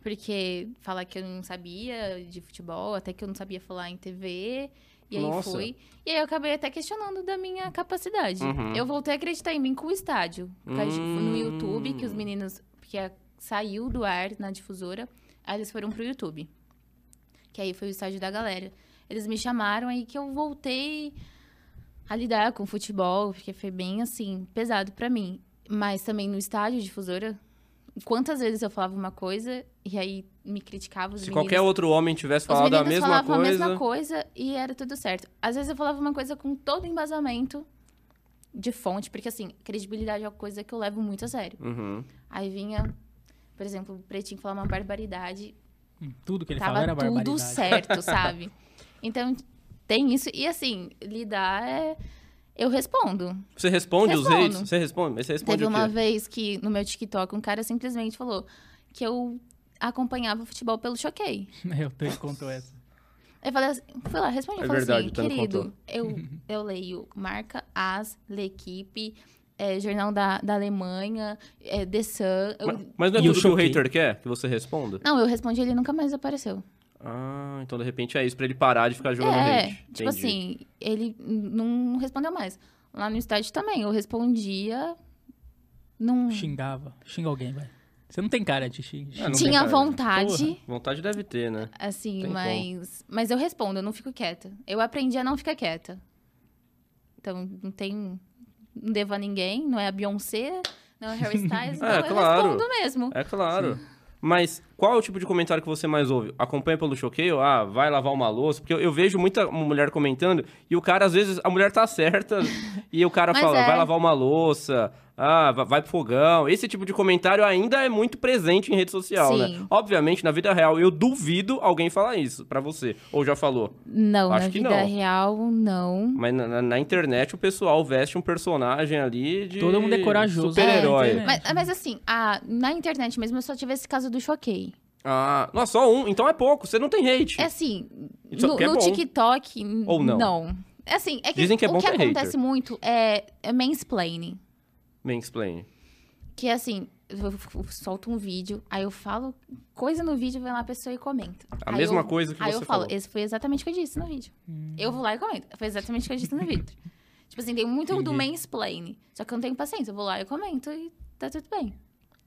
[SPEAKER 3] porque falar que eu não sabia de futebol, até que eu não sabia falar em TV, e aí
[SPEAKER 2] Nossa.
[SPEAKER 3] fui. E aí eu acabei até questionando da minha capacidade.
[SPEAKER 2] Uhum.
[SPEAKER 3] Eu voltei a acreditar em mim com o estádio, por causa de- no
[SPEAKER 2] Hum.
[SPEAKER 3] YouTube, que os meninos, porque a- saiu do ar na difusora, aí eles foram pro YouTube. Que aí foi o estádio da galera. Eles me chamaram aí que eu voltei a lidar com futebol, porque foi bem assim, pesado pra mim. Mas também no estádio difusora, quantas vezes eu falava uma coisa e aí me criticavam os
[SPEAKER 2] Se
[SPEAKER 3] meninos.
[SPEAKER 2] qualquer outro homem tivesse
[SPEAKER 3] os
[SPEAKER 2] falado a
[SPEAKER 3] meninos
[SPEAKER 2] mesma
[SPEAKER 3] falavam
[SPEAKER 2] coisa.
[SPEAKER 3] a mesma coisa e era tudo certo. Às vezes eu falava uma coisa com todo embasamento de fonte, porque assim, credibilidade é uma coisa que eu levo muito a sério.
[SPEAKER 2] Uhum.
[SPEAKER 3] Aí vinha, por exemplo, o Pretinho falar uma barbaridade,
[SPEAKER 1] Hum, Tudo que ele falou
[SPEAKER 3] tava
[SPEAKER 1] era barbaridade.
[SPEAKER 3] tudo certo, sabe? Então, tem isso. E assim, lidar é. Eu respondo.
[SPEAKER 2] Você responde os
[SPEAKER 3] Respondo.
[SPEAKER 2] hates? Você responde? Mas você responde
[SPEAKER 3] Teve
[SPEAKER 2] o quê?
[SPEAKER 3] uma vez que no meu TikTok um cara simplesmente falou que eu acompanhava o futebol pelo choquei.
[SPEAKER 1] Eu tô contou essa.
[SPEAKER 3] Eu falei assim, fui lá, respondi, eu
[SPEAKER 2] É
[SPEAKER 3] falei
[SPEAKER 2] verdade,
[SPEAKER 3] assim,
[SPEAKER 2] tá no
[SPEAKER 3] querido,
[SPEAKER 2] contorno.
[SPEAKER 3] eu, eu leio marca As, L'Equipe, é, Jornal da, da Alemanha, é, The Sun. eu-
[SPEAKER 2] Ma- Mas não é
[SPEAKER 1] E eu
[SPEAKER 2] tudo que o
[SPEAKER 1] choquei.
[SPEAKER 2] hater quer que você responda?
[SPEAKER 3] Não, eu respondi ele nunca mais apareceu.
[SPEAKER 2] Ah, então de repente é isso pra ele parar de ficar jogando
[SPEAKER 3] É,
[SPEAKER 2] hate.
[SPEAKER 3] tipo assim, ele n- não respondeu mais. Lá no estádio também, eu respondia. Não
[SPEAKER 1] Xingava. Xinga alguém, velho. Você não tem cara de xingar.
[SPEAKER 2] Ah, não. tem
[SPEAKER 3] tinha
[SPEAKER 2] cara.
[SPEAKER 3] vontade,
[SPEAKER 2] Vontade deve ter, né?
[SPEAKER 3] assim,
[SPEAKER 2] Tem
[SPEAKER 3] mas. Mas eu respondo, eu não fico quieta. Eu aprendi a não ficar quieta. Então, não tem. Não devo a ninguém, não é a Beyoncé, não é a Harry Styles, então
[SPEAKER 2] É,
[SPEAKER 3] eu
[SPEAKER 2] claro.
[SPEAKER 3] respondo mesmo.
[SPEAKER 2] É claro. Mas qual é o tipo de comentário que você mais ouve? Acompanha pelo choqueio? Ah, vai lavar uma louça? Porque eu, eu vejo muita mulher comentando e o cara, às vezes, a mulher tá certa e o cara
[SPEAKER 3] Mas
[SPEAKER 2] fala,
[SPEAKER 3] é.
[SPEAKER 2] vai lavar uma louça, ah, va- vai pro fogão. Esse tipo de comentário ainda é muito presente em rede social, né?
[SPEAKER 3] Sim.
[SPEAKER 2] Obviamente, na vida real, eu duvido alguém falar isso pra você. Ou já falou.
[SPEAKER 3] Não,
[SPEAKER 2] Acho
[SPEAKER 3] na
[SPEAKER 2] que
[SPEAKER 3] vida
[SPEAKER 2] não.
[SPEAKER 3] real, não.
[SPEAKER 2] Mas na, na- na internet o pessoal veste um personagem ali de.
[SPEAKER 1] Todo mundo é corajoso.
[SPEAKER 2] Super-herói.
[SPEAKER 1] É,
[SPEAKER 3] Mas, mas assim, a- na internet mesmo eu só tive esse caso do choquei.
[SPEAKER 2] Ah, nossa, só um. Então é pouco. Você não tem hate.
[SPEAKER 3] É assim,
[SPEAKER 2] Isso
[SPEAKER 3] no,
[SPEAKER 2] que é
[SPEAKER 3] no
[SPEAKER 2] bom.
[SPEAKER 3] TikTok. n-
[SPEAKER 2] Ou não?
[SPEAKER 3] Não. É assim, é que,
[SPEAKER 2] Dizem que é
[SPEAKER 3] o
[SPEAKER 2] bom
[SPEAKER 3] que
[SPEAKER 2] pra
[SPEAKER 3] acontece
[SPEAKER 2] hater.
[SPEAKER 3] muito é, é mansplaining.
[SPEAKER 2] Me explain.
[SPEAKER 3] Que é assim, eu, f- f- solto um vídeo, aí eu falo coisa no vídeo, vem lá a pessoa e comenta.
[SPEAKER 2] A
[SPEAKER 3] Aí
[SPEAKER 2] mesma
[SPEAKER 3] eu-
[SPEAKER 2] coisa que
[SPEAKER 3] Aí
[SPEAKER 2] você
[SPEAKER 3] eu falo,
[SPEAKER 2] falou.
[SPEAKER 3] esse foi exatamente o que eu disse no vídeo. Eu vou lá e comento. Foi exatamente o que eu disse no vídeo. Tipo assim, tem muito do
[SPEAKER 1] Entendi.
[SPEAKER 3] mansplaining. Só que eu não tenho paciência. Eu vou lá e comento e tá tudo bem.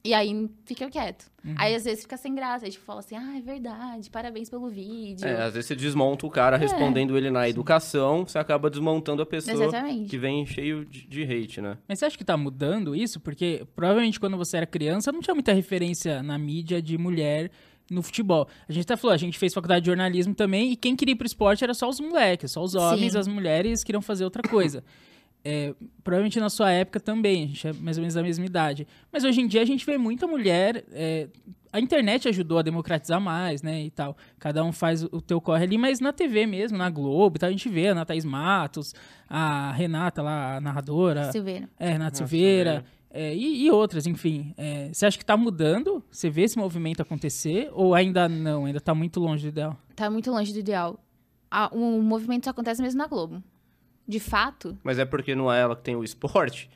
[SPEAKER 3] E aí fica quieto.
[SPEAKER 2] Uhum.
[SPEAKER 3] Aí às vezes fica sem graça. Aí tipo, fala assim, ah, é verdade, parabéns pelo vídeo.
[SPEAKER 2] É, às vezes você desmonta o
[SPEAKER 3] É.
[SPEAKER 2] cara respondendo ele na educação, você acaba desmontando a pessoa
[SPEAKER 3] Exatamente.
[SPEAKER 2] que vem cheio de, de hate, né?
[SPEAKER 1] Mas você acha que tá mudando isso? Porque provavelmente quando você era criança não tinha muita referência na mídia de mulher no futebol. A gente até falou, a gente fez faculdade de jornalismo também e quem queria ir pro esporte era só os moleques, só os homens,
[SPEAKER 3] Sim.
[SPEAKER 1] as mulheres queriam fazer outra coisa. É, provavelmente na sua época também, a gente é mais ou menos da mesma idade. Mas hoje em dia a gente vê muita mulher. é, a internet ajudou a democratizar mais, né? E tal. Cada um faz o teu corre ali, mas na TV mesmo, na Globo, e tal, a gente vê a Ana Thaís Matos, a Renata lá, a narradora.
[SPEAKER 3] Silveira.
[SPEAKER 1] É, Renato Silveira, é, e, e outras, enfim. É, você acha que tá mudando? Você vê esse movimento acontecer? Ou ainda não? Ainda tá muito longe do ideal?
[SPEAKER 3] Tá muito longe do ideal. A- o movimento só acontece mesmo na Globo. De fato,
[SPEAKER 2] Mas é porque não é ela que tem o esporte?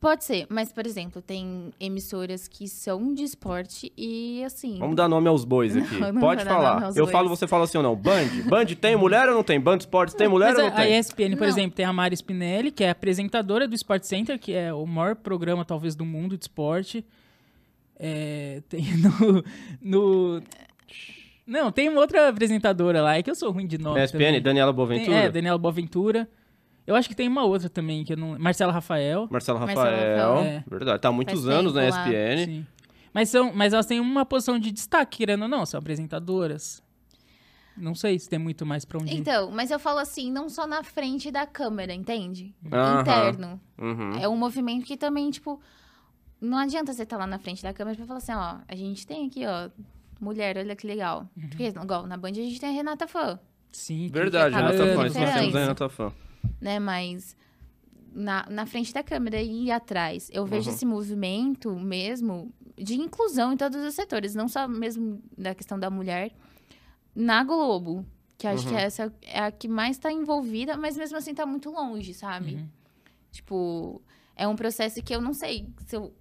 [SPEAKER 3] Pode ser, mas, por exemplo, tem emissoras que são de esporte e, assim...
[SPEAKER 2] Vamos dar nome aos bois aqui.
[SPEAKER 3] Não, não
[SPEAKER 2] Pode
[SPEAKER 3] vou dar
[SPEAKER 2] falar.
[SPEAKER 3] nome aos
[SPEAKER 2] Eu
[SPEAKER 3] bois.
[SPEAKER 2] falo, você fala assim ou não. Band? Band tem mulher ou não tem? Band Sports tem mulher
[SPEAKER 1] Mas
[SPEAKER 2] ou não
[SPEAKER 1] a, a
[SPEAKER 2] tem?
[SPEAKER 1] ESPN, por
[SPEAKER 3] Não.
[SPEAKER 1] exemplo, tem a Mari Spinelli, que é apresentadora do Sport Center, que é o maior programa, talvez, do mundo de esporte. É, tem no, no- Não, tem uma outra apresentadora lá, é que eu sou ruim de nome
[SPEAKER 2] ESPN,
[SPEAKER 1] também.
[SPEAKER 2] Daniela
[SPEAKER 1] Tem-
[SPEAKER 2] Boaventura?
[SPEAKER 1] é, Daniela Boaventura. Eu acho que tem uma outra também, que eu não... Marcela Rafael.
[SPEAKER 2] Marcelo
[SPEAKER 3] Marcelo
[SPEAKER 2] Rafael.
[SPEAKER 1] Rafael. É.
[SPEAKER 2] Verdade. Tá há muitos
[SPEAKER 3] Faz
[SPEAKER 2] anos na
[SPEAKER 3] tempo lá.
[SPEAKER 2] ESPN.
[SPEAKER 1] Sim. Mas, são, mas elas têm uma posição de destaque, querendo ou não, são apresentadoras. Não sei se tem muito mais
[SPEAKER 2] um
[SPEAKER 1] pra onde ir.
[SPEAKER 3] Então, mas eu falo assim, não só na frente da câmera, entende?
[SPEAKER 2] Aham.
[SPEAKER 3] Interno.
[SPEAKER 2] Uhum.
[SPEAKER 3] É um movimento que também, tipo, não adianta você estar lá na frente da câmera pra falar assim, ó, a gente tem aqui, ó, mulher, olha que legal. Porque, igual, na Band a gente tem a Renata Fã,
[SPEAKER 1] Sim.
[SPEAKER 2] Verdade,
[SPEAKER 3] Ah,
[SPEAKER 2] Renata
[SPEAKER 1] é,
[SPEAKER 2] Fã. Nós temos a
[SPEAKER 3] diferença.
[SPEAKER 2] Renata Fã.
[SPEAKER 3] né? Mas na, na frente da câmera e atrás. Eu vejo
[SPEAKER 2] Uhum.
[SPEAKER 3] esse movimento mesmo de inclusão em todos os setores, não só mesmo da questão da mulher, na Globo. Que acho que
[SPEAKER 2] Uhum.
[SPEAKER 3] essa é a que mais tá envolvida, mas mesmo assim tá muito longe, sabe?
[SPEAKER 1] Uhum.
[SPEAKER 3] Tipo, é um processo que eu não sei se eu.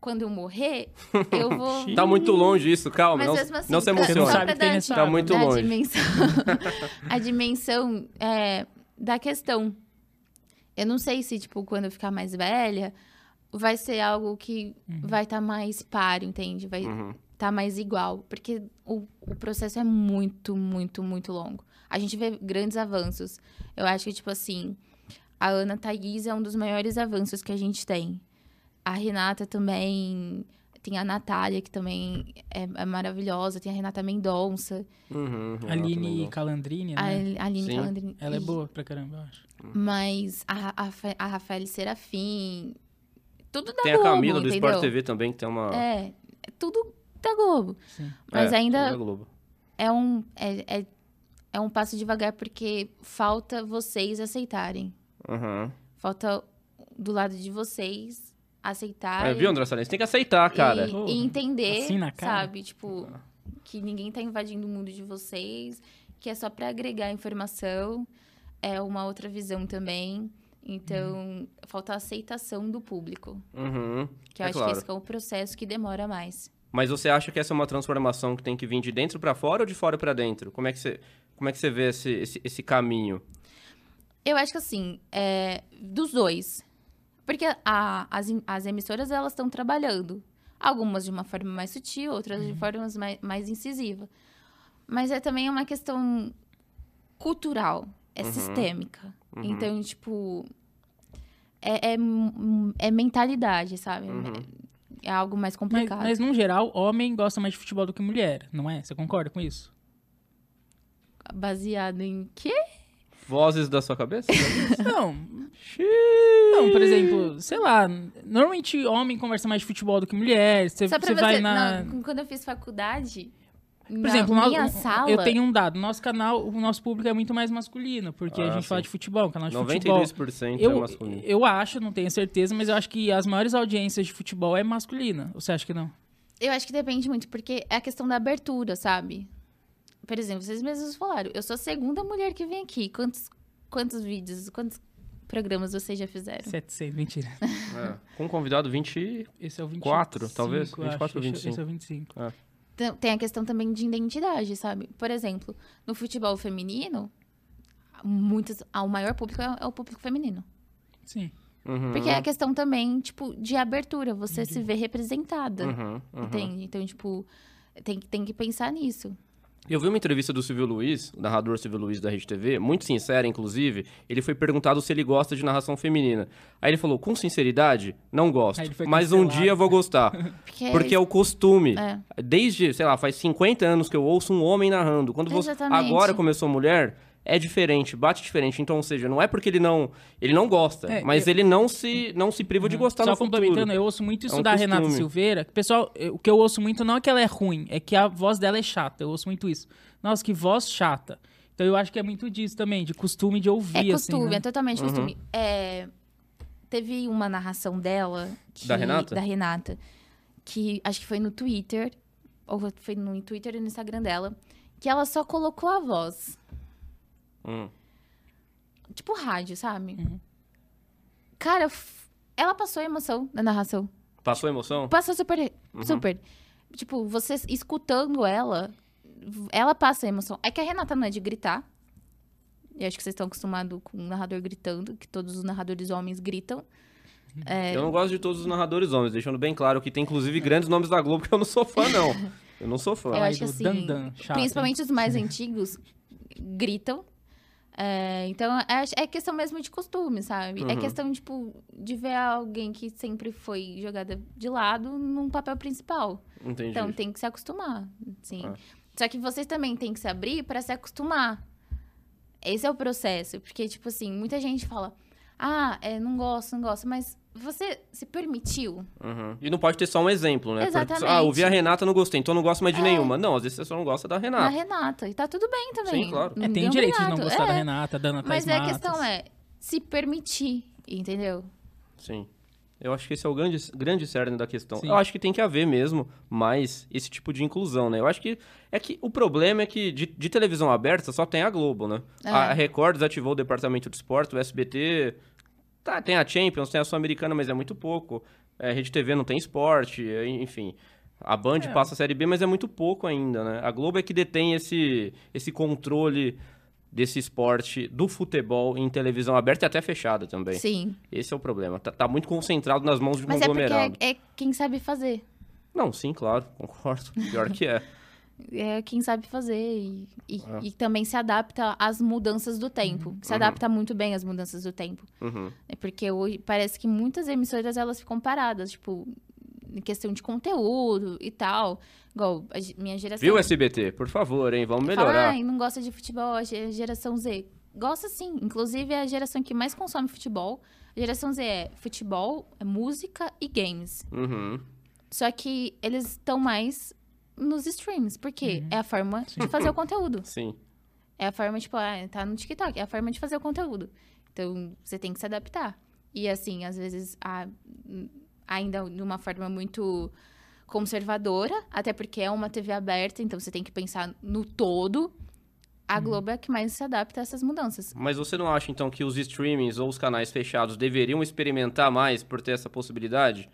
[SPEAKER 3] Quando eu morrer, eu vou.
[SPEAKER 2] Tá muito longe isso, calma.
[SPEAKER 3] Mas
[SPEAKER 2] não,
[SPEAKER 3] mesmo assim,
[SPEAKER 2] não se
[SPEAKER 3] pra-
[SPEAKER 1] Você não
[SPEAKER 2] emociona.
[SPEAKER 3] só
[SPEAKER 1] sabe
[SPEAKER 3] pra
[SPEAKER 1] que tem
[SPEAKER 3] dar,
[SPEAKER 1] nesse
[SPEAKER 3] tipo,
[SPEAKER 2] Tá muito
[SPEAKER 3] a
[SPEAKER 2] longe.
[SPEAKER 3] Dimensão, a dimensão é, da questão. Eu não sei se, tipo, quando eu ficar mais velha, vai ser algo que
[SPEAKER 1] Uhum.
[SPEAKER 3] vai estar mais paro, entende? Vai estar
[SPEAKER 2] Uhum.
[SPEAKER 3] tá mais igual. Porque o, o processo é muito, muito, muito longo. A gente vê grandes avanços. Eu acho que, tipo assim, a Ana Thaís é um dos maiores avanços que a gente tem. A Renata também. Tem a Natália, que também é, é maravilhosa. Tem a Renata Mendonça.
[SPEAKER 2] Uhum, Renata
[SPEAKER 1] Aline
[SPEAKER 2] Mendonça.
[SPEAKER 1] Calandrini,
[SPEAKER 3] A
[SPEAKER 1] né?
[SPEAKER 3] Aline
[SPEAKER 2] Sim.
[SPEAKER 3] Calandrini.
[SPEAKER 1] Ela é boa pra caramba, eu acho.
[SPEAKER 3] Mas a, a, Fa- a Rafael Serafim. Tudo da
[SPEAKER 2] Tem a
[SPEAKER 3] Globo,
[SPEAKER 2] Camila do
[SPEAKER 3] Tá entendeu?
[SPEAKER 2] Sport TV também, que tem uma.
[SPEAKER 3] É, é tudo da Globo.
[SPEAKER 1] Sim.
[SPEAKER 3] Mas
[SPEAKER 2] é,
[SPEAKER 3] ainda
[SPEAKER 2] da Globo.
[SPEAKER 3] é um, é, é, é um passo devagar, porque falta vocês aceitarem.
[SPEAKER 2] Uhum.
[SPEAKER 3] Falta do lado de vocês aceitarem.
[SPEAKER 2] É, viu, André Salles? Tem que aceitar, cara.
[SPEAKER 3] E,
[SPEAKER 1] Porra,
[SPEAKER 3] e entender,
[SPEAKER 1] assim na cara.
[SPEAKER 3] sabe? Tipo, que ninguém tá invadindo o mundo de vocês, que é só pra agregar informação, é uma outra visão também. Então,
[SPEAKER 1] Uhum.
[SPEAKER 3] falta a aceitação do público,
[SPEAKER 2] Uhum.
[SPEAKER 3] que eu
[SPEAKER 2] É
[SPEAKER 3] acho
[SPEAKER 2] claro.
[SPEAKER 3] que esse é o processo que demora mais.
[SPEAKER 2] Mas você acha que essa é uma transformação que tem que vir de dentro pra fora ou de fora pra dentro? Como é que você, como é que você vê esse, esse, esse caminho?
[SPEAKER 3] Eu acho que assim, é, dos dois. Porque a- as, em- as emissoras, elas estão trabalhando. Algumas de uma forma mais sutil, outras
[SPEAKER 2] Uhum.
[SPEAKER 3] de formas mais, mais incisiva. Mas é também uma questão cultural, é
[SPEAKER 2] Uhum.
[SPEAKER 3] sistêmica.
[SPEAKER 2] Uhum.
[SPEAKER 3] Então, tipo, é, é m- é mentalidade, sabe?
[SPEAKER 2] Uhum.
[SPEAKER 3] É algo mais
[SPEAKER 1] Mas,
[SPEAKER 3] complicado.
[SPEAKER 1] mas, num geral, homem gosta mais de futebol do que mulher, não é? Você concorda com isso?
[SPEAKER 3] Baseado em quê?
[SPEAKER 2] Vozes da sua cabeça?
[SPEAKER 1] Não. não, por exemplo, sei lá, normalmente homem conversa mais de futebol do que mulher. Você,
[SPEAKER 3] Só pra
[SPEAKER 1] você
[SPEAKER 3] você,
[SPEAKER 1] vai na.
[SPEAKER 3] não, quando eu fiz faculdade,
[SPEAKER 1] Por
[SPEAKER 3] na
[SPEAKER 1] exemplo, nós-
[SPEAKER 3] minha sala...
[SPEAKER 1] eu tenho um dado. Nosso canal, o nosso público é muito mais masculino, porque a
[SPEAKER 2] Ah,
[SPEAKER 1] gente
[SPEAKER 2] sim.
[SPEAKER 1] fala de futebol, canal de futebol.
[SPEAKER 2] 92% é
[SPEAKER 1] Eu,
[SPEAKER 2] masculino.
[SPEAKER 1] eu acho, não tenho certeza, mas eu acho que as maiores audiências de futebol é masculina. Você acha que não?
[SPEAKER 3] Eu acho que depende muito, porque é a questão da abertura, sabe? Por exemplo, vocês mesmos falaram, eu sou a segunda mulher que vem aqui. Quantos, quantos vídeos, quantos programas vocês já fizeram?
[SPEAKER 1] 700, mentira.
[SPEAKER 2] É. Com um convidado 20.
[SPEAKER 1] Esse é o 25.
[SPEAKER 2] Quatro, talvez? 24 ou
[SPEAKER 1] acho. Esse- Esse é o 25.
[SPEAKER 3] Então, Tem- Tem a questão também de identidade, sabe? Por exemplo, no futebol feminino, muitas, ah, o maior público é, é o público feminino.
[SPEAKER 1] Sim.
[SPEAKER 2] Uhum.
[SPEAKER 3] Porque é a questão também, tipo, de abertura, você se vê representada.
[SPEAKER 2] Uhum, uhum.
[SPEAKER 3] Entende? Então, tipo, tem, que- tem que pensar nisso.
[SPEAKER 2] Eu vi uma entrevista do Silvio Luiz, o narrador Silvio Luiz da Rede TV, muito sincera, inclusive. Ele foi perguntado se ele gosta de narração feminina. Aí ele falou, com sinceridade, não gosto.
[SPEAKER 1] Aí ele foi
[SPEAKER 2] Mas um
[SPEAKER 1] cancelado.
[SPEAKER 2] dia eu vou gostar.
[SPEAKER 3] Porque,
[SPEAKER 2] Porque é o costume.
[SPEAKER 3] É.
[SPEAKER 2] Desde, sei lá, faz 50 anos que eu ouço um homem narrando. Quando você
[SPEAKER 3] Exatamente.
[SPEAKER 2] agora começou mulher, é diferente, bate diferente. Então, ou seja, não é porque ele não, ele não gosta,
[SPEAKER 1] É, Uhum.
[SPEAKER 2] mas ele não se não se priva de gostar
[SPEAKER 1] Só
[SPEAKER 2] no
[SPEAKER 1] complementando,
[SPEAKER 2] futuro.
[SPEAKER 1] eu ouço muito isso
[SPEAKER 2] É um
[SPEAKER 1] da Renata
[SPEAKER 2] costume.
[SPEAKER 1] Silveira. que, Pessoal, eu- o que eu ouço muito não é que ela é ruim, é que a voz dela é chata. Eu ouço muito isso. Nossa, que voz chata. Então eu acho que é muito disso também, de costume de ouvir,
[SPEAKER 3] É costume,
[SPEAKER 1] assim.
[SPEAKER 3] é
[SPEAKER 1] né?
[SPEAKER 3] totalmente
[SPEAKER 2] Uhum.
[SPEAKER 3] costume. É, teve uma narração dela. que-
[SPEAKER 2] Da Renata?
[SPEAKER 3] Da Renata. Que acho que foi no Twitter. Ou foi no Twitter e no Instagram dela. Que ela só colocou a voz.
[SPEAKER 2] Hum.
[SPEAKER 3] Tipo rádio, sabe? Cara, f- é Ela passou a emoção na narração.
[SPEAKER 2] Passou emoção?
[SPEAKER 3] Passou super.
[SPEAKER 2] Uhum.
[SPEAKER 3] Super. Tipo, você escutando ela, v- ela passa a emoção. É que a Renata não é de gritar. Eu acho que vocês estão acostumados com um narrador gritando, que todos os narradores homens gritam. É.
[SPEAKER 2] Eu não gosto de todos os narradores homens, deixando bem claro que tem inclusive grandes nomes da Globo que eu não sou fã, não. Eu não sou fã.
[SPEAKER 3] eu
[SPEAKER 1] Ai,
[SPEAKER 3] acho que
[SPEAKER 1] do
[SPEAKER 3] assim.
[SPEAKER 1] Dandan, chato, hein?
[SPEAKER 3] principalmente os mais antigos gritam. É, então, é, é questão mesmo de costume, sabe? É
[SPEAKER 2] Uhum.
[SPEAKER 3] questão, tipo, de ver alguém que sempre foi jogada de lado num papel principal.
[SPEAKER 2] Entendi.
[SPEAKER 3] Então tem que se acostumar, sim.
[SPEAKER 2] Ah.
[SPEAKER 3] Só que vocês também têm que se abrir para se acostumar. Esse é o processo, porque tipo assim, muita gente fala: "Ah, é, não gosto, não gosto", mas você se permitiu?
[SPEAKER 2] Uhum. E não pode ter só um exemplo, né? Porque,
[SPEAKER 3] Exatamente.
[SPEAKER 2] ah, ouvi a Renata, não gostei, então não gosto mais de
[SPEAKER 3] É.
[SPEAKER 2] nenhuma. Não, às vezes você só não gosta da
[SPEAKER 3] Na
[SPEAKER 2] Renata.
[SPEAKER 3] Renata, e tá tudo bem também.
[SPEAKER 2] Ah. Sim, claro.
[SPEAKER 1] É, tem
[SPEAKER 3] Ninguém
[SPEAKER 1] o direito de não
[SPEAKER 3] obrigado,
[SPEAKER 1] gostar da
[SPEAKER 3] é.
[SPEAKER 1] Renata, da Ana Thaís
[SPEAKER 3] Mas é, a
[SPEAKER 1] Matos.
[SPEAKER 3] questão é se permitir, entendeu?
[SPEAKER 2] Sim. Eu acho que esse é o grande, grande cerne da questão.
[SPEAKER 1] Sim.
[SPEAKER 2] Eu acho que tem que haver mesmo mais esse tipo de inclusão, né? Eu acho que é que o problema é que de, de televisão aberta só tem a Globo, né?
[SPEAKER 3] É.
[SPEAKER 2] A Record desativou o departamento de esporte, o SBT. Tá, tem a Champions, tem a Sul-Americana, mas é muito pouco. É, Rede TV não tem esporte, é, enfim. A Band
[SPEAKER 1] É.
[SPEAKER 2] passa a Série B, mas é muito pouco ainda, né? A Globo é que detém esse, esse controle desse esporte, do futebol em televisão aberta e até fechada também.
[SPEAKER 3] Sim.
[SPEAKER 2] Esse é o problema. Tá, tá muito concentrado nas mãos de um
[SPEAKER 3] Mas é porque
[SPEAKER 2] conglomerado.
[SPEAKER 3] é, é quem sabe fazer.
[SPEAKER 2] Não, sim, claro, concordo. Pior que é.
[SPEAKER 3] É quem sabe fazer e, e-
[SPEAKER 2] É.
[SPEAKER 3] e também se adapta às mudanças do tempo. Se
[SPEAKER 2] Uhum.
[SPEAKER 3] adapta muito bem às mudanças do tempo.
[SPEAKER 2] Uhum.
[SPEAKER 3] É porque hoje parece que muitas emissoras elas ficam paradas, tipo, em questão de conteúdo e tal. Igual a ge- minha geração.
[SPEAKER 2] Viu, SBT? Por favor, hein? Vamos
[SPEAKER 3] Fala,
[SPEAKER 2] melhorar.
[SPEAKER 3] Ai, não gosta de futebol, a ge- geração Z. Gosta sim. Inclusive, é a geração que mais consome futebol. A geração Z é futebol, é música e games.
[SPEAKER 2] Uhum.
[SPEAKER 3] Só que eles estão mais nos streams, porque é a forma de fazer o conteúdo.
[SPEAKER 2] Sim.
[SPEAKER 3] É a forma, tipo, ah, tá no TikTok, é a forma de fazer o conteúdo. Então, você tem que se adaptar. E, assim, às vezes, a- ainda de uma forma muito conservadora, até porque é uma TV aberta, então você tem que pensar no todo. A
[SPEAKER 2] Uhum.
[SPEAKER 3] Globo é a que mais se adapta a essas mudanças.
[SPEAKER 2] Mas você não acha, então, que os streamings ou os canais fechados deveriam experimentar mais por ter essa possibilidade?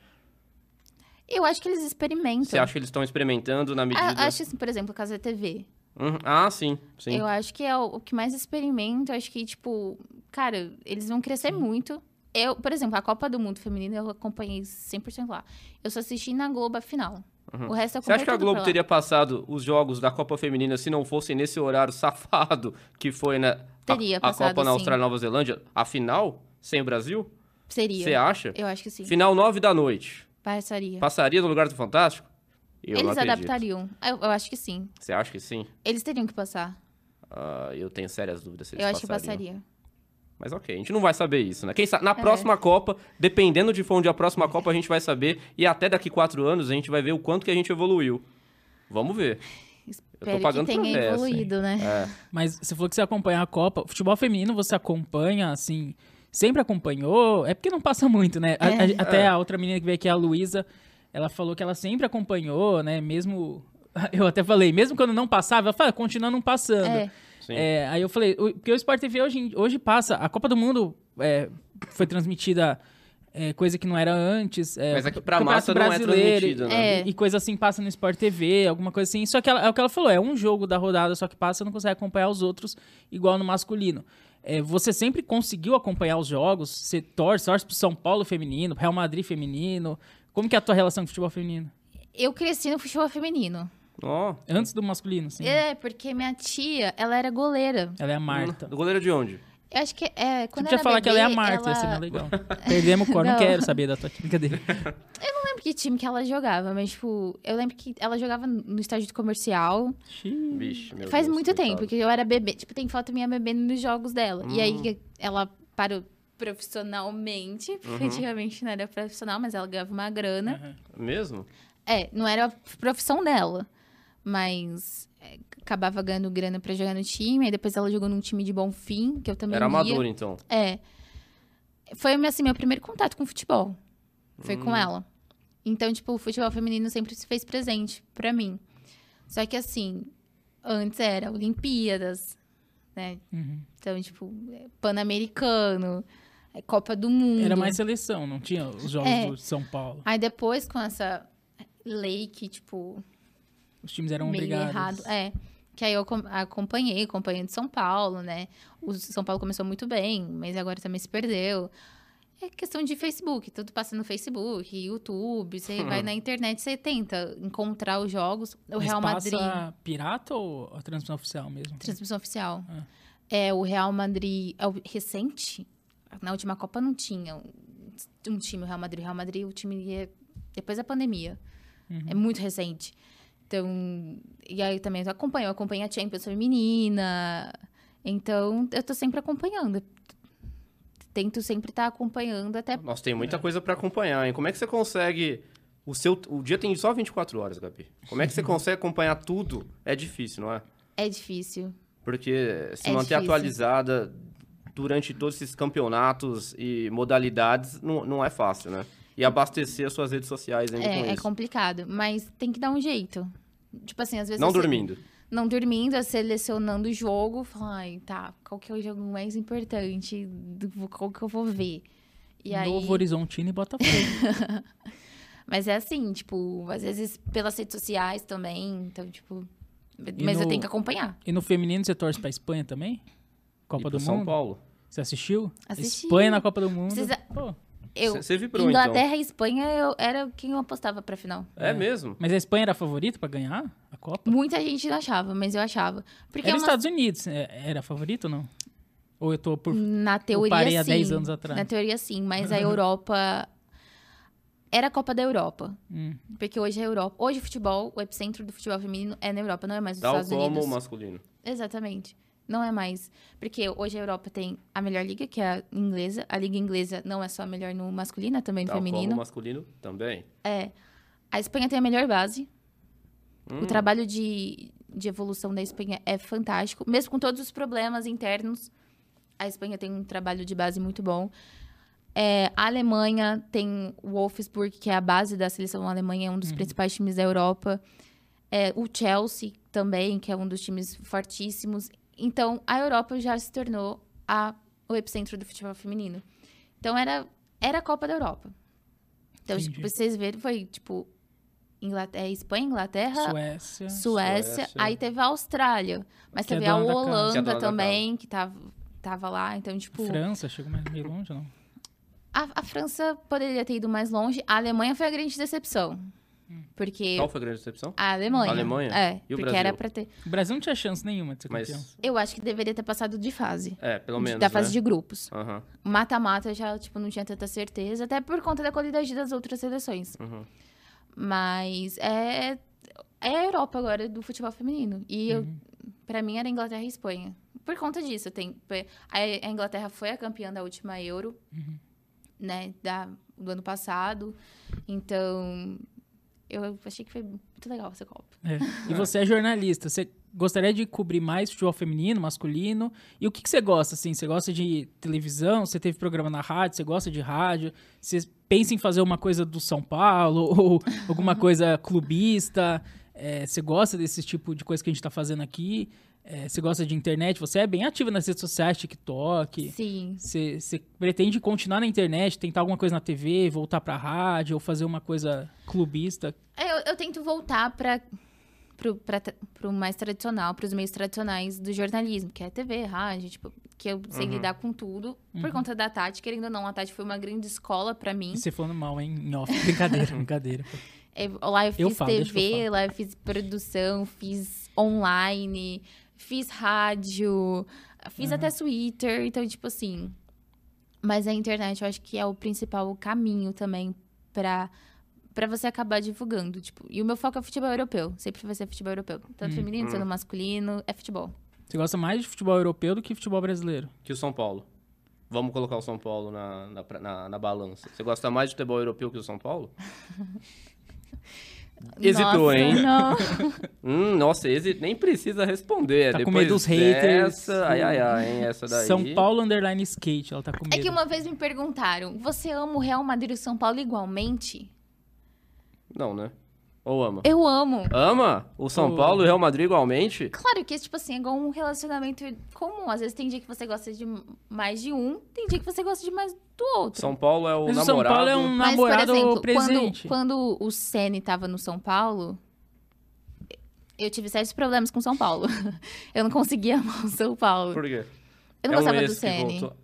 [SPEAKER 3] Então. Eu acho que eles experimentam.
[SPEAKER 2] Você acha que eles estão experimentando na medida...
[SPEAKER 3] Ah, acho assim, por exemplo, a Casa TV.
[SPEAKER 2] Uhum. Ah, sim, sim.
[SPEAKER 3] Eu acho que é o, o que mais experimento. Acho que, tipo, cara, eles vão crescer muito. Eu, por exemplo, a Copa do Mundo Feminino eu acompanhei 100% lá. Eu só assisti na Globo a final. O resto eu
[SPEAKER 2] Uhum. Você
[SPEAKER 3] acompanhei
[SPEAKER 2] acha que a
[SPEAKER 3] tudo
[SPEAKER 2] Globo
[SPEAKER 3] pela-
[SPEAKER 2] teria passado os jogos da Copa Feminina se não fossem nesse horário safado que foi na
[SPEAKER 3] Teria
[SPEAKER 2] a, a
[SPEAKER 3] passado,
[SPEAKER 2] Copa na
[SPEAKER 3] sim.
[SPEAKER 2] Austrália e Nova Zelândia? A final? Sem o Brasil?
[SPEAKER 3] Seria.
[SPEAKER 2] Você acha?
[SPEAKER 3] Eu acho que sim.
[SPEAKER 2] Final 9 da noite.
[SPEAKER 3] Passaria.
[SPEAKER 2] Passaria no lugar do Fantástico? Eu não
[SPEAKER 3] eles
[SPEAKER 2] acredito.
[SPEAKER 3] adaptariam. Eu, eu acho que sim.
[SPEAKER 2] Você acha que sim?
[SPEAKER 3] Eles teriam que passar.
[SPEAKER 2] Ah, eu tenho sérias dúvidas se
[SPEAKER 3] eu
[SPEAKER 2] eles
[SPEAKER 3] acho que
[SPEAKER 2] passariam.
[SPEAKER 3] passaria. É.
[SPEAKER 2] Mas ok, a gente não vai saber isso, né? Quem sabe, na próxima Copa, dependendo de onde a próxima Copa a gente vai saber, e até daqui quatro anos a gente vai ver o quanto que a gente evoluiu. Vamos ver.
[SPEAKER 3] Espero que
[SPEAKER 2] pagando assim.
[SPEAKER 3] tenha
[SPEAKER 2] promessa, hein?
[SPEAKER 3] evoluído, né?
[SPEAKER 1] Mas você falou que você acompanha a Copa. Futebol feminino você acompanha, assim, sempre acompanhou. É porque não passa muito, né? A- a-
[SPEAKER 3] É.
[SPEAKER 1] até a outra menina que veio aqui, a Luísa, ela falou que ela sempre acompanhou, né? Mesmo. Eu até falei, mesmo quando não passava, ela fala, continua não passando.
[SPEAKER 3] É.
[SPEAKER 2] Sim.
[SPEAKER 1] É, aí eu falei, o- porque o Sport TV hoje, em- hoje passa. A Copa do Mundo é, foi transmitida. é, coisa que não era antes. é,
[SPEAKER 2] Mas aqui pra
[SPEAKER 1] Campeonato
[SPEAKER 2] massa não é
[SPEAKER 1] Brasileiro,
[SPEAKER 2] transmitido, né?
[SPEAKER 3] É.
[SPEAKER 1] E coisa assim passa no Sport TV, alguma coisa assim. Só que ela- é o que ela falou, é um jogo da rodada só que passa, você não consegue acompanhar os outros igual no masculino. É, você sempre conseguiu acompanhar os jogos? Você torce, torce pro São Paulo feminino, pro Real Madrid feminino. Como que é a tua relação com o futebol feminino?
[SPEAKER 3] Eu cresci no futebol feminino.
[SPEAKER 2] Ó,
[SPEAKER 1] Antes do masculino, sim.
[SPEAKER 3] É, porque minha tia, ela era goleira.
[SPEAKER 1] Ela é a Marta.
[SPEAKER 2] do goleiro de onde?
[SPEAKER 3] Eu acho que é.
[SPEAKER 1] Você
[SPEAKER 3] Quando eu
[SPEAKER 1] podia
[SPEAKER 3] era
[SPEAKER 1] falar que ela é a
[SPEAKER 3] bebê,
[SPEAKER 1] Marta, ia
[SPEAKER 2] assim,
[SPEAKER 1] ser mais
[SPEAKER 2] né?
[SPEAKER 3] ela-
[SPEAKER 1] legal. Perdemos o cor, não.
[SPEAKER 3] Não.
[SPEAKER 1] quero saber da tua brincadeira.
[SPEAKER 3] Eu não lembro que time que ela jogava, mas, tipo, eu lembro que ela jogava no estádio de comercial.
[SPEAKER 1] Xiii.
[SPEAKER 2] Vixe, meu
[SPEAKER 3] Faz
[SPEAKER 2] Deus,
[SPEAKER 3] muito
[SPEAKER 2] coitado.
[SPEAKER 3] tempo, porque eu era bebê. Tipo, tem foto minha bebendo nos jogos dela. E aí ela parou profissionalmente, porque antigamente não era profissional, mas ela ganhava uma grana.
[SPEAKER 2] Mesmo?
[SPEAKER 3] É, não era a profissão dela, mas é, acabava ganhando grana pra jogar no time. Aí depois ela jogou num time de bom fim, que eu também
[SPEAKER 2] Era
[SPEAKER 3] ia.
[SPEAKER 2] amador, então.
[SPEAKER 3] É. Foi assim, meu primeiro contato com futebol. Foi
[SPEAKER 1] Hum.
[SPEAKER 3] com ela. Então, tipo, o futebol feminino sempre se fez presente pra mim. Só que assim, antes era Olimpíadas, né?
[SPEAKER 1] Uhum.
[SPEAKER 3] Então, tipo, é, Pan-Americano, é, é Copa do Mundo.
[SPEAKER 1] Era mais seleção, não tinha os jogos
[SPEAKER 3] É.
[SPEAKER 1] do São Paulo.
[SPEAKER 3] Aí depois, com essa lei que, tipo,
[SPEAKER 1] Os times eram
[SPEAKER 3] meio
[SPEAKER 1] obrigados.
[SPEAKER 3] errado. É. Que aí eu acom- acompanhei, acompanhei de São Paulo, né? O São Paulo começou muito bem, mas agora também se perdeu. É questão de Facebook, tudo passa no Facebook, YouTube, você vai na internet, você tenta encontrar os jogos. O
[SPEAKER 1] Mas
[SPEAKER 3] Real
[SPEAKER 1] passa
[SPEAKER 3] Madrid,
[SPEAKER 1] pirata ou a transmissão oficial mesmo?
[SPEAKER 3] transmissão oficial. É, o Real Madrid é o recente. Na última Copa não tinha um, um time o Real Madrid. O Real Madrid, o time ia depois da pandemia. É muito recente. Então, e aí também eu acompanho, eu acompanho a Champions feminina. Então, eu tô sempre acompanhando. Tento sempre estar acompanhando até
[SPEAKER 2] Nossa, tem muita coisa pra acompanhar, hein? Como é que você consegue. O, seu, o dia tem só 24 horas, Gabi. Como é que você consegue acompanhar tudo? É difícil, não é?
[SPEAKER 3] é difícil.
[SPEAKER 2] Porque se
[SPEAKER 3] É
[SPEAKER 2] manter
[SPEAKER 3] difícil.
[SPEAKER 2] atualizada durante todos esses campeonatos e modalidades não, não é fácil, né? E abastecer as suas redes sociais ainda com
[SPEAKER 3] É, é
[SPEAKER 2] isso.
[SPEAKER 3] complicado, mas tem que dar um jeito. Tipo assim, às vezes
[SPEAKER 2] Não
[SPEAKER 3] você-
[SPEAKER 2] dormindo.
[SPEAKER 3] não dormindo, é selecionando o jogo, falando, ai, tá, qual que é o jogo mais importante, do- qual que eu vou ver. E aí,
[SPEAKER 1] Novo Horizontino e Botafogo.
[SPEAKER 3] mas é assim, tipo, às vezes pelas redes sociais também, então, tipo, mas eu
[SPEAKER 1] no-
[SPEAKER 3] tenho que acompanhar.
[SPEAKER 1] e no feminino você torce pra Espanha também? Copa do
[SPEAKER 2] E pro São
[SPEAKER 1] Mundo?
[SPEAKER 2] Paulo.
[SPEAKER 1] Você assistiu?
[SPEAKER 3] Assisti.
[SPEAKER 1] Espanha na Copa do Mundo.
[SPEAKER 3] Precisa-
[SPEAKER 1] Pô,
[SPEAKER 3] Eu,
[SPEAKER 2] Você vibrou,
[SPEAKER 1] então?
[SPEAKER 3] Inglaterra e Espanha eu, era quem eu apostava pra final.
[SPEAKER 2] então. É mesmo.
[SPEAKER 1] mas a Espanha era a favorita pra ganhar a Copa?
[SPEAKER 3] Muita gente não achava, mas eu achava. Porque
[SPEAKER 1] era
[SPEAKER 3] é
[SPEAKER 1] os
[SPEAKER 3] uma-
[SPEAKER 1] Estados Unidos. é- Era a favorita ou não? Ou eu tô por...
[SPEAKER 3] Na teoria,
[SPEAKER 1] parei
[SPEAKER 3] sim.
[SPEAKER 1] há 10 anos atrás.
[SPEAKER 3] Na teoria, sim. Mas a Europa... Era a Copa da Europa.
[SPEAKER 1] Hum.
[SPEAKER 3] Porque hoje é a Europa... Hoje o futebol, o epicentro do futebol feminino é na Europa, não é mais nos
[SPEAKER 2] Tal
[SPEAKER 3] Estados
[SPEAKER 2] como
[SPEAKER 3] Unidos.
[SPEAKER 2] o masculino.
[SPEAKER 3] Exatamente. Não é mais. Porque hoje a Europa tem a melhor liga, que é a inglesa. A liga inglesa não é só a melhor no masculino, é também no
[SPEAKER 2] Tal como
[SPEAKER 3] feminino.
[SPEAKER 2] o masculino também.
[SPEAKER 3] A Espanha tem a melhor base.
[SPEAKER 2] Hum.
[SPEAKER 3] O trabalho de, de evolução da Espanha é fantástico. Mesmo com todos os problemas internos, a Espanha tem um trabalho de base muito bom. É, a Alemanha tem o Wolfsburg, que é a base da seleção alemã, é um dos principais times da Europa. É, o Chelsea também, que é um dos times fortíssimos. Então, a Europa já se tornou a- o epicentro do futebol feminino. Então, era, era a Copa da Europa. Então,
[SPEAKER 1] Entendi.
[SPEAKER 3] tipo, pra vocês verem, foi, tipo, Inglaterra, é Espanha, Inglaterra,
[SPEAKER 1] Suécia.
[SPEAKER 3] Suécia,
[SPEAKER 2] Suécia.
[SPEAKER 3] aí teve a Austrália, mas
[SPEAKER 1] Que é
[SPEAKER 3] teve a
[SPEAKER 1] dona da casa.
[SPEAKER 2] Que é dona
[SPEAKER 3] Holanda
[SPEAKER 2] da
[SPEAKER 3] também, que tava, tava lá, então, tipo,
[SPEAKER 1] França, chegou mais meio longe, não?
[SPEAKER 3] a, a França poderia ter ido mais longe, a Alemanha foi a grande decepção,
[SPEAKER 1] Hum.
[SPEAKER 3] porque
[SPEAKER 2] Qual foi a grande decepção?
[SPEAKER 3] a Alemanha,
[SPEAKER 2] A Alemanha?
[SPEAKER 3] é,
[SPEAKER 2] E o
[SPEAKER 3] porque
[SPEAKER 2] Brasil?
[SPEAKER 3] era pra ter,
[SPEAKER 1] O Brasil não tinha chance nenhuma de ser campeão.
[SPEAKER 2] Mas,
[SPEAKER 3] eu acho que deveria ter passado de fase,
[SPEAKER 2] é, pelo
[SPEAKER 3] de-
[SPEAKER 2] menos,
[SPEAKER 3] da fase
[SPEAKER 2] né?
[SPEAKER 3] de grupos,
[SPEAKER 2] Aham.
[SPEAKER 3] O mata-mata eu já, tipo, não tinha tanta certeza, até por conta da qualidade das outras seleções,
[SPEAKER 2] Uhum.
[SPEAKER 3] mas é, é a Europa agora do futebol feminino, e eu Pra mim era Inglaterra e Espanha. Por conta disso, tem pe- a a Inglaterra foi a campeã da última Euro, né, da do ano passado. Então, eu achei que foi muito legal essa Copa.
[SPEAKER 1] É. E você é jornalista, você gostaria de cobrir mais futebol feminino, masculino? E o que, que você gosta, assim? Você gosta de televisão? Você teve programa na rádio? Você gosta de rádio? Você pensa em fazer uma coisa do São Paulo? Ou alguma coisa clubista? É, você gosta desse tipo de coisa que a gente tá fazendo aqui? É, você gosta de internet? Você é bem ativa nas redes sociais, TikTok?
[SPEAKER 3] Sim.
[SPEAKER 1] Você você pretende continuar na internet, tentar alguma coisa na TV, voltar pra rádio ou fazer uma coisa clubista?
[SPEAKER 3] É, Eu, eu tento voltar para pro, pra tra- pro mais tradicional, pros meios tradicionais do jornalismo, que é TV, rádio, tipo, que eu sei lidar com tudo. Por conta da Tati, querendo ou não, a Tati foi uma grande escola pra mim.
[SPEAKER 1] E você falando mal, hein? Em off. Brincadeira, brincadeira. pô.
[SPEAKER 3] É, Lá eu fiz
[SPEAKER 1] Eu falo, deixa que eu
[SPEAKER 3] TV,
[SPEAKER 1] falo.
[SPEAKER 3] lá eu fiz produção, fiz online, fiz rádio, fiz até
[SPEAKER 1] Uhum.
[SPEAKER 3] Twitter. Então, tipo assim. Mas a internet eu acho que é o principal caminho também pra, pra você acabar divulgando. Tipo, e o meu foco é futebol europeu. Sempre vai ser futebol europeu.
[SPEAKER 1] Hum.
[SPEAKER 3] Tanto feminino, tanto masculino, é futebol.
[SPEAKER 1] Você gosta mais de futebol europeu do que futebol brasileiro.
[SPEAKER 2] Que o São Paulo. Vamos colocar o São Paulo na, na, pra- na- na balança. Você gosta mais de futebol europeu que o São Paulo? Hesitou,
[SPEAKER 3] Nossa,
[SPEAKER 2] hein?
[SPEAKER 3] Não.
[SPEAKER 2] Hum, nossa, esse nem precisa responder. é
[SPEAKER 1] Tá com
[SPEAKER 2] Depois
[SPEAKER 1] medo dos haters.
[SPEAKER 2] Essa, ai, ai, ai, hein, essa Tá daí.
[SPEAKER 1] São Paulo Underline Skate, ela tá com medo.
[SPEAKER 3] É que uma vez me perguntaram: você ama o Real Madrid e o São Paulo igualmente?
[SPEAKER 2] Não, né? Ou ama?
[SPEAKER 3] Eu amo.
[SPEAKER 2] Ama o São
[SPEAKER 1] Ou-
[SPEAKER 2] Paulo e o Real Madrid igualmente?
[SPEAKER 3] Claro que, tipo assim, é igual um relacionamento comum. Às vezes tem dia que você gosta de mais de um, tem dia que você gosta de mais do outro.
[SPEAKER 2] São Paulo é o
[SPEAKER 1] Mas o São
[SPEAKER 2] namorado.
[SPEAKER 1] Paulo é um
[SPEAKER 3] Mas, por
[SPEAKER 1] namorado
[SPEAKER 3] exemplo,
[SPEAKER 1] presente.
[SPEAKER 3] Quando, quando o Sene tava no São Paulo, eu tive sérios problemas com São Paulo. Eu não conseguia amar o São Paulo.
[SPEAKER 2] Por quê?
[SPEAKER 3] Eu não
[SPEAKER 2] é um
[SPEAKER 3] gostava do
[SPEAKER 2] ex que
[SPEAKER 3] Sene.
[SPEAKER 2] voltou.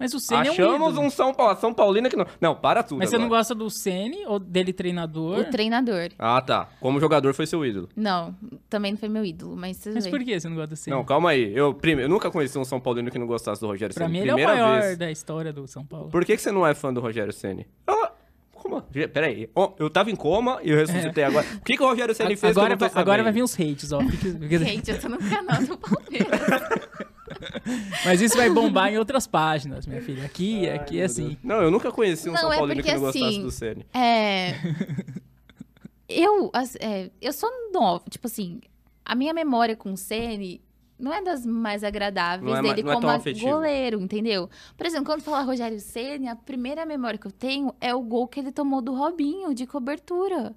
[SPEAKER 1] Mas o Ceni é um
[SPEAKER 2] Achamos
[SPEAKER 1] ídolo.
[SPEAKER 2] um São Paulo. São Paulino que não. Não, para tudo.
[SPEAKER 1] Mas você não
[SPEAKER 2] agora.
[SPEAKER 1] gosta do Ceni ou dele treinador?
[SPEAKER 3] O treinador.
[SPEAKER 2] Ah, tá. Como jogador foi seu ídolo.
[SPEAKER 3] Não, também não foi meu ídolo, mas tudo
[SPEAKER 1] Mas
[SPEAKER 3] bem.
[SPEAKER 1] por que você não gosta do Ceni?
[SPEAKER 2] Não, calma aí. Eu, prime... eu nunca conheci um São Paulino que não gostasse do Rogério
[SPEAKER 1] pra
[SPEAKER 2] Ceni.
[SPEAKER 1] mim ele é o
[SPEAKER 2] Primeira
[SPEAKER 1] maior
[SPEAKER 2] vez.
[SPEAKER 1] da história do São Paulo.
[SPEAKER 2] Por que, que você não é fã do Rogério Ceni? Ah, como? Gê, Peraí. Ó, eu tava em coma e eu ressuscitei agora. O que, que o Rogério Ceni fez
[SPEAKER 1] É. agora,
[SPEAKER 2] que eu não
[SPEAKER 1] vai,
[SPEAKER 2] tô
[SPEAKER 1] agora
[SPEAKER 2] sabendo?
[SPEAKER 1] vai vir uns hates, ó. Fique- fique-
[SPEAKER 3] Gente, eu tô no canal do Palmeiras.
[SPEAKER 1] Mas isso vai bombar em outras páginas, minha filha. Aqui, aqui é assim.
[SPEAKER 2] Não, eu nunca conheci um
[SPEAKER 3] Não,
[SPEAKER 2] São
[SPEAKER 3] é
[SPEAKER 2] Paulino que
[SPEAKER 3] porque
[SPEAKER 2] não gostasse
[SPEAKER 3] assim-
[SPEAKER 2] do Ceni.
[SPEAKER 3] É. eu, as- é, eu sou nova. Tipo assim, a minha memória com o Sene não é das mais agradáveis
[SPEAKER 2] Não é ma-
[SPEAKER 3] dele
[SPEAKER 2] não é
[SPEAKER 3] como
[SPEAKER 2] tão
[SPEAKER 3] a-
[SPEAKER 2] afetiva.
[SPEAKER 3] goleiro, entendeu? Por exemplo, quando fala Rogério Ceni, a primeira memória que eu tenho é o gol que ele tomou do Robinho de cobertura.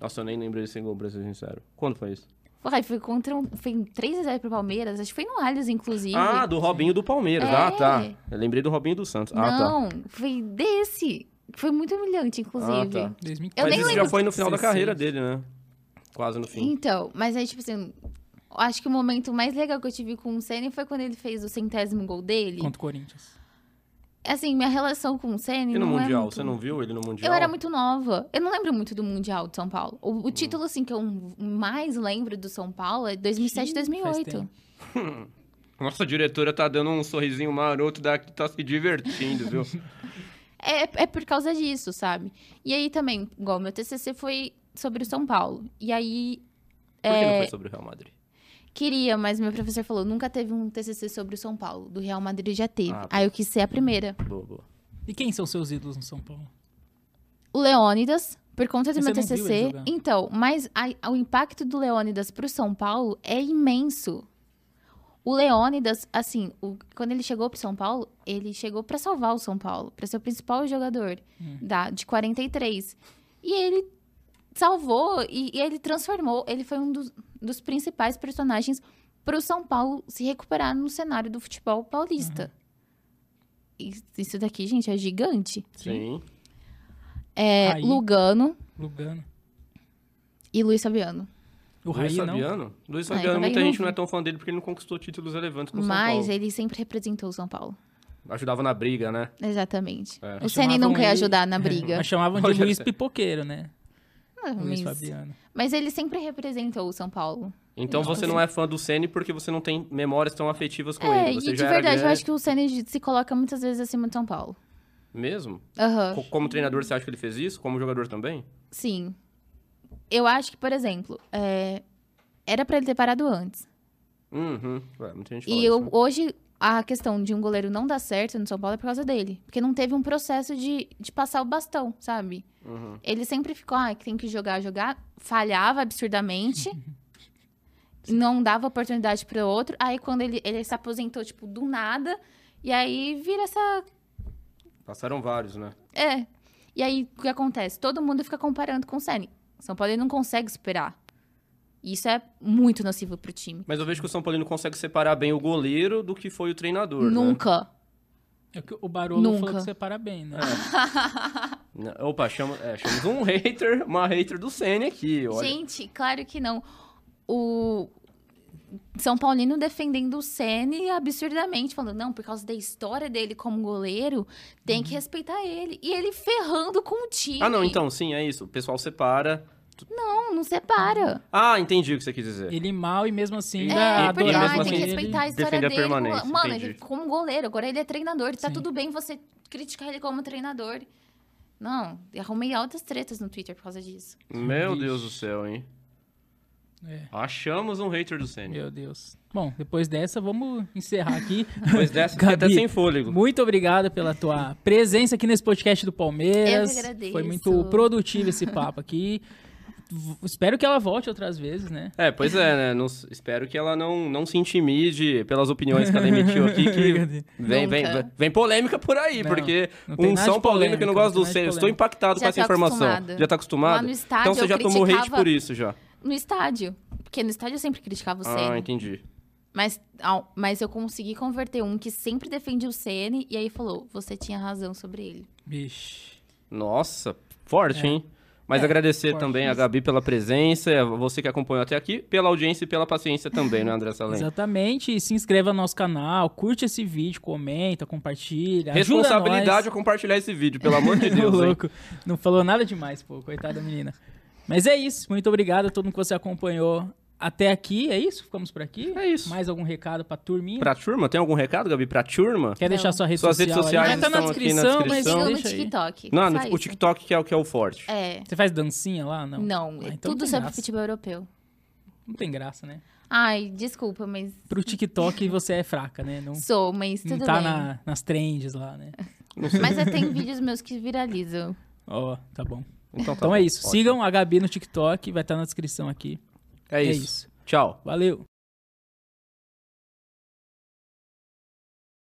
[SPEAKER 2] Nossa, eu nem lembro desse gol, pra ser sincero. Quando foi isso?
[SPEAKER 3] Ai, foi contra um, foi um 3x0 pro Palmeiras, acho que foi no Allianz, inclusive.
[SPEAKER 2] Ah, do Robinho do Palmeiras.
[SPEAKER 3] É.
[SPEAKER 2] Ah, tá. Eu lembrei do Robinho do Santos. Ah, tá.
[SPEAKER 3] não, foi desse. Foi muito humilhante, inclusive.
[SPEAKER 2] Ah, tá.
[SPEAKER 1] 2004.
[SPEAKER 3] Eu
[SPEAKER 2] Mas
[SPEAKER 3] nem
[SPEAKER 2] isso
[SPEAKER 3] lembro
[SPEAKER 2] já foi no final da
[SPEAKER 1] 16.
[SPEAKER 2] carreira dele, né? Quase no fim.
[SPEAKER 3] Então, mas aí, tipo assim, acho que o momento mais legal que eu tive com o Senna foi quando ele fez o centésimo gol dele.
[SPEAKER 1] Contra o Corinthians.
[SPEAKER 3] Assim, minha relação com o Senna.
[SPEAKER 2] E no
[SPEAKER 3] não é
[SPEAKER 2] Mundial?
[SPEAKER 3] muito-
[SPEAKER 2] Você não viu ele no Mundial?
[SPEAKER 3] Eu era muito nova. Eu não lembro muito do Mundial de São Paulo. O,
[SPEAKER 2] Hum.
[SPEAKER 3] o título, assim, que eu mais lembro do São Paulo é 2007,
[SPEAKER 1] Ih, faz
[SPEAKER 3] 2008.
[SPEAKER 1] tempo.
[SPEAKER 2] Nossa, a diretora tá dando um sorrisinho maroto daqui, tá se divertindo, viu?
[SPEAKER 3] É, é por causa disso, sabe? E aí também, igual meu TCC foi sobre o São Paulo. E aí,
[SPEAKER 2] Por
[SPEAKER 3] É.
[SPEAKER 2] que não foi sobre o Real Madrid?
[SPEAKER 3] queria, mas meu professor falou, nunca teve um TCC sobre o São Paulo. Do Real Madrid já teve.
[SPEAKER 2] Ah, tá.
[SPEAKER 3] aí eu quis ser a primeira.
[SPEAKER 2] Boa, boa.
[SPEAKER 1] E quem são seus ídolos no São Paulo?
[SPEAKER 3] o Leônidas por conta do
[SPEAKER 1] Você
[SPEAKER 3] meu
[SPEAKER 1] não viu ele
[SPEAKER 3] TCC.
[SPEAKER 1] jogar?
[SPEAKER 3] Então, mas a- o impacto do Leônidas pro São Paulo é imenso. O Leônidas, assim, o- quando ele chegou pro São Paulo, ele chegou pra salvar o São Paulo, pra ser o principal jogador
[SPEAKER 1] Hum.
[SPEAKER 3] da de 43. E ele salvou e, e ele transformou, ele foi um dos, dos principais personagens pro São Paulo se recuperar no cenário do futebol paulista.
[SPEAKER 1] Uhum.
[SPEAKER 3] Isso- Isso daqui, gente, é gigante.
[SPEAKER 2] Sim.
[SPEAKER 3] É,
[SPEAKER 1] Aí.
[SPEAKER 3] Lugano,
[SPEAKER 1] Lugano.
[SPEAKER 3] e Luiz Fabiano.
[SPEAKER 1] O
[SPEAKER 2] Luiz
[SPEAKER 1] Raí, não?
[SPEAKER 2] Fabiano? Luiz
[SPEAKER 3] Ah,
[SPEAKER 2] Fabiano,
[SPEAKER 3] então
[SPEAKER 2] muita
[SPEAKER 3] daí não
[SPEAKER 2] gente não é
[SPEAKER 3] vi.
[SPEAKER 2] tão fã dele porque ele não conquistou títulos relevantes com o São
[SPEAKER 3] Mas
[SPEAKER 2] Paulo.
[SPEAKER 3] ele sempre representou o São Paulo.
[SPEAKER 2] Ajudava na briga, né?
[SPEAKER 3] Exatamente.
[SPEAKER 2] É.
[SPEAKER 3] O
[SPEAKER 1] Mas
[SPEAKER 3] Ceni
[SPEAKER 1] chamavam
[SPEAKER 3] nunca ia
[SPEAKER 1] ele-
[SPEAKER 3] ajudar na briga.
[SPEAKER 1] Mas chamavam de
[SPEAKER 2] Rogério
[SPEAKER 1] Luiz
[SPEAKER 2] Ceni.
[SPEAKER 1] Pipoqueiro, né?
[SPEAKER 3] Ah,
[SPEAKER 1] Luiz
[SPEAKER 3] mas-
[SPEAKER 1] Fabiano.
[SPEAKER 3] Mas ele sempre representou o São Paulo.
[SPEAKER 2] Então você não é fã do Ceni porque você não tem memórias tão afetivas com
[SPEAKER 3] é,
[SPEAKER 2] ele. Você
[SPEAKER 3] e de
[SPEAKER 2] já era
[SPEAKER 3] verdade, eu
[SPEAKER 2] grande-
[SPEAKER 3] acho que o Ceni se coloca muitas vezes acima de São Paulo.
[SPEAKER 2] Mesmo?
[SPEAKER 3] Aham,
[SPEAKER 2] Co- Como treinador, você acha que ele fez isso? Como jogador também?
[SPEAKER 3] sim. Eu acho que, por exemplo, é, era pra ele ter parado antes.
[SPEAKER 2] Uhum. Ué, muita gente fala
[SPEAKER 3] E
[SPEAKER 2] isso,
[SPEAKER 3] eu-
[SPEAKER 2] né?
[SPEAKER 3] hoje, a questão de um goleiro não dar certo no São Paulo é por causa dele. Porque não teve um processo de, de passar o bastão, sabe?
[SPEAKER 2] né? Uhum.
[SPEAKER 3] Ele sempre ficou, ah, que tem que jogar, jogar. Falhava absurdamente. não dava oportunidade para outro. Aí, quando ele, ele se aposentou, tipo, do nada. E aí, vira essa...
[SPEAKER 2] Passaram vários, né?
[SPEAKER 3] É. E aí, o que acontece? Todo mundo fica comparando com o Sene. São Paulo ele não consegue superar. Isso é muito nocivo pro time.
[SPEAKER 2] Mas eu vejo que o São Paulino consegue separar bem o goleiro do que foi o treinador, né?
[SPEAKER 3] Nunca.
[SPEAKER 1] É o que o Barolo
[SPEAKER 3] Nunca.
[SPEAKER 1] falou que você para bem, né?
[SPEAKER 2] N- Opa, chama, é, chamamos um hater, uma hater do Ceni aqui, olha.
[SPEAKER 3] Gente, claro que não. O São Paulino defendendo o Sene absurdamente, falando, não, por causa da história dele como goleiro, tem que respeitar ele. E ele ferrando com o time.
[SPEAKER 2] Uhum. Ah, não, então, sim, é isso. O pessoal separa.
[SPEAKER 3] Não, não separa.
[SPEAKER 2] Ah, entendi o que você quis dizer.
[SPEAKER 1] Ele mal e mesmo assim ainda
[SPEAKER 2] É,
[SPEAKER 3] É,
[SPEAKER 2] adorar
[SPEAKER 3] porque
[SPEAKER 1] adorava
[SPEAKER 3] ah,
[SPEAKER 2] mesmo
[SPEAKER 3] tem que
[SPEAKER 2] assim,
[SPEAKER 1] ele.
[SPEAKER 3] respeitar a história
[SPEAKER 2] defende a
[SPEAKER 3] dele. como-
[SPEAKER 2] permanência,
[SPEAKER 3] Mano,
[SPEAKER 2] entendi.
[SPEAKER 3] ele como goleiro, agora ele é treinador. Tá
[SPEAKER 1] Sim.
[SPEAKER 3] tudo bem você criticar ele como treinador. Não, arrumei altas tretas no Twitter por causa disso.
[SPEAKER 2] Meu
[SPEAKER 1] Vixe.
[SPEAKER 2] Deus do céu, hein?
[SPEAKER 1] É.
[SPEAKER 2] Achamos um hater do Ceni.
[SPEAKER 1] Meu Deus. Bom, depois dessa, vamos encerrar aqui.
[SPEAKER 2] Depois dessa, fiquei até
[SPEAKER 1] Gabi,
[SPEAKER 2] sem fôlego.
[SPEAKER 1] Muito obrigado pela tua presença aqui nesse podcast do Palmeiras.
[SPEAKER 3] Eu que agradeço.
[SPEAKER 1] Foi muito produtivo esse papo aqui. v- espero que ela volte outras vezes, né?
[SPEAKER 2] É, pois é, né? Não s- espero que ela não, não se intimide pelas opiniões que ela emitiu aqui, que vem, vem,
[SPEAKER 3] Nunca.
[SPEAKER 2] vem polêmica por aí,
[SPEAKER 1] Não,
[SPEAKER 2] porque
[SPEAKER 1] não tem
[SPEAKER 2] um
[SPEAKER 1] nada
[SPEAKER 2] São
[SPEAKER 1] de
[SPEAKER 2] Paulino que não
[SPEAKER 1] polêmica,
[SPEAKER 2] gosta
[SPEAKER 1] não tem
[SPEAKER 2] do
[SPEAKER 1] nada de
[SPEAKER 2] Senna, estou
[SPEAKER 1] polêmica.
[SPEAKER 2] impactado
[SPEAKER 3] Já
[SPEAKER 2] com essa
[SPEAKER 3] tá
[SPEAKER 2] informação.
[SPEAKER 3] acostumada.
[SPEAKER 2] Já tá acostumado?
[SPEAKER 3] Lá no estádio
[SPEAKER 2] então você
[SPEAKER 3] eu
[SPEAKER 2] já tomou hate
[SPEAKER 3] criticava-
[SPEAKER 2] por isso já.
[SPEAKER 3] No estádio. Porque no estádio eu sempre criticava o
[SPEAKER 2] Ah,
[SPEAKER 3] Ceni.
[SPEAKER 2] entendi.
[SPEAKER 3] Mas, ao- mas eu consegui converter um que sempre defendia o Ceni e aí falou: você tinha razão sobre ele.
[SPEAKER 1] Bicho.
[SPEAKER 2] Nossa, forte, hein? Mas
[SPEAKER 1] É,
[SPEAKER 2] agradecer
[SPEAKER 1] forte,
[SPEAKER 2] também a
[SPEAKER 1] mas-
[SPEAKER 2] Gabi pela presença, a você que acompanhou até aqui, pela audiência e pela paciência também, né, André Salem?
[SPEAKER 1] Exatamente. E se inscreva no nosso canal, curte esse vídeo, comenta, compartilha. ajuda
[SPEAKER 2] Responsabilidade é
[SPEAKER 1] nós.
[SPEAKER 2] compartilhar esse vídeo, pelo amor de Deus, hein?
[SPEAKER 1] louco. Não falou nada demais, pô, coitada da menina. Mas é isso. Muito obrigado a todo mundo que você acompanhou até aqui. É isso? Ficamos por aqui?
[SPEAKER 2] É isso.
[SPEAKER 1] Mais algum recado pra turminha?
[SPEAKER 2] Pra turma, tem algum recado, Gabi? Pra turma?
[SPEAKER 1] Quer deixar sua rede
[SPEAKER 2] Suas redes
[SPEAKER 1] social? aí?
[SPEAKER 2] sociais
[SPEAKER 1] Já tá na
[SPEAKER 2] estão aqui na
[SPEAKER 1] descrição, mas
[SPEAKER 2] descrição.
[SPEAKER 3] Siga no
[SPEAKER 1] deixa aí.
[SPEAKER 3] TikTok.
[SPEAKER 2] Não,
[SPEAKER 3] só
[SPEAKER 2] no- o
[SPEAKER 3] isso.
[SPEAKER 2] TikTok que é o que é o forte.
[SPEAKER 3] É.
[SPEAKER 1] Você faz dancinha lá? Não.
[SPEAKER 3] Não,
[SPEAKER 1] Ah,
[SPEAKER 3] é
[SPEAKER 1] então
[SPEAKER 3] tudo
[SPEAKER 1] tem
[SPEAKER 3] sobre
[SPEAKER 1] graça.
[SPEAKER 3] futebol europeu.
[SPEAKER 1] Não tem graça, né?
[SPEAKER 3] Ai, desculpa, mas
[SPEAKER 1] Pro TikTok você é fraca, né? Não,
[SPEAKER 3] sou, mas
[SPEAKER 1] não
[SPEAKER 3] tudo
[SPEAKER 1] tá
[SPEAKER 3] bem.
[SPEAKER 1] na- nas trends lá, né?
[SPEAKER 3] Mas eu tenho vídeos meus que viralizam.
[SPEAKER 1] Ó, tá bom.
[SPEAKER 2] Então, tá
[SPEAKER 1] Então
[SPEAKER 2] bom.
[SPEAKER 1] é isso.
[SPEAKER 2] Ótimo.
[SPEAKER 1] Sigam a Gabi no TikTok, vai estar na descrição aqui.
[SPEAKER 2] É
[SPEAKER 1] É
[SPEAKER 2] isso.
[SPEAKER 1] isso.
[SPEAKER 2] Tchau.
[SPEAKER 1] Valeu!